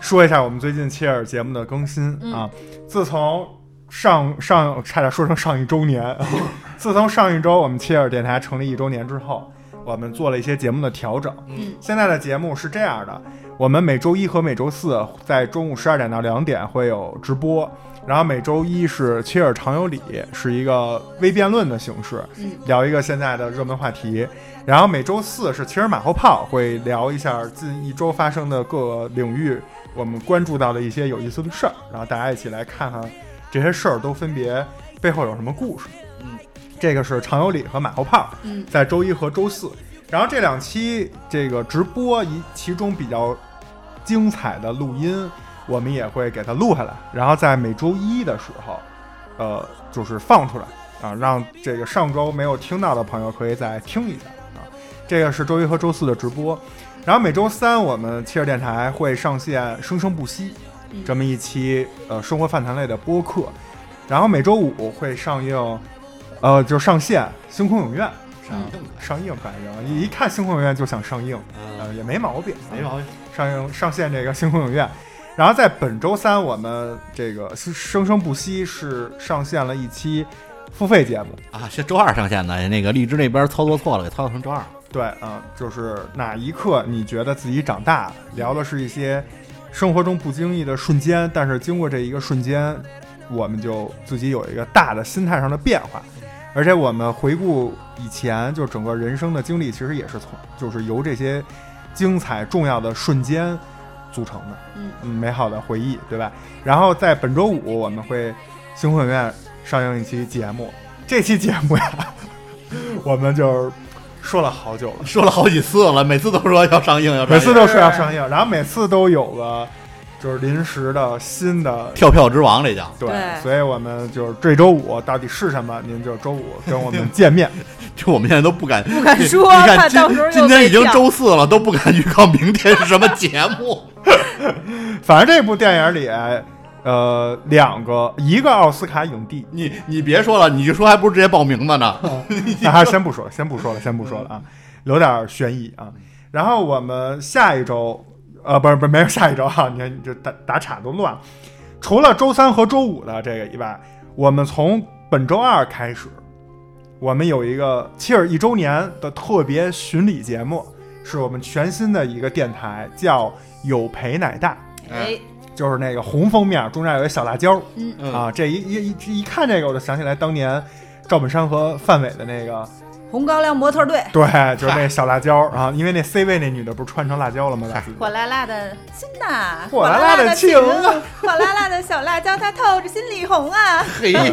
说一下我们最近切尔节目的更新、啊。自从上上差点说成上一周年， [laughs] 自从上一周我们切尔电台成立一周年之后，我们做了一些节目的调整。嗯，现在的节目是这样的，我们每周一和每周四在中午十二点到两点会有直播。然后每周一是切尔常有理，是一个微辩论的形式，聊一个现在的热门话题。然后每周四是切尔马后炮，会聊一下近一周发生的各领域我们关注到的一些有意思的事儿，然后大家一起来看看这些事儿都分别背后有什么故事。嗯，这个是常有理和马后炮，嗯在周一和周四。然后这两期这个直播一其中比较精彩的录音，我们也会给它录下来，然后在每周一的时候，呃，就是放出来啊，让这个上周没有听到的朋友可以再听一下啊。这个是周一和周四的直播，然后每周三我们切尔电台会上线《生生不息》嗯这么一期呃生活饭谈类的播客，然后每周五会上映，呃，就上线《星空影院》上嗯硬的上映，反正一一看《星空影院》就想上映，嗯呃，也没毛病，没毛病，上映上线这个星空影院。然后在本周三，我们这个《生生不息》是上线了一期付费节目。啊，是周二上线的，那个荔枝那边操作错了，给操作成周二了。对，啊、就是哪一刻你觉得自己长大了？聊的是一些生活中不经意的瞬间，但是经过这一个瞬间，我们就自己有一个大的心态上的变化。而且我们回顾以前，就整个人生的经历，其实也是从就是由这些精彩重要的瞬间组成的，嗯美好的回忆，对吧？然后在本周五我们会星空影院上映一期节目，这期节目呀， [laughs] 我们就是说了好久了。说了好几次了，每次都说要上映，要上映每次都说要上映，然后每次都有个，就是临时的新的跳票之王这叫对，对所以我们就是这周五到底是什么，您就周五跟我们见面。 [laughs] 就我们现在都不敢不敢说你 [laughs] 怕看今到时候又今天被已经呛周四了，都不敢预告明天是什么节目。反正这部电影里，呃，两个一个奥斯卡影帝，你你别说了，你就说还不如直接报名字呢。 [laughs] 那还是先不说了，先不说了，先不说了啊，留点悬疑啊。然后我们下一周，呃，不是不是没有下一周啊，你看你这打打岔都乱了。除了周三和周五的这个以外，我们从本周二开始，我们有一个切尔一周年的特别巡礼节目，是我们全新的一个电台，叫有陪奶大，哎，就是那个红封面，中间有一小辣椒。嗯啊，这一一一一看这个，我就想起来当年赵本山和范伟的那个，红高粱模特队， [laughs] 对，就是那小辣椒啊，因为那 C 位那女的不是穿成辣椒了吗？把自己火辣辣的心呐，火辣辣辣的的情啊，火辣辣的小辣椒，它透着心里红啊，嘿，就火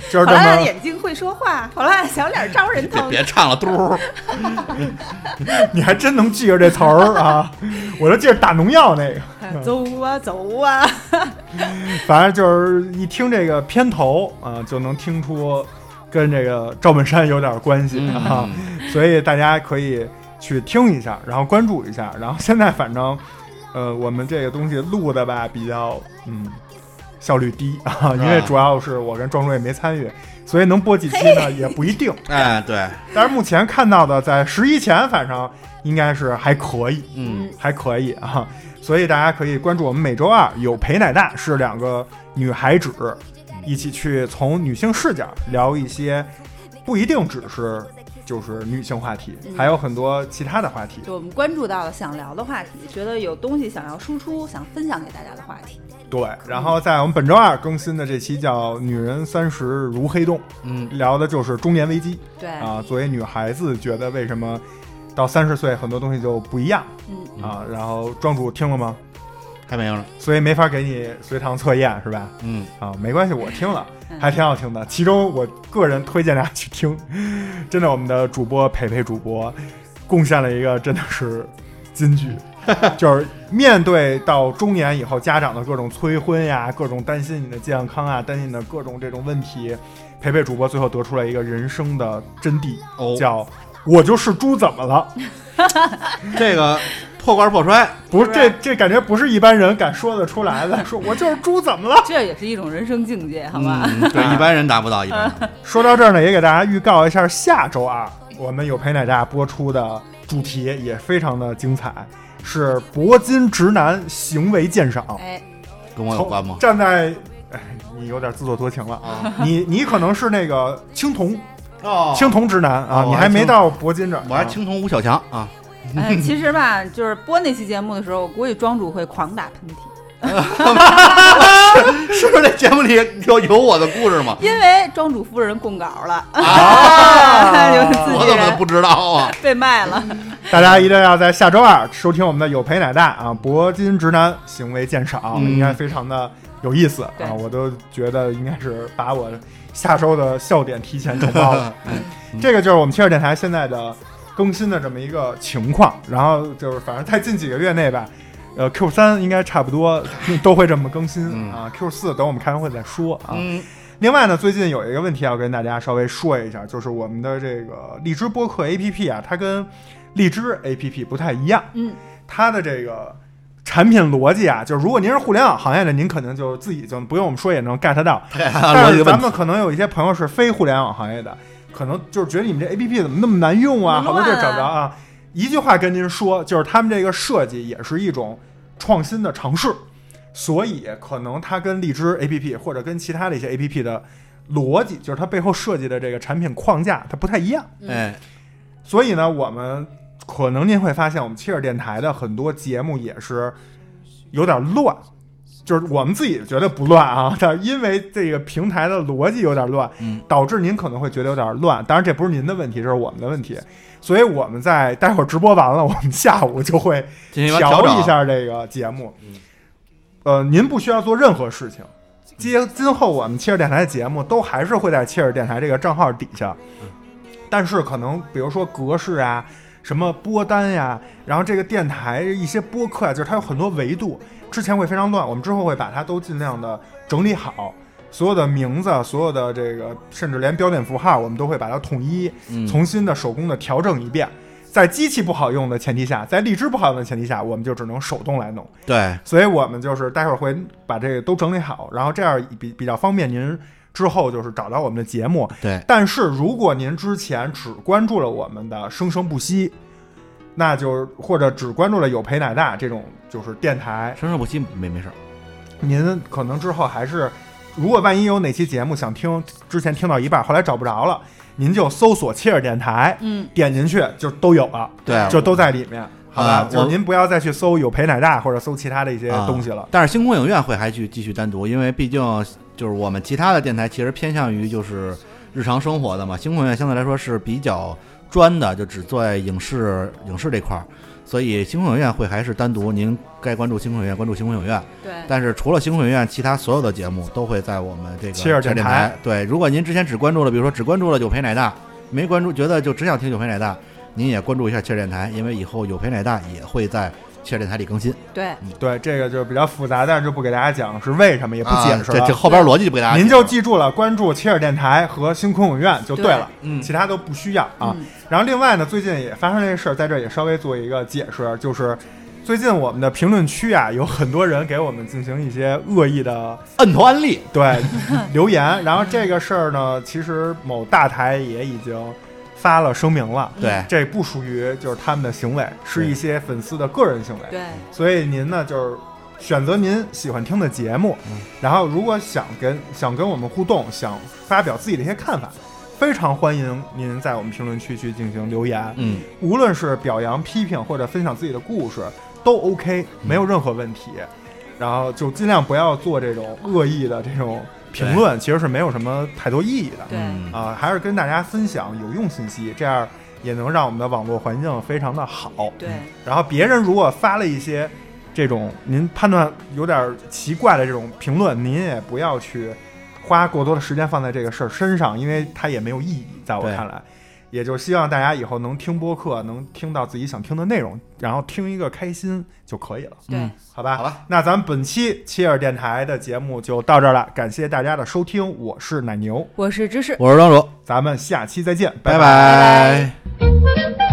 是这辣辣的么，眼睛会说话，火辣辣的小脸招人别疼。别唱了，嘟儿。你还真能记着这词儿啊！我就记着打农药那个，走啊走啊，反正就是一听这个片头啊，就能听出跟这个赵本山有点关系啊，所以大家可以去听一下，然后关注一下，然后现在反正。呃，我们这个东西录的吧比较，嗯，效率低啊，因为啊主要是我跟庄主也没参与，所以能播几期呢也不一定。哎，对，但是目前看到的，在十一前反正应该是还可以，嗯，还可以啊。所以大家可以关注我们每周二有陪奶大，是两个女孩子一起去从女性视角聊一些不一定只是就是女性话题，嗯还有很多其他的话题。就我们关注到了想聊的话题，觉得有东西想要输出、想分享给大家的话题。对，然后在我们本周二更新的这期叫《女人三十如黑洞》，嗯，聊的就是中年危机对，啊。作为女孩子，觉得为什么到三十岁很多东西就不一样嗯，啊？然后庄主听了吗？还没有呢。所以没法给你随堂测验是吧？嗯，啊，没关系，我听了嗯还挺好听的。其中我个人推荐大家去听，真的，我们的主播培培主播贡献了一个真的是金句，就是面对到中年以后家长的各种催婚呀，各种担心你的健康啊，担心你的各种这种问题，培培主播最后得出了一个人生的真谛，哦叫“我就是猪，怎么了 [laughs] 这个破罐破摔，”。不是是这这感觉不是一般人敢说得出来的，说我就是猪，怎么了？这也是一种人生境界， [laughs] 好吧？嗯，对， [laughs] 一般人达不到，一般人。说到这儿呢，也给大家预告一下，下周二我们有陪奶大播出的主题也非常的精彩，是铂金直男行为鉴嗯赏。哎，跟我有 [laughs] 关吗？站在，哎，你有点自作多情了啊！啊，你你可能是那个青铜哦青铜直男啊，哦你我还还没青到铂金这儿，我还啊青铜吴小强啊， [laughs] 哎，其实吧，就是播那期节目的时候，我估计庄主会狂打喷嚏，是不是这节目里有有我的 [laughs] 故事吗？因为庄主夫人供稿了，啊 [laughs] 就是自我己怎么人不知道 [laughs] 啊？被卖了。 [laughs] 大家一定要在下周二收听我们的有陪奶大啊，铂金直男行为鉴赏，嗯应该非常的有意思对啊，我都觉得应该是把我下周的笑点提前承包 [laughs] 了。嗯嗯这个就是我们切尔电台现在的更新的这么一个情况，然后就是反正在近几个月内吧。呃，Q 三应该差不多都会这么更新、嗯啊，Q 四等我们开完会再说啊。嗯，另外呢，最近有一个问题要跟大家稍微说一下，就是我们的这个荔枝播客 APP 啊，它跟荔枝 APP 不太一样，嗯，它的这个产品逻辑啊，就是如果您是互联网行业的，您肯定就自己就不用我们说也能 get 到，逻 [laughs] 但辑是问咱题。们可能有一些朋友是非互联网行业的，可能就是觉得你们这 A P P 怎么那么难用啊，怎好么多地乱啊儿找不着啊。一句话跟您说，就是他们这个设计也是一种创新的尝试，所以可能它跟荔枝 A P P 或者跟其他的一些 A P P 的逻辑，就是它背后设计的这个产品框架，它不太一样。哎，所以呢，我们可能您会发现，我们切尔电台的很多节目也是有点乱，就是我们自己觉得不乱啊，但因为这个平台的逻辑有点乱，嗯导致您可能会觉得有点乱。当然，这不是您的问题，这是我们的问题。所以我们在待会儿直播完了，我们下午就会进行调整啊嗯一。下这个节目。呃，您不需要做任何事情。嗯今今后我们切尔电台的节目都嗯还是会在切尔电台这个账号底下，但是可能比如说格式啊、什么播单呀，然后这个电台一些播客啊呀，就是它有很多维度。之前会非常乱，我们之后会把它都尽量的整理好，所有的名字，啊所有的这个，甚至连标点符号，我们都会把它统一嗯重新的手工的调整一遍。在机器不好用的前提下，在荔枝不好用的前提下，我们就只能手动来弄。对，所以我们就是待会儿会把这个都整理好，然后这样比比较方便您之后就是找到我们的节目。对，但是如果您之前只关注了我们的生生不息，那就是或者只关注了有陪奶大这种就是电台，生生不息没没事儿，您可能之后还是，如果万一有哪期节目想听，之前听到一半，后来找不着了，您就搜索切尔电台，嗯，点进去就都有了，对就都在里面，好吧？啊就是我您不要再去搜有陪奶大或者搜其他的一些啊东西了。但是星空影院会还去继续单独，因为毕竟就是我们其他的电台其实偏向于就是日常生活的嘛，星空影院相对来说是比较专的，就只做影视影视这块儿，所以星空影院会还是单独，您该关注星空影院关注星空影院。对，但是除了星空影院，其他所有的节目都会在我们这个切尔电电台台。对，如果您之前只关注了，比如说只关注了有陪奶大，没关注，觉得就只想听有陪奶大，您也关注一下切尔电台，因为以后有陪奶大也会在切尔电台里更新。对，嗯对，这个就比较复杂，但是就不给大家讲是为什么，也不解释啊、这这了。后边逻辑就不给大家解释您了。就记住了，关注切尔电台和星空影院就对了，嗯其他都不需要啊。嗯然后另外呢，最近也发生了一事儿，在这儿也稍微做一个解释，就是最近我们的评论区啊，有很多人给我们进行一些恶意的摁头安利， [laughs] 对留言。然后这个事儿呢，其实某大台也已经发了声明了，对这不属于就是他们的行为，是一些粉丝的个人行为。对，所以您呢，就是选择您喜欢听的节目，然后如果想跟想跟我们互动，想发表自己的一些看法，非常欢迎您在我们评论区去进行留言，嗯，无论是表扬、批评或者分享自己的故事，都 OK，没有任何问题。然后就尽量不要做这种恶意的这种评论，其实是没有什么太多意义的。对嗯啊、还是跟大家分享有用信息，这样也能让我们的网络环境非常的好。对，然后别人如果发了一些这种您判断有点奇怪的这种评论，您也不要去花过多的时间放在这个事儿身上，因为它也没有意义，在我对看来。也就希望大家以后能听播客，能听到自己想听的内容，然后听一个开心就可以了，对，嗯好吧？好吧。那咱们本期切尔电台的节目就到这儿了，感谢大家的收听，我是奶牛，我是芝士。我是庄主，咱们下期再见，拜拜拜拜